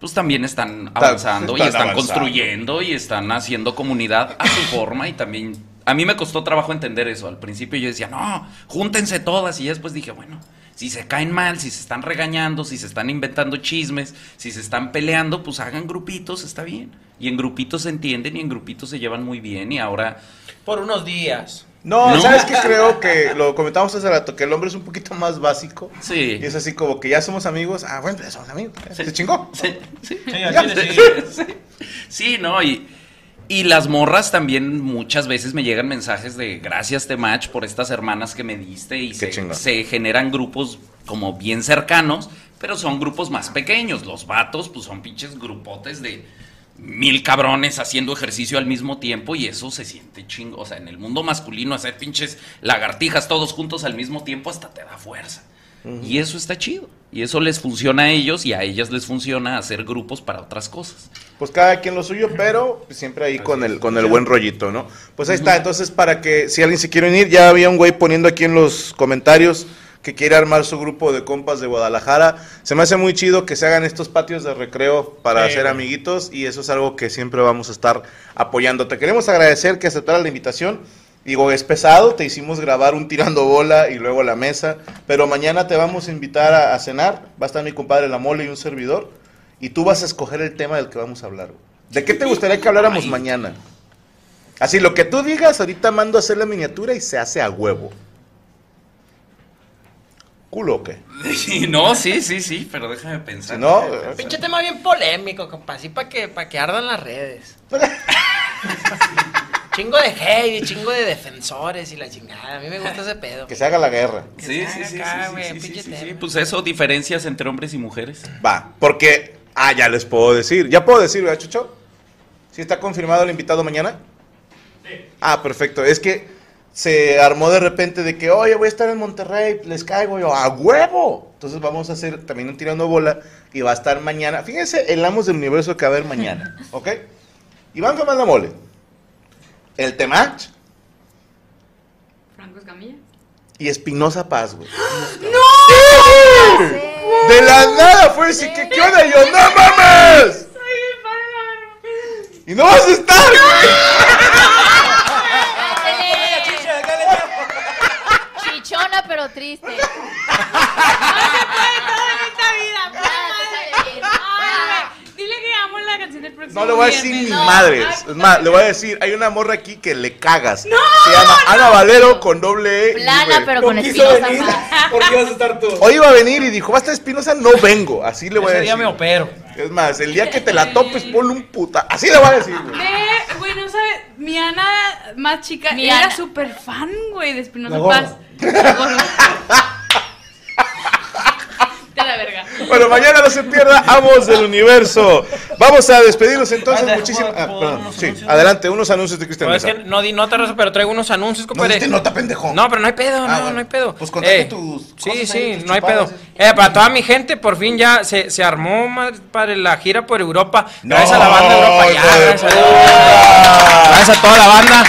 E: pues también están avanzando y
C: están
E: están
C: avanzando.
E: construyendo y están haciendo comunidad a su forma y también a mí me costó trabajo entender eso. Al principio yo decía, no, júntense todas y ya después dije, bueno, si se caen mal, si se están regañando, si se están inventando chismes, si se están peleando, pues hagan grupitos, está bien. Y en grupitos se entienden y en grupitos se llevan muy bien y ahora...
D: Por unos días.
C: No,
E: No.
C: ¿sabes qué? Creo que lo comentamos hace rato, que el hombre es un poquito más básico.
E: Sí.
C: Y es así como que ya somos amigos. Ah, bueno, ya somos amigos. ya, Se chingó.
E: Sí, sí.
C: al
E: Ya.
C: chile
E: Sí, Sí, no, y, y las morras también muchas veces me llegan mensajes de gracias, te match por estas hermanas que me diste y se,
C: chingón.
E: se generan grupos como bien cercanos, pero son grupos más pequeños. Los vatos, pues son pinches grupotes de mil cabrones haciendo ejercicio al mismo tiempo y eso se siente chingo. O sea, en el mundo masculino hacer pinches lagartijas todos juntos al mismo tiempo hasta te da fuerza. Y eso está chido. Y eso les funciona a ellos y a ellas les funciona hacer grupos para otras cosas.
C: Pues cada quien lo suyo, pero siempre ahí con el, con el buen rollito, ¿no? Pues ahí está, entonces para que si alguien se quiere unir, ya había un güey poniendo aquí en los comentarios que quiere armar su grupo de compas de Guadalajara. Se me hace muy chido que se hagan estos patios de recreo
H: Ah,
C: para
K: Sí.
C: ser amiguitos y eso es algo que siempre vamos a estar apoyando. Te queremos agradecer que aceptaras la invitación. Digo, es pesado, te hicimos grabar un tirando bola y luego la mesa, pero mañana te vamos a invitar a, a cenar. Va a estar mi compadre La Mole y un servidor. Y tú vas a escoger el tema del que vamos a hablar. güey. ¿De qué te gustaría que habláramos mañana? Así, lo que tú digas, ahorita mando a hacer la miniatura y se hace a huevo. ¿Culo o qué?
E: Y no, sí, sí, sí, pero déjame pensar.
C: Si no,
E: déjame pensar.
D: Pinche tema bien polémico, compa. Así para que, pa' que ardan las redes. chingo de hate, chingo de defensores y la chingada. A mí me gusta ese pedo.
C: Que se haga la guerra.
E: Sí, sí, sí,
D: Acá,
E: sí,
D: güey,
E: sí, sí,
D: pinche
E: sí,
D: tema.
E: sí, Pues eso, diferencias entre hombres y mujeres.
C: Va, porque... Ah, ya les puedo decir. Ya puedo decir, ¿verdad, Chucho? ¿Sí está confirmado el invitado mañana? Ah, perfecto. Es que se armó de repente de que, oye, voy a estar en Monterrey, les caigo yo, a huevo. Entonces vamos a hacer también un tirando bola y va a estar mañana. Fíjense, el Amos del Universo que va a haber mañana, ¿ok? Iván Gómez la mole. El Temach
H: Franco Escamilla.
C: y Espinosa Paz, güey.
G: ¡Ah!
H: ¡No!
C: De la nada fue decir, ¿qué, qué onda? Y yo, ¡no mames! ¡Y no vas a estar!
I: ¡Ah,
G: ¡Ah,
I: Chichona pero triste. Ah.
H: Dile que amo la canción del próximo.
C: No le voy a decir ni
H: viernes.
C: madres. Es más, le voy a decir, hay una morra aquí que le cagas.
H: ¡No!
C: Se llama Ana Valero con doble E. y
I: Plana,
C: V.
I: pero con espinosa.
G: ¿Por qué vas a estar tú?
C: Hoy iba a venir y dijo, basta Espinosa, no vengo. Así le voy a
D: Ese
C: decir.
D: día me opero.
C: Es más, el día que te la topes, ponle un puta. Así le voy a decir. güey.
H: Ve, güey, no sabes, mi Ana más chica
I: Mi
H: era
I: Ana.
H: súper fan, güey, de Espinosa
C: La gorda.
H: Paz. La gorda. De la verga.
C: Bueno, mañana no se pierda Amos del Universo. Vamos a despedirnos entonces.
D: Anda,
C: Muchísimas.
D: ¿puedo-
C: Ah,
D: puedo dar
C: perdón.
D: unos
C: Sí, adelante, unos anuncios de Cristian
D: Pero Pues es
C: Mesa.
D: que no di nota, Rosa, pero traigo unos anuncios, compadre.
C: diste nota, pendejo.
D: No, pero no hay pedo, no,
C: bueno.
D: no hay pedo.
C: Pues contaste
D: tus. Sí,
C: cosas
D: sí,
C: ahí, tus
D: no hay
C: chupadas.
D: pedo. Eh, para toda mi gente, por fin ya se, se armó madre, para la gira por Europa. gracias a la banda de Europa ya, gracias a, Ah, gracias a toda la banda.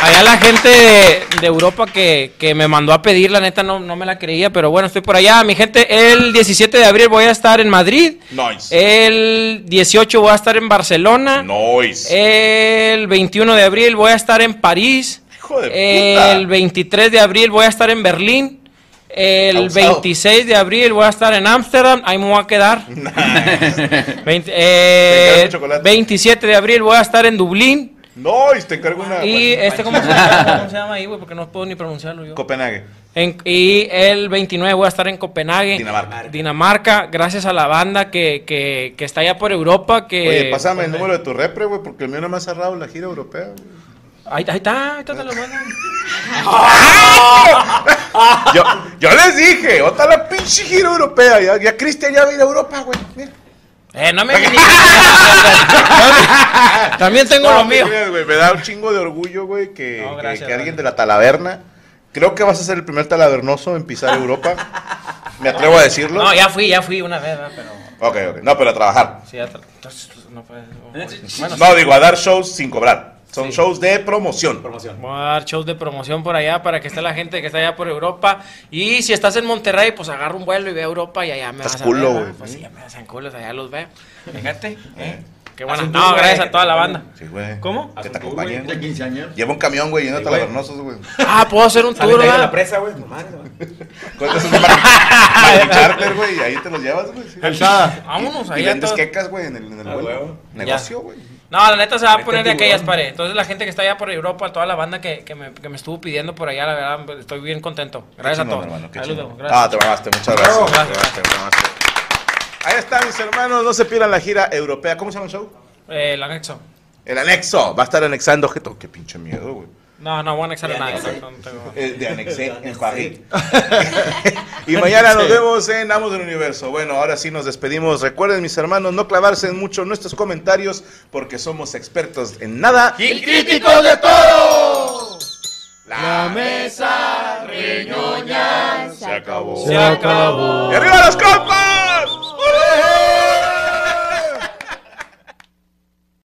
D: Allá la gente de, de Europa que, que me mandó a pedir, la neta no, no me la creía, pero bueno, estoy por allá. Mi gente, el 17 de abril voy a estar en Madrid.
C: Nice.
D: El 18 voy a estar en Barcelona. El 21 de abril voy a estar en París.
C: Hijo de
N: Eh,
C: puta.
D: El 23 de abril voy a estar en Berlín. El
C: Abusado.
D: 26 de abril voy a estar en Ámsterdam. Ahí me voy a quedar. Veinte-
C: Te
D: eh,
C: encargo chocolate.
D: 27 de abril voy a estar en Dublín.
C: Nice, te encargo una.
D: Y
C: bueno,
D: este, ¿cómo se llama, ¿Cómo se llama ahí, güey? Porque no puedo ni pronunciarlo yo.
C: Copenhague.
D: En- y el 29 voy a estar en Copenhague,
C: Dinamarca.
D: Dinamarca, gracias a la banda que, que, que está allá por Europa. Que,
C: Oye, pásame el número de tu repre, güey, porque el mío no me ha cerrado la gira europea, güey.
D: Ahí, ahí está, ahí está, te lo mando.
C: Yo, yo les dije, otra la pinche gira europea. Ya, ya Cristian ya va a ir a Europa, güey. Mira.
D: Eh, no me Ah, También tengo lo
C: te
D: mío.
C: creas, güey, me da un chingo de orgullo, güey, que, que-
D: gracias,
C: que
D: vale.
C: alguien de la talaverna. Creo que vas a ser el primer talavernoso en pisar Europa. Me atrevo a decirlo.
D: No, ya fui, ya fui una vez, ¿verdad? pero
C: Ok, ok. No, pero a trabajar.
D: sí, ya tra- entonces, no puedes.
C: No, digo, a dar shows sin cobrar. Son shows de promoción.
D: Voy a dar shows de promoción por allá para que esté la gente que está allá por Europa. Y si estás en Monterrey, pues agarra un vuelo y ve a Europa y allá me
C: Estás
D: vas
C: culo,
D: a ver.
C: güey.
D: ¿verdad? Pues sí, ya me hacen culos, allá los veo. Fíjate. ¿eh? Qué bueno.
G: Haz un
D: No,
G: tour,
D: gracias
G: güey,
D: a toda la
G: que te
D: banda.
C: eh, Sí, güey. Que
D: ¿Cómo?
G: Haz
C: te
G: un tour, güey,
C: acompañen,
G: ¿eh? de
C: güey.
G: 15 años.
C: Lleva un camión, güey, lleno de
G: Sí, güey.
C: talavernosos, güey.
D: Ah, puedo hacer un
G: Salen
D: tour,
G: de ahí de la
D: ¿verdad?
G: presa, güey. Madre, güey.
C: Cuentas un barco- barco charter, güey, y ahí te los llevas, güey. sí.
D: Vámonos
C: Y
D: allá.
C: vendes
D: todos.
C: quecas, güey, en el, en el
G: Ah,
C: vuelo.
G: huevo.
C: Negocio, güey.
D: No, la neta se va a
G: Vete
D: poner de
G: tiburón.
D: aquellas paredes. Entonces, la gente que está allá por Europa, toda la banda que, que, me, que me estuvo pidiendo por allá, la verdad, pues, estoy bien contento. Gracias
C: Qué chingón,
D: a todos.
C: hermano, qué
D: Ahí los
C: chingón.
D: dejo,
C: Ah,
D: gracias.
C: te mamaste, muchas gracias.
D: Bravo.
C: te mamaste, te mamaste. Ahí está, mis hermanos. No se pierdan la gira europea. ¿Cómo se llama el show?
D: Eh, el anexo.
C: El anexo. Va a estar anexando. Qué, qué pinche miedo, güey.
D: No, no voy a anexar a nadie. no, no tengo-
C: Eh, de anexé en París. y mañana nos vemos en Amos del Universo. Bueno, ahora sí nos despedimos. Recuerden, mis hermanos, no clavarse en mucho nuestros comentarios porque somos expertos en nada.
G: Y críticos de todo.
C: La
G: mesa reñoña
C: se acabó.
J: Se acabó.
C: ¡Y arriba los compas! eh!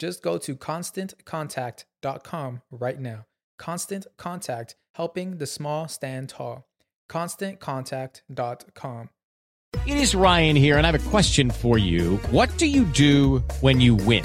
P: Just go to constantcontact.com right now. Constant Contact, helping the small stand tall. ConstantContact.com.
N: It is Ryan here, and I have a question for you. What do you do when you win?